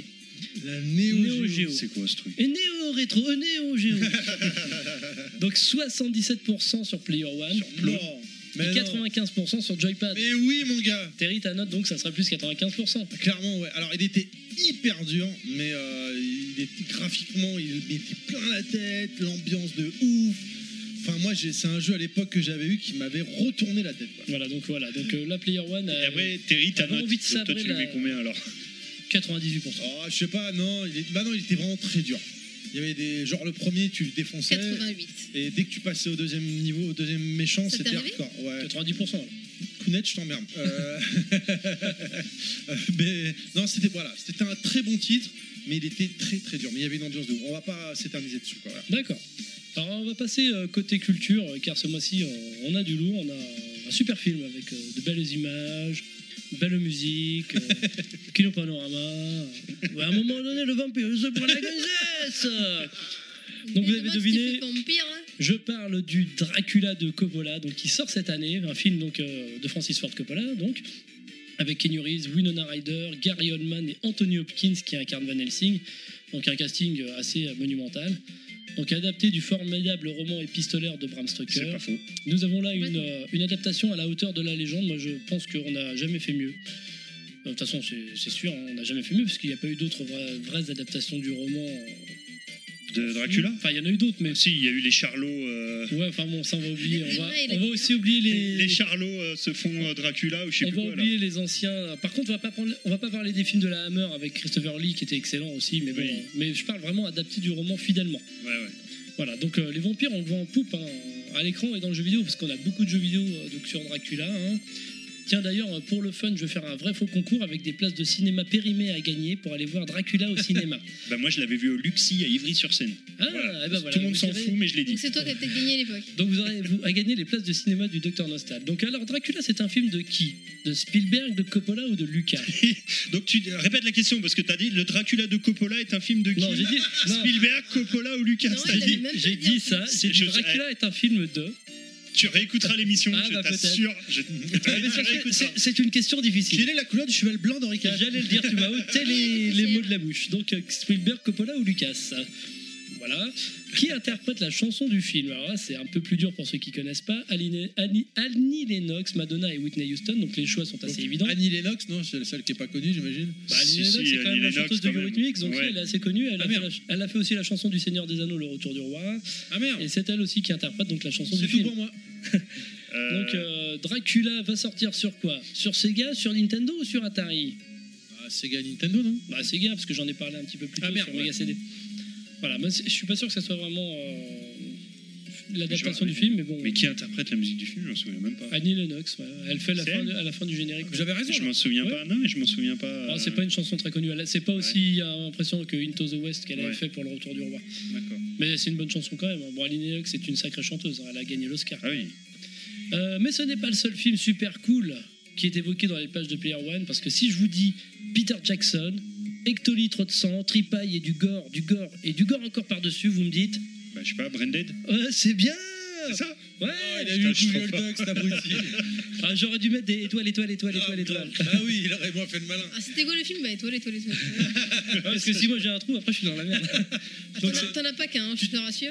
La Neo, Neo Geo. Geo. C'est quoi ce truc et Neo Retro, euh, Neo Geo. Donc 77% sur Player One Non. Mais, et non. 95% sur Joypad. mais oui, mon gars. Terry, ta note, donc ça sera plus 95%. Clairement, ouais. Alors, il était hyper dur, mais euh, il était graphiquement, il mettait plein la tête, l'ambiance de ouf. Enfin, moi, j'ai- c'est un jeu à l'époque que j'avais eu qui m'avait retourné la tête. quoi. Voilà, donc voilà. Donc euh, la Player One Et a après, Terry, ta t'avais note, envie de toi sabrer tu lui la- mets combien alors 98%. Oh, je sais pas, non, il est... bah non, il était vraiment très dur. Il y avait des. Genre, le premier, tu le défonçais. 88. Et dès que tu passais au deuxième niveau, au deuxième méchant, Ça t'est c'était arrivé hardcore. Ouais. 90%. alors. Kounet, je t'emmerde. Euh, mais non, c'était voilà, c'était un très bon titre, mais il était très très dur. Mais il y avait une ambiance de ouf. On va pas s'éterniser dessus, quoi. Voilà. D'accord. Alors on va passer euh, côté culture, euh, car ce mois-ci euh, on a du lourd, on a un super film avec euh, de belles images, belle musique, euh, Kino Panorama. Ouais, à un moment donné, le vampire se prend la gonzesse Donc, vous avez deviné- Vampire, hein. Je parle du Dracula de Coppola, donc qui sort cette année, un film donc euh, de Francis Ford Coppola, donc avec Keanu Reeves, Winona Ryder, Gary Oldman et Anthony Hopkins qui incarne Van Helsing, donc un casting euh, assez euh, monumental. Donc adapté du formidable roman épistolaire de Bram C'est Stoker. pas faux. Nous avons là une, euh, une adaptation à la hauteur de la légende. Moi, je pense qu'on n'a jamais fait mieux. Euh, De toute façon, c'est c'est sûr, hein, on n'a jamais fait mieux, parce qu'il n'y a pas eu d'autres vra- vraies adaptations du roman. euh, De Dracula Enfin, il y en a eu d'autres, mais. Si, il y a eu les Charlots. euh, Ouais, enfin bon, ça, on va oublier. On va, Ouais, il a on va dit, aussi oublier les. Les Charlots euh, se font euh, Dracula ou je sais on plus va quoi là. oublier les anciens. Par contre, on va pas prendre, on va pas parler des films de la Hammer avec Christopher Lee qui était excellent aussi, mais bon, Oui. euh, mais je parle vraiment adapté du roman fidèlement. Ouais, ouais. Voilà, donc euh, les vampires, on le voit en poupe hein, à l'écran et dans le jeu vidéo, parce qu'on a beaucoup de jeux vidéo euh, donc, sur Dracula. hein. Tiens d'ailleurs, pour le fun, je vais faire un vrai faux concours avec des places de cinéma périmées à gagner pour aller voir Dracula au cinéma. Bah, moi, je l'avais vu au Luxi à Ivry-sur-Seine. Ah, Voilà. eh ben voilà, Tout le monde vous s'en savez. fout, mais je l'ai dit. Donc c'est toi qui as peut-être gagné à l'époque. Donc vous aurez vous, à gagner les places de cinéma du Docteur Nostal. Donc alors Dracula, c'est un film de qui De Spielberg, de Coppola ou de Lucas Donc, tu euh, répète la question parce que t'as dit le Dracula de Coppola est un film de qui Non, j'ai dit, non, Spielberg, Coppola ou Lucas Non, t'as il avait dit. même pas j'ai dit un film. dit ça. j'ai dit Je- Dracula est un film de. Tu réécouteras l'émission, Ah, je bah, t'assure. Je... Ah, mais tu c'est- réécouteras. c'est- C'est une question difficile. Quelle est la couleur du cheval blanc d'Henri IV J'allais le dire, tu vas ôter les, les mots de la bouche. Donc euh, Spielberg, Coppola ou Lucas Voilà. Qui interprète la chanson du film Alors là, c'est un peu plus dur pour ceux qui connaissent pas. Aline- Annie, Annie Lennox, Madonna et Whitney Houston. Donc les choix sont assez évidents. Annie Lennox, non, c'est la seule qui est pas connue, j'imagine. Bah, Annie Si, Lennox, si, c'est quand Annie même la Lennox, chanteuse de quand même. Eurythmics, donc Ouais. oui, elle est assez connue. Elle a, Ah, fait merde. la ch- elle a fait aussi la chanson du Seigneur des Anneaux, Le Retour du Roi. Ah merde Et c'est elle aussi qui interprète donc la chanson C'est du tout film. pour moi. Euh, Donc euh, Dracula va sortir sur quoi Sur Sega, sur Nintendo ou sur Atari Ah, Sega Nintendo, non Bah Sega, parce que j'en ai parlé un petit peu plus tôt Ah, merde, sur Mega ouais. CD. Voilà, moi, c'est- je suis pas sûr que ça soit vraiment euh, l'adaptation Mais du je- film, mais bon. Mais qui interprète la musique du film Je m'en souviens même pas. Annie Lennox, ouais. elle fait la C'est fin elle de- à la fin du générique. J'avais raison. Je m'en souviens Ouais. pas. Non, mais je m'en souviens pas. Ah, euh, c'est pas une chanson très connue. Elle a- C'est pas aussi euh, impressionnant que Into the West qu'elle avait Ouais. fait pour le Retour du Roi. D'accord. Mais c'est une bonne chanson quand même. hein. Bon, Aline Lennox c'est une sacrée chanteuse. hein. Elle a gagné l'Oscar. Ah oui. Euh, mais ce n'est pas le seul film super cool qui est évoqué dans les pages de Player One, parce que si je vous dis Peter Jackson, hectolitres de sang, tripaille et du gore, du gore et du gore encore par-dessus, vous me dites Bah, je sais pas, Branded Ouais, c'est bien C'est ça Ouais Ah, il a Putain, eu le je suis coup trop Google Docs, cet abruti. Ah, J'aurais dû mettre des étoiles, étoiles, étoiles, étoiles, étoiles. Ah oui, il aurait moins fait le malin. Ah, c'était quoi le film Bah, étoile, étoile, étoile. Ah, Parce que si moi j'ai un trou, après je suis dans la merde. Attends, Ah, t'en as- t'en as pas qu'un, hein, je te rassure.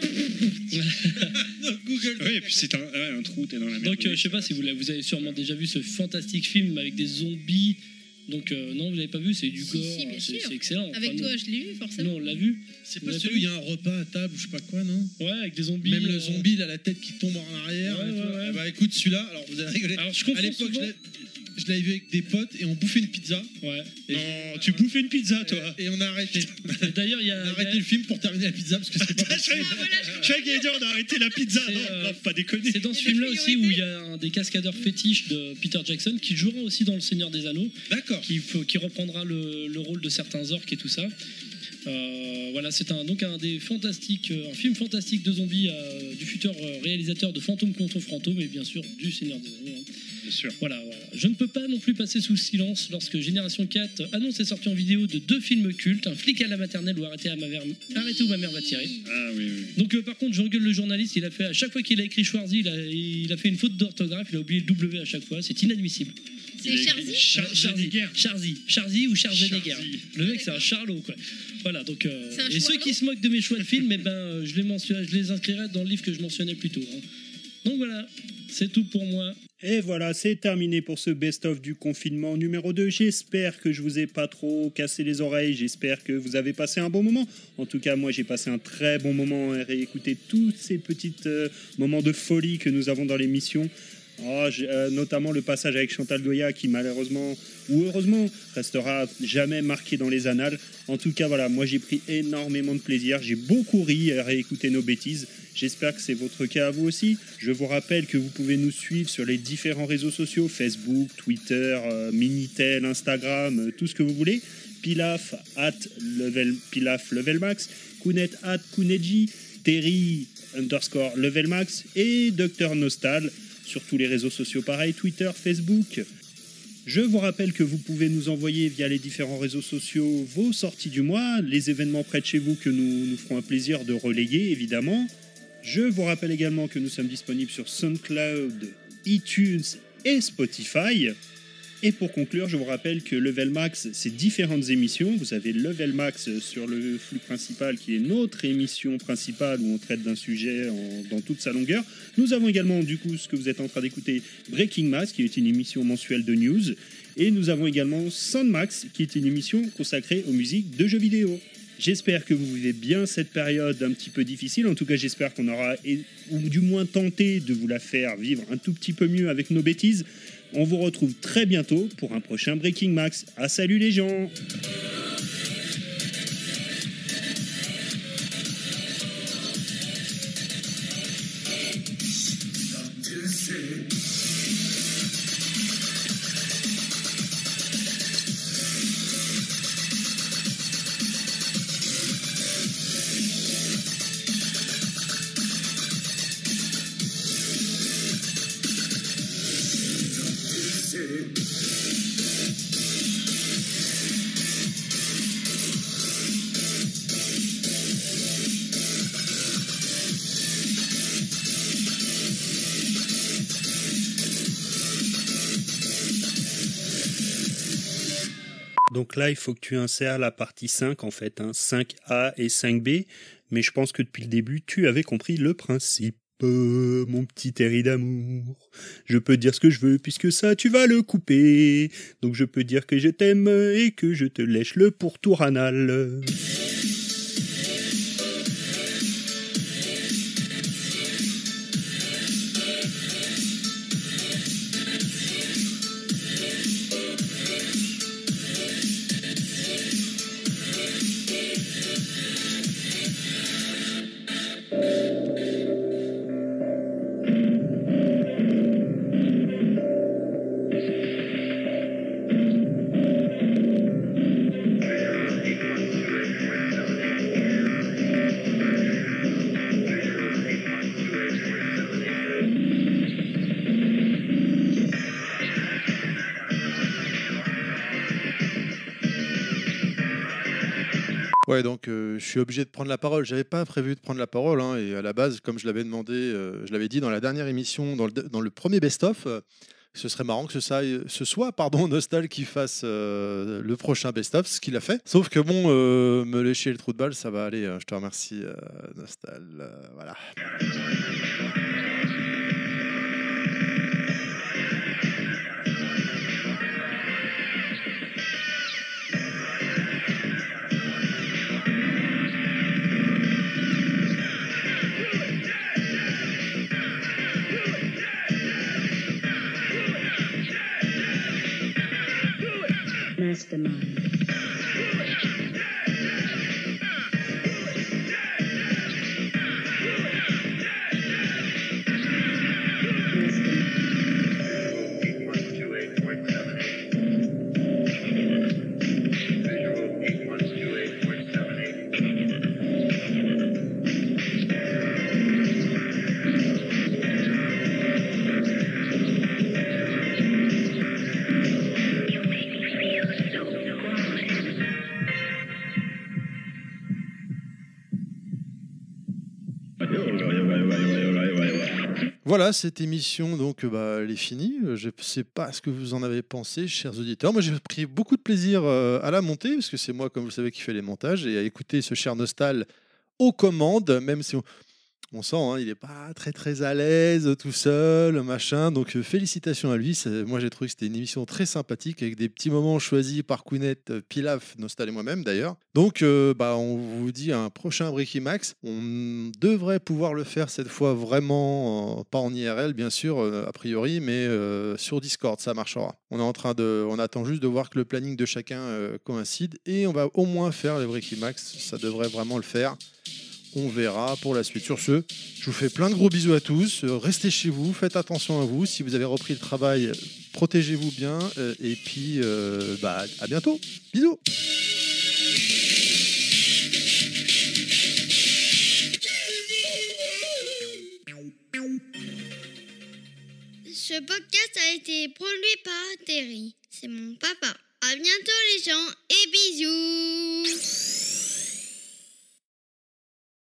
Google Docs. Ouais, et puis c'est un, ouais, un trou, t'es dans la merde. Donc euh, Oui, je sais pas si vous, l'avez- vous avez sûrement déjà vu ce fantastique film avec des zombies. Donc euh, non, vous l'avez pas vu, c'est du Si, gore, si, bien c'est sûr. c'est excellent. Avec Enfin, toi, je l'ai vu, nous, nous, forcément. on l'a vu. C'est On pas a celui où il y a un repas à table, je sais pas quoi, non Ouais, avec des zombies. Même le euh, zombie, il a la tête qui tombe en arrière. Ouais, et ouais, tout. ouais. Eh Bah écoute, celui-là, alors vous allez rigoler. Ah, Alors je À confonds l'époque, je souvent. l'ai- je l'avais vu avec des potes et on bouffait une pizza. Ouais. Et Non, tu bouffais une pizza, toi Et on a arrêté. Et Euh, D'ailleurs, il y a. On a il y a- arrêté le film pour terminer la pizza parce que c'est pas Ah, Je possible. croyais qu'il allait dire on a arrêté la pizza. C'est, Non, euh, non, pas déconner. C'est dans ce Et film-là la aussi priorité. où il y a un des cascadeurs fétiches de Peter Jackson qui jouera aussi dans Le Seigneur des Anneaux, D'accord. qui, f- qui reprendra le, le rôle de certains orques et tout ça. Euh, voilà, c'est un, donc un des fantastiques, euh, un film fantastique de zombies euh, du futur euh, réalisateur de Fantôme contre Fantôme et bien sûr du Seigneur des Anneaux. hein. Bien sûr. Voilà, voilà. Je ne peux pas non plus passer sous silence lorsque Génération 4 annonce la sortie en vidéo de deux films cultes, Un flic à la maternelle ou Arrêtez, à ma mère- Arrêtez où ma mère va tirer. Ah oui, oui. Donc euh, par contre, je regueule le journaliste. Il a fait à chaque fois qu'il a écrit Schwarzy, il a, il a fait une faute d'orthographe. Il a oublié le W à chaque fois. C'est inadmissible. C'est Charzy Charles Schwarzenegger. Charzy, Charzy ou Schwarzenegger. Charzy. Le mec, c'est un charlot quoi. Voilà. Donc euh, C'est un et ceux Schwarlo qui se moquent de mes choix de films, eh ben euh, je les mentionne, je les inscrirai dans le livre que je mentionnais plus tôt. hein. Donc voilà, c'est tout pour moi. Et voilà, c'est terminé pour ce best-of du confinement numéro 2. J'espère que je vous ai pas trop cassé les oreilles. J'espère que vous avez passé un bon moment. En tout cas, moi, j'ai passé un très bon moment à réécouter tous ces petits euh, moments de folie que nous avons dans l'émission. Oh, j'ai- euh, notamment le passage avec Chantal Goya qui malheureusement ou heureusement restera jamais marqué dans les annales. En tout cas voilà, moi j'ai pris énormément de plaisir, j'ai beaucoup ri à réécouter nos bêtises. J'espère que c'est votre cas à vous aussi. Je vous rappelle que vous pouvez nous suivre sur les différents réseaux sociaux Facebook, Twitter, euh, Minitel, Instagram, euh, tout ce que vous voulez. Pilaf at level, Pilaf level max, Kounet at Kouneji, Terry underscore level max et Docteur Nostal sur tous les réseaux sociaux pareil, Twitter, Facebook. Je vous rappelle que vous pouvez nous envoyer via les différents réseaux sociaux vos sorties du mois, les événements près de chez vous que nous nous ferons un plaisir de relayer évidemment. Je vous rappelle également que nous sommes disponibles sur SoundCloud, iTunes et Spotify. Et pour conclure, je vous rappelle que Level Max, c'est différentes émissions. Vous avez Level Max sur le flux principal, qui est notre émission principale où on traite d'un sujet en- dans toute sa longueur. Nous avons également, du coup, ce que vous êtes en train d'écouter, Breaking Max, qui est une émission mensuelle de news. Et nous avons également Soundmax, qui est une émission consacrée aux musiques de jeux vidéo. J'espère que vous vivez bien cette période un petit peu difficile. En tout cas, j'espère qu'on aura, et- ou du moins tenté de vous la faire vivre un tout petit peu mieux avec nos bêtises. On vous retrouve très bientôt pour un prochain Breaking Max. À salut les gens Donc là, il faut que tu insères la partie 5 en fait, hein, 5A et 5B, mais je pense que depuis le début, tu avais compris le principe. Euh, mon petit terri d'amour, je peux dire ce que je veux puisque ça tu vas le couper. Donc je peux dire que je t'aime et que je te lèche le pourtour anal. Ouais, donc euh, je suis obligé de prendre la parole. J'avais pas prévu de prendre la parole. hein, et à la base, comme je l'avais demandé, euh, je l'avais dit dans la dernière émission, dans le, dans le premier best-of, euh, ce serait marrant que ce, saille- ce soit pardon, Nostal qui fasse euh, le prochain best-of, ce qu'il a fait. Sauf que bon, euh, me lécher le trou de balle, ça va aller. euh, je te remercie, euh, Nostal. euh, voilà. Mastermind. Voilà, cette émission, donc, euh, bah, elle est finie. Euh, Je ne sais pas ce que vous en avez pensé, chers auditeurs. Moi, j'ai pris beaucoup de plaisir euh, à la montée, parce que c'est moi, comme vous le savez, qui fais les montages, et à écouter ce cher Nostal aux commandes, même si on, on sent, hein, il n'est pas très, très à l'aise euh, tout seul, machin. Donc, euh, félicitations à lui. C'est- Moi, j'ai trouvé que c'était une émission très sympathique, avec des petits moments choisis par Kounet, euh, Pilaf, Nostal et moi-même, d'ailleurs. Donc, euh, bah, on vous dit un prochain Bricky Max. On devrait pouvoir le faire cette fois vraiment, euh, pas en IRL bien sûr, euh, a priori, mais euh, sur Discord, ça marchera. On est en train de, on attend juste de voir que le planning de chacun euh, coïncide et on va au moins faire le Bricky Max. Ça devrait vraiment le faire. On verra pour la suite. Sur ce, je vous fais plein de gros bisous à tous. Euh, Restez chez vous, faites attention à vous. Si vous avez repris le travail, euh, protégez-vous bien. euh, Et puis, euh, bah, à bientôt. Bisous. Ce podcast a été produit par Terry. C'est mon papa. À bientôt les gens et bisous.